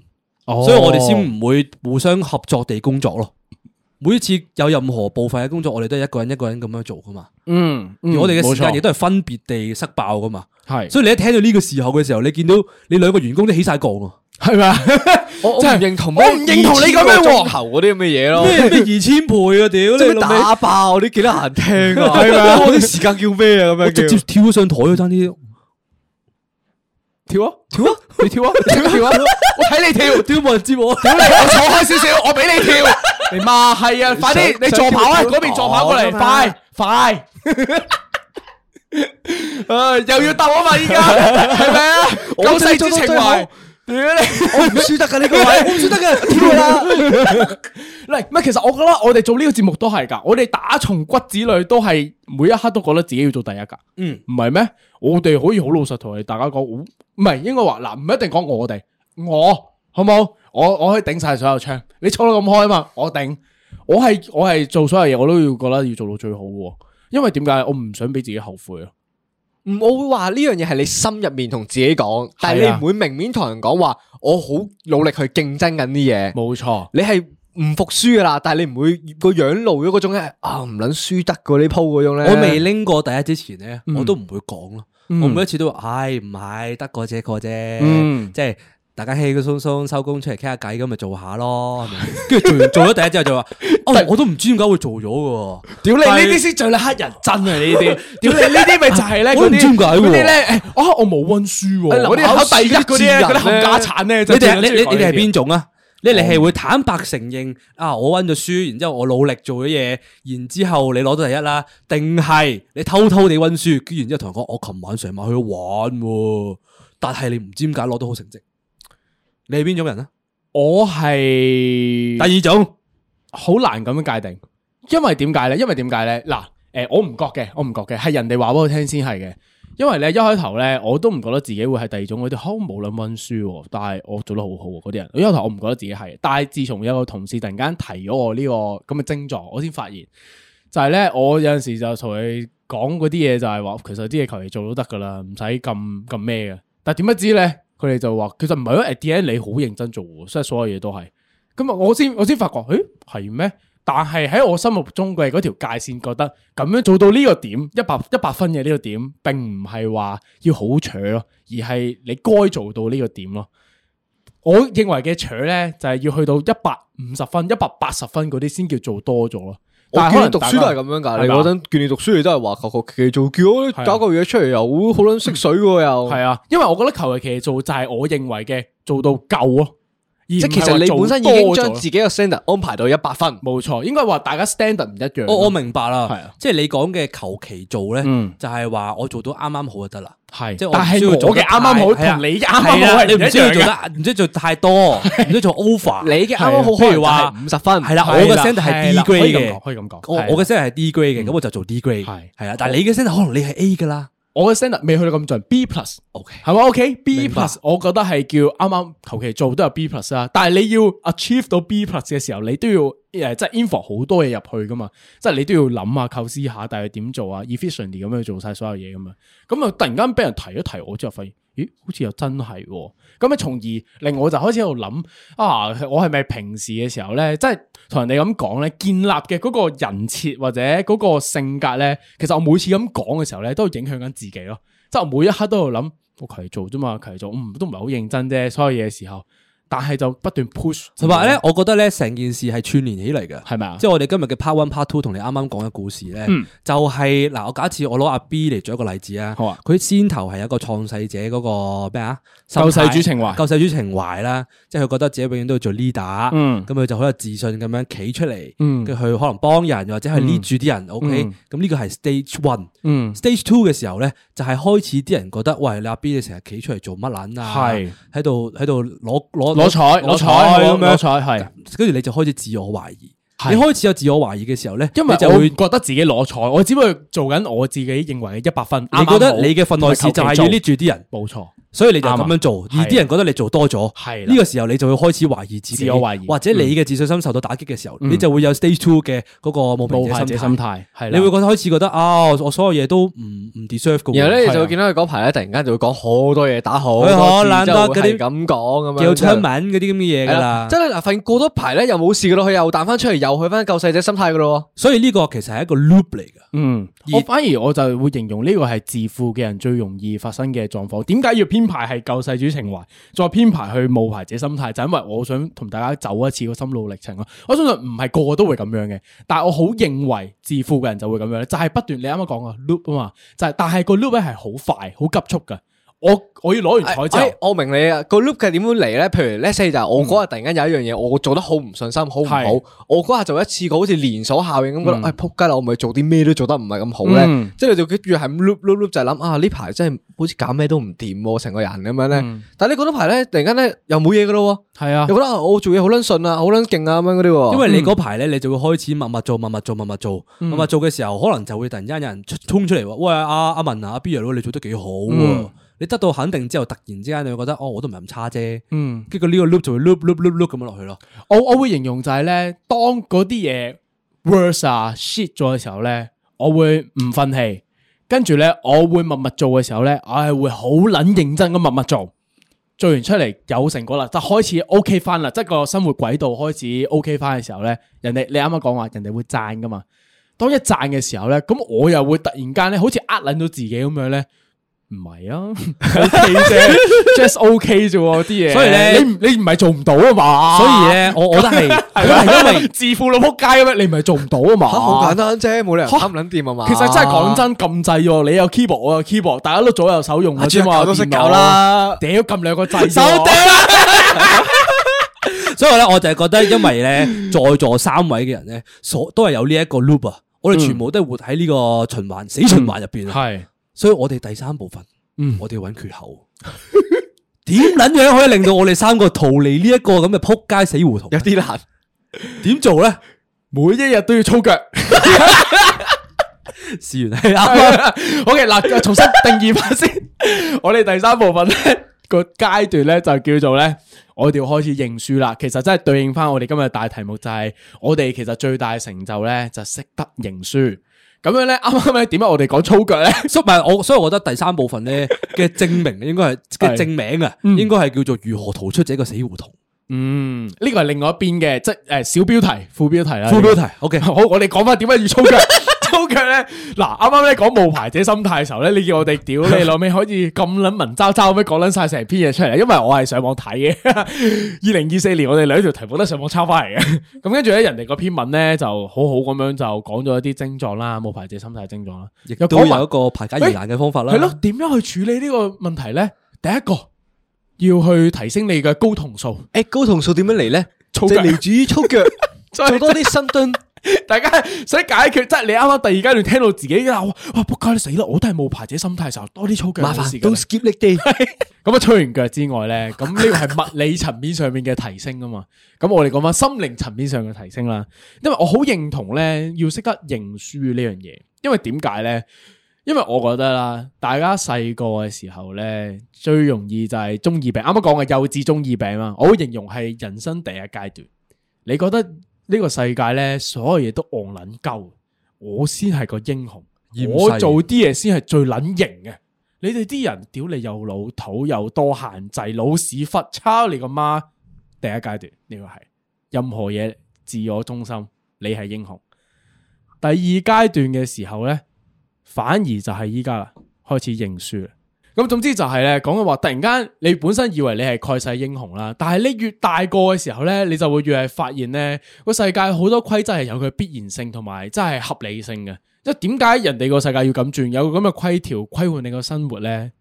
[SPEAKER 3] 哦
[SPEAKER 4] 所以我哋先唔會互相合作地工作咯。每一次有任何部分嘅工作，我哋都係一個人一個人咁樣做噶嘛。
[SPEAKER 3] 嗯，嗯
[SPEAKER 4] 而我哋嘅
[SPEAKER 3] 冇
[SPEAKER 4] 時間
[SPEAKER 3] 錯
[SPEAKER 4] 亦都係分別地塞爆噶嘛。
[SPEAKER 3] 係
[SPEAKER 4] 所以你一聽到呢個時候嘅時候，你見到你兩個員工都起晒槓喎。
[SPEAKER 3] 係咪啊？
[SPEAKER 1] 我我唔認同
[SPEAKER 3] 我唔認同你咁樣喎
[SPEAKER 1] 頭嗰啲咁嘅嘢
[SPEAKER 3] 哦
[SPEAKER 1] 咯，
[SPEAKER 4] 咩咩二千倍啊！屌
[SPEAKER 1] 即
[SPEAKER 4] 你
[SPEAKER 1] 係
[SPEAKER 4] 老味
[SPEAKER 1] 打爆啲幾得閒聽啊，
[SPEAKER 3] 係咪啊
[SPEAKER 1] 我啲時間叫咩啊？咁
[SPEAKER 4] 我
[SPEAKER 1] 樣叫
[SPEAKER 4] 直接跳咗上台啊！爭啲
[SPEAKER 3] 跳啊跳啊，你 跳啊跳啊跳啊！我睇你跳，
[SPEAKER 4] 屌冇人接我，
[SPEAKER 3] 屌你！我坐開少少，我俾你跳。 你媽係啊！ 快啲，你助跑啊！嗰邊助跑過嚟，快快！唉，又要鬥啊嘛！依家係咪啊？咁細之情懷，屌你！
[SPEAKER 4] 我唔輸得噶呢個 位，我唔輸得嘅，跳啦！
[SPEAKER 3] 嚟，唔係其實我覺得我哋做呢個節目都係㗎，我哋打從骨子裏都係每一刻都覺得自己要做第一㗎。
[SPEAKER 4] 嗯，
[SPEAKER 3] 唔係咩？我哋可以好老實同你大家講，我唔係應該話嗱，唔一定講我哋，我好冇？我我可以頂晒所有槍，你坐到咁開啊嘛，我頂。我係我係做所有嘢，我都要覺得要做到最好嘅喎，因為點解？我唔想俾自己後悔啊。
[SPEAKER 1] 唔，我會話呢樣嘢係你心入面同自己講，但係
[SPEAKER 3] 係
[SPEAKER 1] 你
[SPEAKER 3] 啊
[SPEAKER 1] 唔會明面同人講話，我好努力去競爭緊啲嘢，
[SPEAKER 3] 冇錯，
[SPEAKER 1] 你係唔服輸噶啦，但係你唔會個樣露咗嗰種咧啊唔撚輸得噶呢鋪嗰種咧，
[SPEAKER 4] 我未拎過第一之前咧，我都唔會講咯。
[SPEAKER 3] 嗯
[SPEAKER 4] 我每一次都話：，唉，唔係得個啫個啫，
[SPEAKER 3] 嗯
[SPEAKER 4] 即係大家輕輕鬆鬆收工出嚟傾下偈咁咪做下咯。係咪跟住做完做咗第一之後就話：，哦，我都唔知點解會做咗嘅。
[SPEAKER 3] 屌你呢
[SPEAKER 4] 但係
[SPEAKER 3] 啲先最黑人憎啊！呢啲， 屌你呢啲咪就係咧
[SPEAKER 4] 我
[SPEAKER 3] 嗰
[SPEAKER 4] 唔知
[SPEAKER 3] 啲
[SPEAKER 4] 點解喎
[SPEAKER 3] 嗰啲咧，誒啊我冇温書喎，嗰啲考第一嗰啲咧，嗰啲哦冚家產咧，
[SPEAKER 4] 你哋你你你哋係邊種啊？你哋係會坦白承認啊，我温咗書，然之後我努力做咗嘢，然之後你攞到第一啦，定係你偷偷地温書，跟住然之後同人講我琴晚成晚去咗玩喎，但係你唔知點解攞到好成績，你係邊種人啊？
[SPEAKER 3] 我係
[SPEAKER 4] 第二種
[SPEAKER 3] 好難咁樣界定，因為點解咧？因為點解咧？嗱，誒，我唔覺嘅，我唔覺嘅，係人哋話俾我聽先係嘅。因為咧一開頭咧，我都唔覺得自己會係第二種嗰啲，好冇諗温書喎，但係我做得好好喎嗰啲人。一開頭我唔覺得自己係，但係自從有個同事突然間提咗我呢、個咁嘅症狀，我先發現就係咧，我有陣時就同佢講嗰啲嘢，就係話其實啲嘢求其做都得噶啦，唔使咁咁咩嘅。但係點不知咧，佢哋就話其實唔係咯，at the end 你好認真做喎，所以所有嘢都係。咁啊，我先我先發覺，誒係咩？但係喺我心目中嘅嗰條界線，覺得咁樣做到呢個點一百一百分嘅呢個點，並唔係話要好扯咯，而係你該做到呢個點咯。我認為嘅扯咧，就係、要去到一百五十分、一百八十分嗰啲先叫做多咗咯。
[SPEAKER 1] 我
[SPEAKER 3] 但係可
[SPEAKER 1] 見你
[SPEAKER 3] 能
[SPEAKER 1] 讀
[SPEAKER 3] 大
[SPEAKER 1] 書
[SPEAKER 3] 家
[SPEAKER 1] 都係咁樣㗎，
[SPEAKER 3] 係
[SPEAKER 1] 你
[SPEAKER 3] 㗎
[SPEAKER 1] 嗰陣見你讀書，你都係話求求其其做，叫我
[SPEAKER 3] 係啊
[SPEAKER 1] 搞嚿嘢出嚟又好好撚識水喎又。
[SPEAKER 3] 係啊，因為我覺得求其其做就係我認為嘅做到夠咯，即
[SPEAKER 1] 即係其實你本身已經將自己個 standard 安排到一百分，
[SPEAKER 3] 冇錯，應該話大家 standard 唔一樣咯。
[SPEAKER 4] 我我明白
[SPEAKER 3] 係
[SPEAKER 4] 啦
[SPEAKER 3] 啊，
[SPEAKER 4] 即係你講嘅求其做咧
[SPEAKER 3] 嗯，
[SPEAKER 4] 就係話我做到啱啱好就得啦。
[SPEAKER 3] 係，
[SPEAKER 4] 即係
[SPEAKER 3] 但係我嘅啱啱好同你嘅啱啱好係
[SPEAKER 4] 啊你
[SPEAKER 3] 唔
[SPEAKER 4] 唔
[SPEAKER 3] 一
[SPEAKER 4] 需要
[SPEAKER 3] 樣
[SPEAKER 4] 做
[SPEAKER 3] 嘅。
[SPEAKER 4] 得，唔需要做太多，唔 需要做 over。啊
[SPEAKER 1] 你嘅啱
[SPEAKER 3] 啊
[SPEAKER 1] 啱好可
[SPEAKER 4] 譬
[SPEAKER 1] 能
[SPEAKER 4] 如話
[SPEAKER 1] 五十分，
[SPEAKER 4] 係啦，我嘅 standard 係 D
[SPEAKER 3] 啦可以
[SPEAKER 4] grade
[SPEAKER 3] 咁講
[SPEAKER 4] 嘅，
[SPEAKER 3] 可以咁講
[SPEAKER 4] 我
[SPEAKER 3] 係啦啊嗯
[SPEAKER 4] 我嘅 standard 係 D grade 嘅，咁我就做 D grade。
[SPEAKER 3] 係
[SPEAKER 4] 係啊，但係你嘅 standard 可能你係 A 噶啦。
[SPEAKER 3] 我嘅 standard 未去到咁盡，B plus
[SPEAKER 4] OK，
[SPEAKER 3] 係咪 OK？B
[SPEAKER 4] 明白
[SPEAKER 3] plus 我覺得係叫啱啱求其做都有 B plus 啦，但係你要 achieve 到 B plus 嘅時候，你都要誒即係 info 好多嘢入去噶嘛，即係你都要諗下、構思下，但係點做啊，efficiently 咁樣做晒所有嘢咁樣，咁啊突然間俾人提一提我之後，發現咦好似又真係喎，咁啊從而令我就開始喺度諗啊，我係咪平時嘅時候咧，即係同人哋咁講咧，建立嘅嗰個人設或者嗰個性格咧，其實我每次咁講嘅時候咧，都影響緊自己咯。即係我每一刻都喺度諗，我求其做啫嘛，求其做，嗯，都唔係好認真啫，所有嘢嘅時候，但係就不斷 push，
[SPEAKER 4] 同埋咧，，我覺得咧成件事係串連起嚟嘅。
[SPEAKER 3] 係咪啊？嗯
[SPEAKER 4] 即係我哋今日嘅 part one part two 同你啱啱講嘅故事咧，就係嗱，我假設我攞阿 B 嚟做一個例子啊
[SPEAKER 3] 好啊，
[SPEAKER 4] 佢先頭係有一個創世者嗰個咩啊，
[SPEAKER 3] 救世主
[SPEAKER 4] 心態
[SPEAKER 3] 情懷
[SPEAKER 4] 救世主情懷啦，即係佢覺得自己永遠都要做 leader，啊
[SPEAKER 3] 嗯
[SPEAKER 4] 咁佢就好有自信咁樣企出嚟，
[SPEAKER 3] 嗯
[SPEAKER 4] 跟住佢可能幫人或者係 lead 住啲人，OK，
[SPEAKER 3] 嗯
[SPEAKER 4] 咁呢個係 stage one。
[SPEAKER 3] 嗯
[SPEAKER 4] Stage two 嘅時候咧，就係、開始啲人覺得，喂，你阿 B 你成日企出嚟做乜撚啊？
[SPEAKER 3] 係
[SPEAKER 4] 喺度喺度攞攞
[SPEAKER 3] 攞彩攞彩
[SPEAKER 4] 咁樣
[SPEAKER 3] 攞彩係，
[SPEAKER 4] 跟住你就開始自我懷疑。
[SPEAKER 3] 係
[SPEAKER 4] 你開始有自我懷疑嘅時候咧，
[SPEAKER 3] 因為
[SPEAKER 4] 你就
[SPEAKER 3] 我
[SPEAKER 4] 會
[SPEAKER 3] 唔覺得自己攞彩，我只不過做緊我自己認為嘅一百分，
[SPEAKER 4] 你
[SPEAKER 3] 覺
[SPEAKER 4] 覺得你嘅份內事就係要 lead 住啲人，
[SPEAKER 3] 冇錯，
[SPEAKER 4] 所以你就咁
[SPEAKER 3] 啱啊
[SPEAKER 4] 樣做，而
[SPEAKER 3] 係啊
[SPEAKER 4] 啲人覺得你做多咗，
[SPEAKER 3] 係啦
[SPEAKER 4] 呢個時候你就會開始懷疑自己，
[SPEAKER 3] 自我懷疑
[SPEAKER 4] 或者你嘅自信心受到打擊嘅時候，
[SPEAKER 3] 嗯
[SPEAKER 4] 你就會有 stage two 嘅嗰個冒
[SPEAKER 3] 冒
[SPEAKER 4] 名
[SPEAKER 3] 牌者
[SPEAKER 4] 者
[SPEAKER 3] 心
[SPEAKER 4] 心
[SPEAKER 3] 態
[SPEAKER 4] 態，
[SPEAKER 3] 係啦
[SPEAKER 4] 你會覺得開始覺得啊，我我所有嘢都唔唔 deserve 嘅喎，
[SPEAKER 1] 然後咧，你就
[SPEAKER 4] 係
[SPEAKER 1] 會
[SPEAKER 4] 啊
[SPEAKER 1] 見到佢嗰排咧，突然間就會講好多嘢，打好
[SPEAKER 4] 佢
[SPEAKER 1] 多
[SPEAKER 4] 好
[SPEAKER 1] 字，
[SPEAKER 3] 啊
[SPEAKER 4] 懶
[SPEAKER 1] 之後
[SPEAKER 4] 得嗰
[SPEAKER 1] 會
[SPEAKER 4] 啲
[SPEAKER 1] 係咁講咁樣，
[SPEAKER 4] 叫槍文嗰啲咁嘅嘢
[SPEAKER 1] 係
[SPEAKER 4] 㗎
[SPEAKER 1] 啦
[SPEAKER 4] 啦，。
[SPEAKER 1] 真係嗱，發現過多排咧又冇事噶咯，佢又彈翻出嚟，又去翻救世者心態噶咯。
[SPEAKER 4] 所以呢個其實係一個 loop 嚟嘅。
[SPEAKER 3] 嗯，我反而我就會形容呢個係自負嘅人最容易發生嘅狀況。點解要編排係救世主情懷，再編排去冒牌者心態？就因為我想同大家走一次個心路歷程咯。我相信唔係個個都會咁樣嘅，但係我好認為自負嘅人就會咁樣，就係、不斷你啱啱講嘅 loop 啊嘛，就係、但係個 loop 咧係好快、好急促嘅。我我要攞完彩之後
[SPEAKER 1] 哎。我明你啊，個 loop 係點樣嚟咧？譬如 let's say 就係我嗰日突然間有一樣嘢，我做得好唔順心，好唔好
[SPEAKER 3] 係？
[SPEAKER 1] 我嗰下就一次過好似連鎖效應咁覺得，哎仆街啦！我咪做啲咩都做得唔係咁好咧
[SPEAKER 3] 嗯，
[SPEAKER 1] 即係你就越係咁 loop loop loop 就係諗啊呢排真係好似搞咩都唔掂喎，成個人咁樣
[SPEAKER 3] 嗯
[SPEAKER 1] 咧。但係你嗰排咧，突然間咧又冇嘢噶咯喎，
[SPEAKER 3] 係啊
[SPEAKER 1] 又覺得啊我做嘢好撚順啊，好撚勁啊咁樣嗰啲喎。
[SPEAKER 4] 因為你嗰排咧，你就會開始默默做、默默做、默默做、默默做嘅時候，可能就會突然間有人出衝出嚟話：喂，阿阿文啊，阿 B 佬，你做得幾好喎！你得到肯定之後，突然之間你會覺得：哦，我都唔係咁差啫。
[SPEAKER 3] 嗯，
[SPEAKER 4] 跟住呢個 loop 就會 loop loop loop loop 咁樣落去咯。
[SPEAKER 3] 我我會形容就係咧，當嗰啲嘢 worse 啊 shit 咗嘅時候咧，我會唔忿氣，跟住咧我會默默做嘅時候咧，我係會好撚認真咁默默做，做完出嚟有成果啦，就開始 OK 翻啦，即係個生活軌道開始 OK 翻嘅時候咧，人哋你啱啱講話人哋會讚噶嘛，當一讚嘅時候咧，咁我又會突然間咧，好似呃撚到自己咁樣咧。唔 係啊，OK 啫，just OK 啫喎，啲嘢。
[SPEAKER 4] 所以呢
[SPEAKER 3] 你唔你唔係做唔到啊嘛。
[SPEAKER 4] 所以 咧，我我覺得係，我覺得係因為
[SPEAKER 3] 自負到仆街咁樣，你唔係做唔到啊嘛？
[SPEAKER 1] 嚇好簡單啫，冇理由
[SPEAKER 3] 嚇
[SPEAKER 1] 貪撚掂啊嘛。
[SPEAKER 3] 其實真係講真撳掣喎，你有 keyboard 我有 keyboard，大家都左右手用嘅啫嘛，
[SPEAKER 1] 啊都識
[SPEAKER 3] 電腦
[SPEAKER 1] 搞啦
[SPEAKER 3] 屌撳兩個掣，
[SPEAKER 4] 手
[SPEAKER 3] 頂
[SPEAKER 4] 所以咧，我就係覺得，因為咧，在座三位嘅人咧，所都係有呢一個 loop 啊，我哋全部都係活喺呢個循環、死循環入邊啊。
[SPEAKER 3] 係
[SPEAKER 4] 所以我哋第三部分，
[SPEAKER 3] 嗯
[SPEAKER 4] 我哋揾缺口， 點撚樣可以令到我哋三個逃離呢一個咁嘅扑街死胡同？啊
[SPEAKER 1] 有啲難。
[SPEAKER 4] 點做咧？
[SPEAKER 3] 每一日都要操腳。
[SPEAKER 4] 事源 係啱啊，
[SPEAKER 3] OK，嗱，重新定義翻先。 我哋第三部分咧個階段咧就叫做咧，我哋要開始認輸啦。其實真係對應翻我哋今日嘅大題目就係，我哋其實最大成就咧就係識得認輸。咁樣咧，啱啱咧點解我哋講操腳咧？
[SPEAKER 4] 所以咪我，所以我覺得第三部分咧嘅證明應該係
[SPEAKER 3] 係
[SPEAKER 4] 嘅證名啊，應該係叫做如何逃出這個死胡同。
[SPEAKER 3] 嗯，呢個係另外一邊嘅，即係誒小標題、副標題啦。
[SPEAKER 4] 副標題
[SPEAKER 3] 呢個
[SPEAKER 4] OK
[SPEAKER 3] 好，我哋講翻點解要操腳。 操腳咧，嗱，啱啱咧講冒牌者心態嘅時候咧，你叫我哋屌你老尾，可以咁撚文縐縐咁樣講撚晒成篇嘢出嚟，因為我係上網睇嘅。 二零二四年我哋兩條題目都上網抄翻嚟嘅。 咁跟住咧，人哋個篇文咧就好好咁樣就講咗一啲症狀啦，冒牌者心態嘅症狀啦，
[SPEAKER 4] 亦
[SPEAKER 3] 又
[SPEAKER 4] 都
[SPEAKER 3] 講埋
[SPEAKER 4] 有一個排解疑難嘅方法啦。
[SPEAKER 3] 係咯，點樣去處理呢個問題咧？第一個要去提升你嘅睾酮素。
[SPEAKER 1] 誒高同數點樣 嚟咧？
[SPEAKER 3] 操
[SPEAKER 1] 就
[SPEAKER 3] 腳
[SPEAKER 1] 嚟自於操腳，做多啲深蹲。
[SPEAKER 3] 大家想解決，即係你啱啱第二階段聽到自己嘅話，哇仆街你死啦！我都係冇牌者心態時候，多啲操腳
[SPEAKER 1] 麻
[SPEAKER 3] 冇
[SPEAKER 1] 煩
[SPEAKER 3] 事㗎啦
[SPEAKER 1] 都 skip 呢啲。
[SPEAKER 3] 咁啊，吹完腳之外咧，咁呢個係物理層面上面嘅提升啊嘛。咁我哋講翻心靈層面上嘅提升啦，因為我好認同咧，要識得認輸呢樣嘢。因為點解咧？因為我覺得啦，大家細個嘅時候咧，最容易就係中二病。啱啱講嘅幼稚中二病啊，我會形容係人生第一階段。你覺得呢個世界咧，所有嘢都戇撚鳩，我先係個英雄，
[SPEAKER 4] 厭世
[SPEAKER 3] 我做啲嘢先係最撚型嘅。你哋啲人屌你又老土又多限制，老屎忽，抄你個媽！第一階段呢個係任何嘢自我中心，你係英雄。第二階段嘅時候咧，反而就係依家啦，開始認輸啦。咁總之就係咧，講嘅話，突然間你本身以為你係蓋世英雄啦，但係你越大個嘅時候咧，你就會越係發現咧，個世界好多規則係有佢必然性同埋真係合理性嘅。即係點解人哋個世界要咁轉，有個咁嘅規條規管你個生活咧？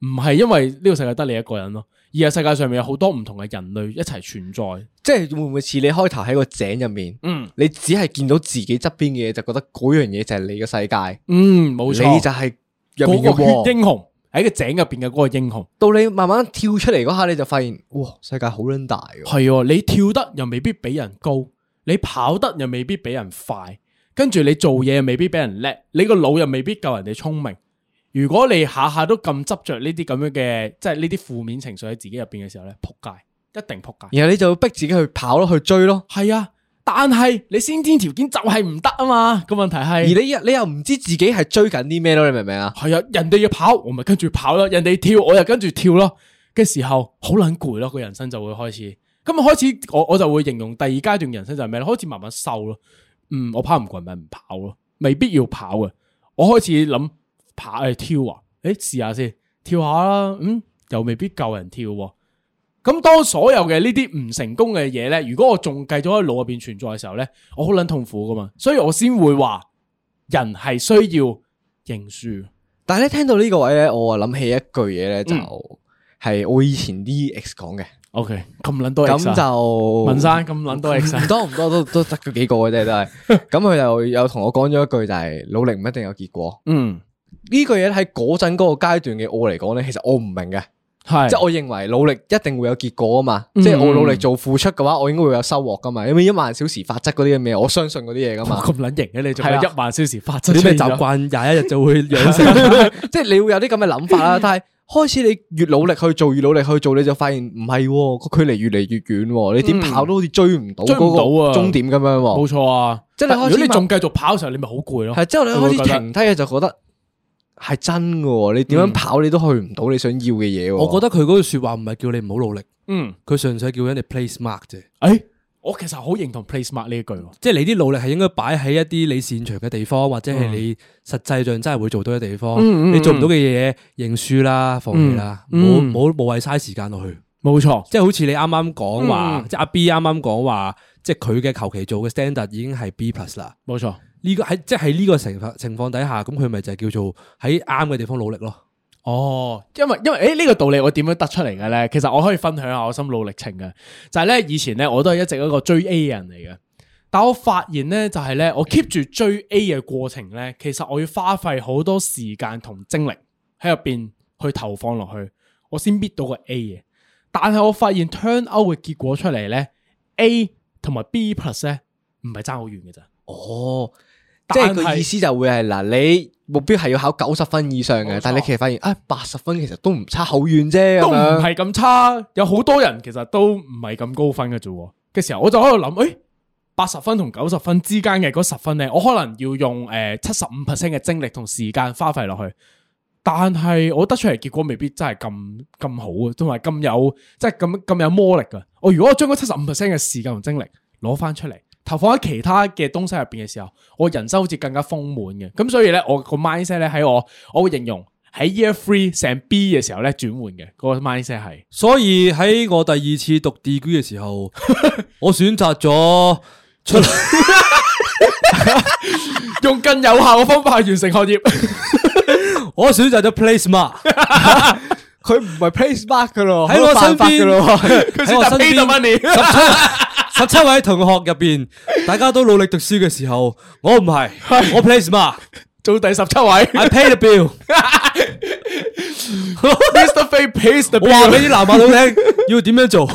[SPEAKER 3] 唔係因為呢個世界得你一個人咯，而係世界上面有好多唔同嘅人類一齊存在。
[SPEAKER 1] 即係會唔會似你開頭喺個井入面，
[SPEAKER 3] 嗯
[SPEAKER 1] 你只係見到自己側邊嘅嘢，就覺得嗰樣嘢就係你嘅世界，
[SPEAKER 3] 嗯，冇錯，
[SPEAKER 1] 你就係入面
[SPEAKER 3] 嗰
[SPEAKER 1] 嘅
[SPEAKER 3] 個血
[SPEAKER 1] 王。
[SPEAKER 3] 英雄喺個井入邊嘅嗰個英雄。
[SPEAKER 1] 到你慢慢跳出嚟嗰下，你就發現，哇，世界好撚大嘅。
[SPEAKER 3] 係喎，你跳得又未必比人高，你跑得又未必比人快，跟住你做嘢又未必比人叻，你個腦又未必夠人哋聰明。如果你下下都咁執着呢啲咁樣嘅，即係呢啲負面情緒喺自己入邊嘅時候咧，撲街，一定撲街。
[SPEAKER 1] 然後你就會逼自己去跑咯，去追咯。
[SPEAKER 3] 系啊，但係你先天條件就係唔得啊嘛。個問題
[SPEAKER 1] 而
[SPEAKER 3] 係
[SPEAKER 1] 你又你又唔知自己係追緊啲咩咯，你明唔明啊？
[SPEAKER 3] 係啊，人哋要跑，我咪跟住跑咯；人哋跳，我又跟住跳咯。嘅時候好撚攰咯，個人生就會開始。咁啊開始我我就會形容第二階段人生就係咩咧？開始慢慢瘦咯。嗯，我跑唔攰咪唔跑咯，未必要跑嘅。我開始諗跑诶跳啊，誒試下先跳下啦。嗯，又未必夠人跳喎。咁當所有嘅呢啲唔成功嘅嘢咧，如果我仲繼續喺腦入邊存在嘅時候咧，我好撚痛苦噶嘛，所以我先會話人係需要認輸。
[SPEAKER 1] 但係咧聽到呢個位咧，我啊諗起一句嘢咧，
[SPEAKER 3] 嗯
[SPEAKER 1] 就係我以前啲 ex 講嘅，
[SPEAKER 3] OK，咁撚多 X
[SPEAKER 1] 咁
[SPEAKER 3] 啊
[SPEAKER 1] 就
[SPEAKER 3] 文山咁撚多 X 啊
[SPEAKER 1] 唔多唔多都都得嗰幾個嘅啫，都係。咁佢就有同我講咗一句就係努力唔一定有結果。
[SPEAKER 3] 嗯
[SPEAKER 1] 呢句嘢喺嗰陣嗰個階段嘅我嚟講咧，其實我唔明嘅，
[SPEAKER 3] 係
[SPEAKER 1] 即係我認為努力一定會有結果啊嘛，
[SPEAKER 3] 嗯
[SPEAKER 1] 即係我努力做付出嘅話，我應該會有收穫噶嘛，因為一萬小時法則嗰啲咁嘅嘢，我相信嗰啲嘢 噶嘛。
[SPEAKER 3] 咁撚型嘅你仲有
[SPEAKER 1] 係啊
[SPEAKER 3] 一萬小時發
[SPEAKER 4] 你
[SPEAKER 3] 真
[SPEAKER 4] 咪習慣廿一日就會養成。
[SPEAKER 1] 即係你會有啲咁嘅諗法啦。但係開始你越努力去做，越努力去做，你就發現唔係喎個距離越嚟越遠喎，你點跑都好似追唔到
[SPEAKER 3] 追
[SPEAKER 1] 嗰
[SPEAKER 3] 唔到啊
[SPEAKER 1] 個終點咁樣
[SPEAKER 3] 冇
[SPEAKER 1] 喎。
[SPEAKER 3] 錯啊！
[SPEAKER 1] 即係你
[SPEAKER 3] 但如果
[SPEAKER 1] 開
[SPEAKER 3] 你
[SPEAKER 1] 始
[SPEAKER 3] 仲繼續跑嘅時候，你咪好攰咯。
[SPEAKER 1] 係之後你
[SPEAKER 3] 我會
[SPEAKER 1] 開
[SPEAKER 3] 覺
[SPEAKER 1] 始
[SPEAKER 3] 得
[SPEAKER 1] 停
[SPEAKER 3] 嗯
[SPEAKER 1] 低嘅就覺得係真嘅喎，你點樣跑你都去唔到你想要嘅嘢喎。
[SPEAKER 4] 我覺得佢嗰句说話唔係叫你唔好努力，
[SPEAKER 3] 嗯，
[SPEAKER 4] 佢純粹叫人哋 play smart 啫。
[SPEAKER 3] 誒，我其實好認同 play smart 呢一句喎。
[SPEAKER 4] 即係你啲努力係應該擺喺一啲你擅長嘅地方，或者係你實際上真係會做到嘅地方。
[SPEAKER 3] 嗯嗯嗯嗯
[SPEAKER 4] 你做唔到嘅嘢，認輸啦，放棄啦，冇
[SPEAKER 3] 嗯
[SPEAKER 4] 冇冇謂嘥時間落去。
[SPEAKER 3] 冇錯，
[SPEAKER 4] 即係好似你啱啱講話，
[SPEAKER 3] 嗯
[SPEAKER 4] 即係阿 B 啱啱講話，即係佢嘅求其做嘅 standard 已經係 B plus 啦。
[SPEAKER 3] 冇錯。
[SPEAKER 4] 呢、個喺即係喺呢個情況情況底下，咁佢咪就係叫做喺啱嘅地方努力咯。
[SPEAKER 3] 哦，因為因為诶呢、個道理我點樣得出嚟嘅咧？其實我可以分享下我心路歷程嘅，就係呢，咧以前咧我都係一直一個追 A 嘅人嚟嘅，但我發現咧就係呢，咧我 keep 住追 A 嘅過程咧，其實我要花費好多時間同精力喺入邊去投放落去，我先搣到個 A 嘅。但係我發現 turn out 嘅結果出嚟咧，A 同埋 B plus 咧唔係爭好遠嘅咋。
[SPEAKER 1] 哦，即係
[SPEAKER 3] 但
[SPEAKER 1] 個
[SPEAKER 3] 係
[SPEAKER 1] 意思就會係嗱，你目標係要考九十分以上
[SPEAKER 3] 冇錯
[SPEAKER 1] 嘅，但係你其實發現啊，八十分其實都唔差好遠啫，
[SPEAKER 3] 都
[SPEAKER 1] 咁
[SPEAKER 3] 唔
[SPEAKER 1] 樣
[SPEAKER 3] 係咁差，有好多人其實都唔係咁高分嘅啫喎。嘅時候我就喺度諗，誒八十分同九十分之間嘅嗰十分咧，我可能要用誒七十五 percent 嘅精力同時間花費落去，但係我得出嚟結果未必真係咁咁好啊，同埋咁有即係咁咁有魔力噶。我如果我將嗰七十五 percent 嘅時間同精力攞翻出嚟。投放喺其他嘅東西入邊嘅時候，我人生好似更加豐滿嘅。咁所以咧，我個 mindset 咧喺我，我會形容喺 year three 成 B 嘅時候咧轉換嘅，嗰、個 mindset 係。
[SPEAKER 4] 所以喺我第二次讀 degree 嘅時候，我選擇咗出嚟。
[SPEAKER 3] 用更有效嘅方法去完成學 業。
[SPEAKER 4] 我選擇咗 play smart
[SPEAKER 1] 佢唔係 place mark 噶咯，
[SPEAKER 4] 喺我身
[SPEAKER 1] 冇辦法㗎咯
[SPEAKER 4] 邊， 喺我身
[SPEAKER 3] 佢選擇 pay the
[SPEAKER 4] 邊
[SPEAKER 3] money
[SPEAKER 4] 十七十七位同學入邊，大家都努力讀書嘅時候，我唔係，我 play smart，I
[SPEAKER 3] 做第十七位
[SPEAKER 4] pay the bill。
[SPEAKER 3] ，Mr. Face pays the
[SPEAKER 4] 我話
[SPEAKER 3] bill，
[SPEAKER 4] 俾啲男馬佬聽，要點樣 做？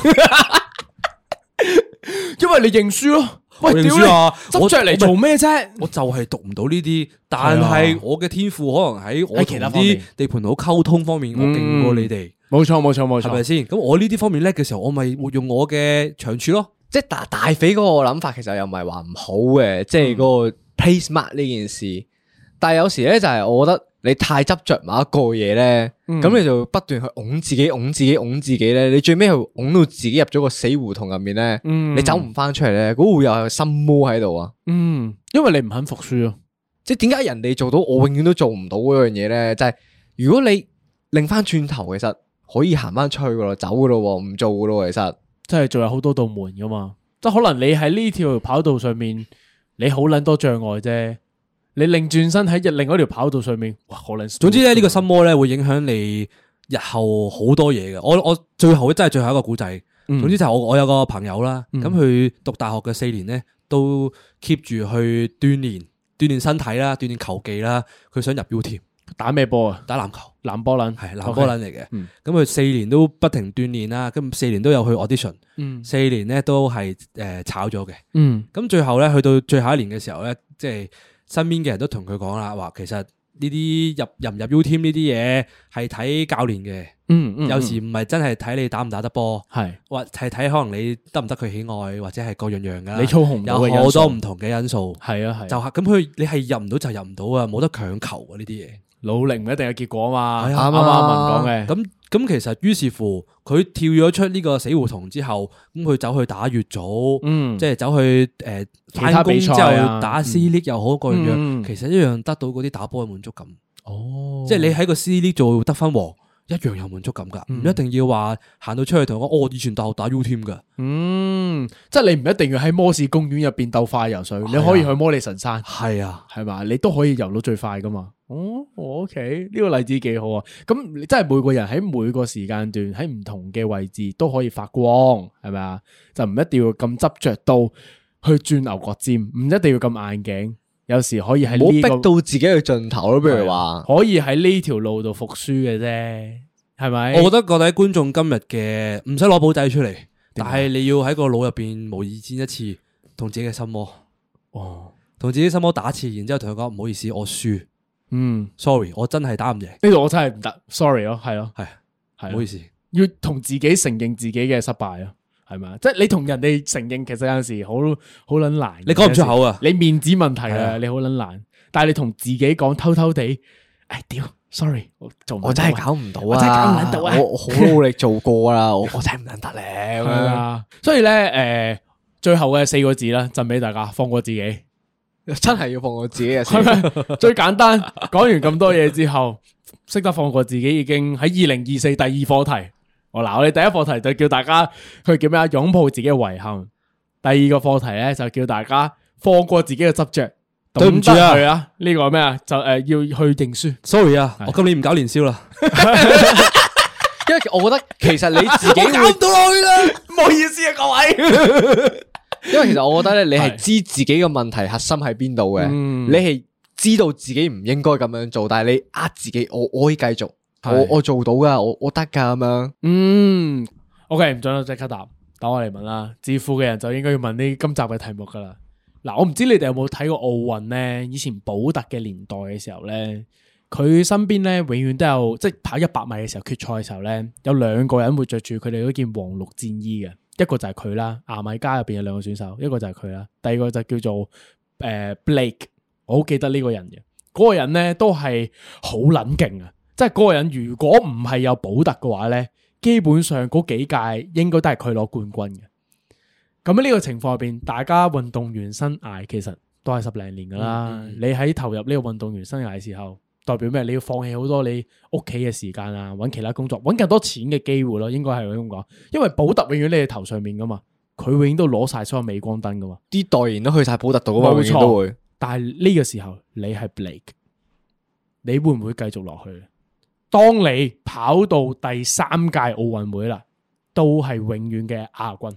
[SPEAKER 3] 因為你認輸咯。
[SPEAKER 4] 我
[SPEAKER 3] 喂，
[SPEAKER 4] 認
[SPEAKER 3] 屌你
[SPEAKER 4] 輸啊
[SPEAKER 3] 執
[SPEAKER 4] 我
[SPEAKER 3] 着嚟做咩啫？
[SPEAKER 4] 我就係讀唔到呢啲，但係我嘅天賦可能喺我
[SPEAKER 3] 啊
[SPEAKER 4] 同
[SPEAKER 3] 喺其他方面
[SPEAKER 4] 啲地盤佬溝通方面，我勁過你哋，
[SPEAKER 3] 冇錯冇錯嗯冇
[SPEAKER 4] 係咪先？咁我呢啲方面叻嘅時候，我咪活用我嘅長處咯。
[SPEAKER 3] 嗯
[SPEAKER 1] 即係大大肥嗰個諗法，其實又唔係話唔好嘅，即
[SPEAKER 3] 嗯
[SPEAKER 1] 係嗰個 play smart 呢件事。但係有時咧，就係我覺得你太執着某一個嘢咧，
[SPEAKER 3] 嗯
[SPEAKER 1] 咁你就不斷去拱自己、拱自己、拱自己咧，你最尾去拱到自己入咗個死胡同入面咧，你走唔翻出嚟咧，嗰會又有心魔喺度啊！
[SPEAKER 3] 嗯，因為你唔肯服啊輸咯。
[SPEAKER 1] 即係點解人哋做到，我永遠都做唔到嗰樣嘢咧？就係、如果你擰翻轉頭，其實可以行翻出去噶咯，走噶咯，唔做噶咯，其實。
[SPEAKER 3] 即係仲有好多道門噶嘛。即係可能你喺呢條跑道上面，你好撚多障礙啫。你擰轉身喺另外一條跑道上面，哇，好啊撚。
[SPEAKER 4] 總之咧，呢個心魔咧會影響你日後好多嘢嘅。我我最後真係最後一個古仔。
[SPEAKER 3] 嗯
[SPEAKER 4] 總之就係我我有個朋友啦，咁佢讀大學嘅四年咧都 keep 住去鍛煉鍛煉身體啦，鍛煉球技啦。佢想入 U team
[SPEAKER 3] 打咩波啊？
[SPEAKER 4] 打籃球，
[SPEAKER 3] 藍波撚
[SPEAKER 4] 係籃波撚嚟嘅。
[SPEAKER 3] 嗯
[SPEAKER 4] 咁佢四年都不停鍛煉啦，咁四年都有去 audition，
[SPEAKER 3] 嗯
[SPEAKER 4] 四年咧都係誒炒咗嘅。
[SPEAKER 3] 嗯
[SPEAKER 4] 咁最後咧，去到最後一年嘅時候咧，即係身邊嘅人都同佢講啦，話其實呢啲入入唔入 U team 呢啲嘢係睇教練嘅。
[SPEAKER 3] 嗯嗯
[SPEAKER 4] 有時唔啊係真係睇你打唔打得波，
[SPEAKER 3] 係
[SPEAKER 4] 或係睇可能你得唔得佢喜愛，或者係各樣樣噶啦。
[SPEAKER 3] 你操控唔到嘅因
[SPEAKER 4] 有
[SPEAKER 3] 素
[SPEAKER 4] 好多唔同嘅因素。
[SPEAKER 3] 係啊係啊
[SPEAKER 4] 就係咁佢你係入唔到就入唔到啊，冇得強求啊呢啲嘢。
[SPEAKER 3] 努力唔一定有結果嘛，啱
[SPEAKER 4] 係
[SPEAKER 3] 啱
[SPEAKER 4] 啊
[SPEAKER 3] 阿文講嘅。
[SPEAKER 4] 咁咁其實於是乎佢跳咗出呢個死胡同之後，咁佢走去打越組，
[SPEAKER 3] 嗯
[SPEAKER 4] 即係走去誒
[SPEAKER 3] 其他
[SPEAKER 4] 翻工
[SPEAKER 3] 比
[SPEAKER 4] 之
[SPEAKER 3] 賽
[SPEAKER 4] 後
[SPEAKER 3] 啊
[SPEAKER 4] 打 C League 又好各樣樣，
[SPEAKER 3] 嗯
[SPEAKER 4] 其實一樣得到嗰啲打波嘅滿足感。
[SPEAKER 3] 哦
[SPEAKER 4] 即係你喺個 C League 做得分王，一樣有滿足感㗎，
[SPEAKER 3] 嗯
[SPEAKER 4] 唔一定要話行到出去同我講，哦我以前大學打 U team 㗎，
[SPEAKER 3] 嗯，即係你唔一定要喺摩士公園入邊鬥快游水，
[SPEAKER 4] 啊
[SPEAKER 3] 你可以去摩利神山，
[SPEAKER 4] 係啊，
[SPEAKER 3] 係嘛？你都可以游到最快噶嘛？哦，OK，呢個例子幾好啊！咁你真係每個人喺每個時間段喺唔同嘅位置都可以發光，係咪啊？就唔一定要咁執着到去轉牛角尖，唔一定要咁硬頸，有時可以喺
[SPEAKER 1] 唔好逼
[SPEAKER 3] 呢、個啊
[SPEAKER 1] 到自己去盡頭咯。譬如話，
[SPEAKER 3] 可以喺呢條路度服輸嘅啫，係咪？
[SPEAKER 4] 我覺得各位觀眾今日嘅唔使攞簿仔出嚟，但係你要喺個腦入邊模擬戰一次，同自己嘅心魔，
[SPEAKER 3] 哦，
[SPEAKER 4] 同自己心魔打一次，然之後同佢講唔好意思，我輸
[SPEAKER 3] 嗯，
[SPEAKER 4] ，sorry，我真係打唔贏，
[SPEAKER 3] 呢度我真係唔得，sorry 咯，係咯，
[SPEAKER 4] 係啊
[SPEAKER 3] 係
[SPEAKER 4] 唔好意思，
[SPEAKER 3] 要同自己承認自己嘅失敗咯，係咪啊？即係你同人哋承認，其實有陣時好好撚難。
[SPEAKER 4] 你講唔出口啊
[SPEAKER 3] 有陣時你面子問題
[SPEAKER 4] 係
[SPEAKER 3] 啊，
[SPEAKER 4] 啊
[SPEAKER 3] 你好撚難。但係你同自己講偷偷地，唉屌，sorry，我做唔到啊
[SPEAKER 1] 我真係搞唔到啊！
[SPEAKER 3] 我真係搞唔撚到啊！
[SPEAKER 1] 我我好努力做過啦，我我真係唔撚得咧咁
[SPEAKER 3] 係
[SPEAKER 1] 樣。
[SPEAKER 3] 啊，所以咧，誒，最後嘅四個字啦，贈俾大家，放過自己。
[SPEAKER 1] 真係要放我自己嘅
[SPEAKER 3] 係啊
[SPEAKER 1] 先。
[SPEAKER 3] 咪最簡單？講完咁多嘢之後，識得放過自己，已經喺二零二四第二課題。我嗱，我哋第一課題就叫大家去叫咩啊？擁抱自己嘅遺憾。第二個課題咧就叫大家放過自己嘅執着。
[SPEAKER 4] 對唔住啊
[SPEAKER 3] 懂得去啊！呢個咩啊？就誒、呃要去認輸。
[SPEAKER 4] sorry 啊，我今年唔搞年宵啦，
[SPEAKER 1] 因為我覺得其實 你自己會，
[SPEAKER 4] 到落去啦，
[SPEAKER 3] 唔好意思啊，各位。
[SPEAKER 1] 因為其實我覺得咧，你係
[SPEAKER 3] 係
[SPEAKER 1] 知自己嘅問題核心喺邊度嘅，
[SPEAKER 3] 嗯
[SPEAKER 1] 你係知道自己唔應該咁樣做，但係你呃自己，我我可以繼續，我我做到噶，我我得噶咁樣。
[SPEAKER 3] 嗯，OK，唔准我即刻答，等我嚟問啦。致富嘅人就應該要問呢今集嘅題目噶啦。嗱，我唔知你哋有冇睇過奧運呢？以前保特嘅年代嘅時候呢，佢身邊呢永遠都有，即係跑一百米嘅時候決賽嘅時候呢，有兩個人會着住佢哋嗰件黃綠戰衣嘅，一個就係佢啦，牙買加入邊有兩個選手，一個就係佢啦，第二個就叫做誒、呃 Blake，我好記得呢個人嘅，嗰、個人呢都係好撚勁啊！即係嗰個人如果唔係有保特嘅話呢。基本上嗰幾屆應該都係佢攞冠軍嘅。咁喺呢個情況入邊，大家運動員生涯其實都係十零年噶啦。你喺投入呢個運動員生涯嘅時候，代表咩？你要放棄好多你屋企嘅時間啊，揾其他工作，揾更多錢嘅機會咯。應該係咁講，因為保特永遠你喺頭上面噶嘛，佢永遠都攞晒所有鎂光燈噶嘛。
[SPEAKER 1] 啲代言都去晒保特度噶嘛，永
[SPEAKER 3] 冇錯
[SPEAKER 1] 遠都會。
[SPEAKER 3] 但係呢個時候你係 Blake，你會唔會繼續落去咧？當你跑到第三屆奧運會啦，都係永遠嘅亞軍。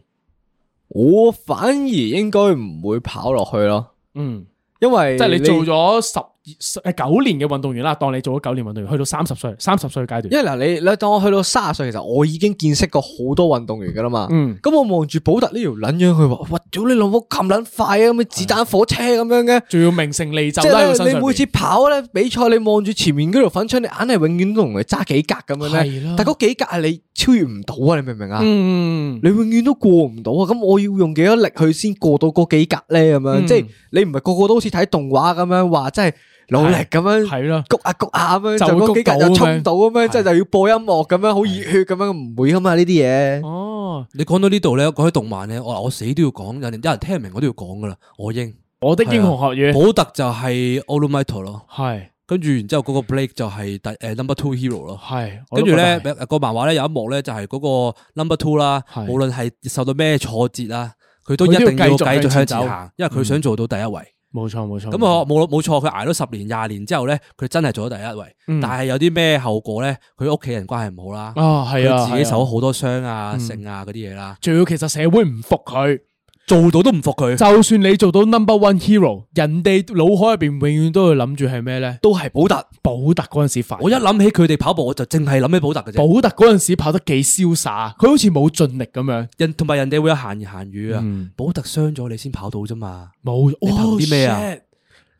[SPEAKER 1] 我反而應該唔會跑落去咯，
[SPEAKER 3] 嗯，
[SPEAKER 1] 因為
[SPEAKER 3] 即係你做咗十十誒九年嘅運動員啦，當你做咗九年運動員，去到三十歲，三十歲階段，
[SPEAKER 1] 因為嗱，你你當我去到卅歲，其實我已經見識過好多運動員噶啦嘛。
[SPEAKER 3] 嗯
[SPEAKER 1] 咁我望住保特呢條撚樣，佢話：，哇，屌你老母咁撚快啊！咁嘅子彈火車咁樣嘅，
[SPEAKER 3] 仲要名成利就
[SPEAKER 1] 即
[SPEAKER 3] 都喺佢
[SPEAKER 1] 係
[SPEAKER 3] 身
[SPEAKER 1] 咧
[SPEAKER 3] 上
[SPEAKER 1] 你每次
[SPEAKER 3] 面。
[SPEAKER 1] 跑咧比賽，你望住前面嗰條粉槍，你硬係永遠都同佢揸幾格咁樣
[SPEAKER 3] 係
[SPEAKER 1] 咧
[SPEAKER 3] 啦。
[SPEAKER 1] 但嗰幾格係你超越唔到啊！你明唔明啊？
[SPEAKER 3] 嗯，
[SPEAKER 1] 你永遠都過唔到啊！咁我要用幾多力去先過到嗰幾格咧？咁樣、
[SPEAKER 3] 嗯
[SPEAKER 1] 即係你唔係個個都好似睇動畫咁樣話，真係努力咁樣，
[SPEAKER 3] 係咯
[SPEAKER 1] 谷下谷下咁樣，
[SPEAKER 3] 就
[SPEAKER 1] 就
[SPEAKER 3] 會
[SPEAKER 1] 嗰
[SPEAKER 3] 谷
[SPEAKER 1] 幾格
[SPEAKER 3] 到
[SPEAKER 1] 就
[SPEAKER 3] 咁
[SPEAKER 1] 衝
[SPEAKER 3] 樣
[SPEAKER 1] 到咁樣，即係就要播音樂咁樣，好熱血咁樣，唔會噶嘛呢啲嘢。
[SPEAKER 3] 哦，
[SPEAKER 4] 你啊講到呢度咧，講起動漫咧，我話我死都要講，有人有人聽唔明我都要講噶啦，我英
[SPEAKER 3] 我的英雄學院
[SPEAKER 4] 保特就係 All Might 咯，
[SPEAKER 3] 係
[SPEAKER 4] 跟住然之後嗰個 Blake 就係第誒 Number Two Hero 咯。
[SPEAKER 3] 係，我
[SPEAKER 4] 跟
[SPEAKER 3] 都
[SPEAKER 4] 住
[SPEAKER 3] 覺得
[SPEAKER 4] 咧，
[SPEAKER 3] 係
[SPEAKER 4] 個漫畫咧有一幕咧，就係嗰個 number two 啦
[SPEAKER 3] 係，
[SPEAKER 4] 無論係受到咩挫折啦，佢都一
[SPEAKER 3] 佢都要
[SPEAKER 4] 定要繼
[SPEAKER 3] 繼
[SPEAKER 4] 續向
[SPEAKER 3] 續
[SPEAKER 4] 前
[SPEAKER 3] 向前嗯
[SPEAKER 4] 行，因為佢想做到第一位。
[SPEAKER 3] 冇錯冇錯。
[SPEAKER 4] 咁我冇冇錯，佢捱咗十年廿年之後咧，佢真係做咗第一位。但係有啲咩後果咧？佢屋企人關係唔好啦，
[SPEAKER 3] 嗯啊係啊，
[SPEAKER 4] 佢自己
[SPEAKER 3] 係啊嗯
[SPEAKER 4] 受咗，好多傷啊、性啊嗰啲嘢啦，
[SPEAKER 3] 仲要其實社會唔服佢。
[SPEAKER 4] 做到都唔服佢。
[SPEAKER 3] 就算你做到 number one hero，人哋腦海入邊永遠都會諗住係咩咧？
[SPEAKER 1] 都係保特，
[SPEAKER 3] 保特嗰陣時快，
[SPEAKER 4] 我一諗起佢哋跑步，我就淨係諗起保特嘅啫。
[SPEAKER 3] 保特嗰陣時跑得幾瀟灑，佢好似冇盡力咁樣。
[SPEAKER 4] 人同埋人哋會有閒言閒語啊
[SPEAKER 3] 嗯，
[SPEAKER 4] 保特傷咗你先跑到啫嘛。
[SPEAKER 3] 冇哦
[SPEAKER 4] 你憑啲咩啊？
[SPEAKER 3] shit！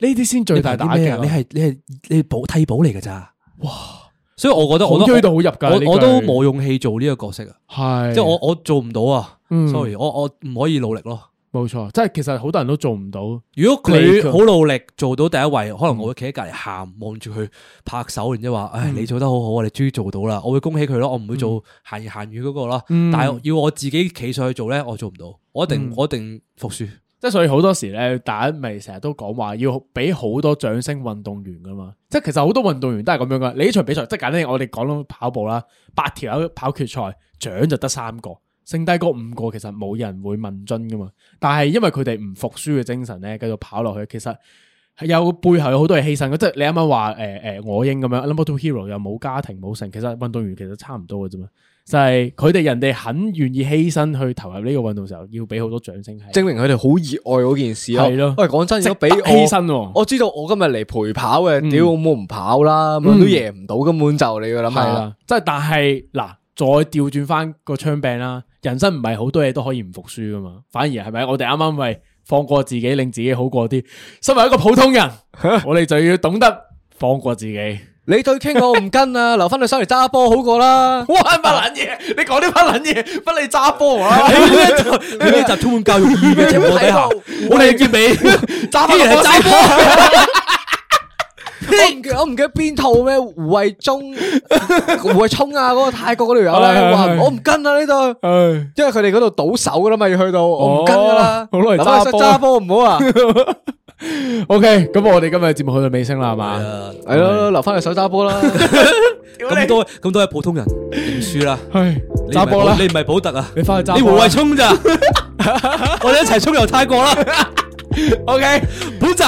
[SPEAKER 3] 呢啲先最大打
[SPEAKER 4] 你
[SPEAKER 3] 擊
[SPEAKER 4] 係
[SPEAKER 3] 啊。
[SPEAKER 4] 你係你係你係補替補嚟㗎咋？哇！所以我覺得我
[SPEAKER 3] 好
[SPEAKER 4] 都
[SPEAKER 3] 追到好入㗎呢句
[SPEAKER 4] 我我都冇勇氣做呢個角色啊。
[SPEAKER 3] 係
[SPEAKER 4] 即係我我做唔到啊。
[SPEAKER 3] 嗯
[SPEAKER 4] sorry，我我唔可以努力咯。
[SPEAKER 3] 冇錯，即係其實好多人都做唔到。
[SPEAKER 4] 如果
[SPEAKER 3] 你
[SPEAKER 4] 佢好努力做到第一位，可能我會企喺隔離喊，望住佢拍手，然之後話：，唉，你做得好好啊，你終於做到啦！我會恭喜佢咯，我唔會做閒言閒語嗰個咯。
[SPEAKER 3] 嗯
[SPEAKER 4] 但係要我自己企上去做咧，我做唔到，我一定我一定服輸。
[SPEAKER 3] 即係所以好多時咧，大家咪成日都講話要俾好多掌聲運動員噶嘛。即係其實好多運動員都係咁樣噶。你呢場比賽即係簡單，我哋講到跑步啦，八條友跑決賽，獎就得三個，剩低嗰五個其實冇人會問津噶嘛。但係因為佢哋唔服輸嘅精神咧，繼續跑落去，其實。係有背後有好多嘢犧牲嘅，即係你啱啱話誒誒我英咁樣 number two hero 又冇家庭冇成，其實運動員其實差唔多嘅啫嘛，就係佢哋人哋肯願意犧牲去投入呢個運動嘅時候，要俾好多掌聲係。
[SPEAKER 1] 證明佢哋好熱愛嗰件事咯。
[SPEAKER 3] 係咯
[SPEAKER 1] 喂，講真，如果俾
[SPEAKER 3] 值
[SPEAKER 1] 我
[SPEAKER 3] 得犧牲喎
[SPEAKER 1] 我知道我今日嚟陪跑嘅，屌我冇唔跑啦，咁
[SPEAKER 3] 嗯
[SPEAKER 1] 樣都贏唔到，根本就你噶啦
[SPEAKER 3] 系啦，即係但啊係嗱，再調轉翻個槍柄啦，人生唔係好多嘢都可以唔服輸噶嘛，反而係咪？我哋啱啱咪放過自己，令自己好過啲。身為一個普通 人，我哋就要懂得放過自己。
[SPEAKER 1] 你對傾我唔跟 啊，留翻對手嚟揸波好過啦。
[SPEAKER 3] 哇，乜撚嘢？你講啲乜撚嘢？不你揸 波啊！
[SPEAKER 4] 你呢一集你呢一集充滿教育意義嘅情況底下， 我哋結 尾
[SPEAKER 3] 揸
[SPEAKER 4] 竟然係揸 波。
[SPEAKER 1] 我唔記我唔記得邊套咩胡慧 中、胡慧聰啊，嗰個泰國嗰條友
[SPEAKER 3] 係係
[SPEAKER 1] 咧，
[SPEAKER 3] 係
[SPEAKER 1] 話我唔跟啊呢度。
[SPEAKER 3] 唉。
[SPEAKER 1] 因為佢哋嗰度倒手噶啦嘛，要去到我唔跟噶啦，
[SPEAKER 3] 哦好耐
[SPEAKER 1] 留返
[SPEAKER 3] 揸波
[SPEAKER 1] 揸波唔好 啊，
[SPEAKER 3] O K，咁我哋今日節目去到尾聲啦，係啊嘛？
[SPEAKER 1] 係咯，留翻對手揸波 啦。
[SPEAKER 4] 咁多咁多係普通人認輸 啦，
[SPEAKER 3] 唉，
[SPEAKER 4] 你唔係
[SPEAKER 3] 揸波啦
[SPEAKER 4] 保你，唔係保特啊，
[SPEAKER 3] 你翻去揸
[SPEAKER 4] 你
[SPEAKER 3] 波
[SPEAKER 4] 胡
[SPEAKER 3] 啦
[SPEAKER 4] 慧沖 咋？我哋一齊沖遊泰國啦。
[SPEAKER 3] O K，
[SPEAKER 4] 本集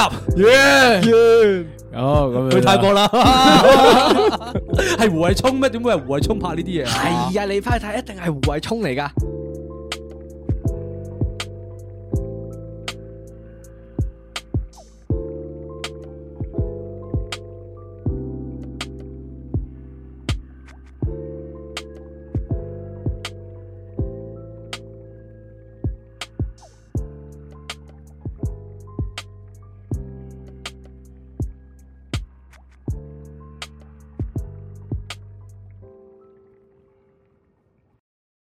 [SPEAKER 3] 哦咁樣
[SPEAKER 4] 去泰
[SPEAKER 3] 啦
[SPEAKER 4] 國 啦，係胡慧沖咩？點會係胡慧沖拍呢啲嘢啊？
[SPEAKER 1] 哎係啊，你翻去睇一定係胡慧聰嚟噶，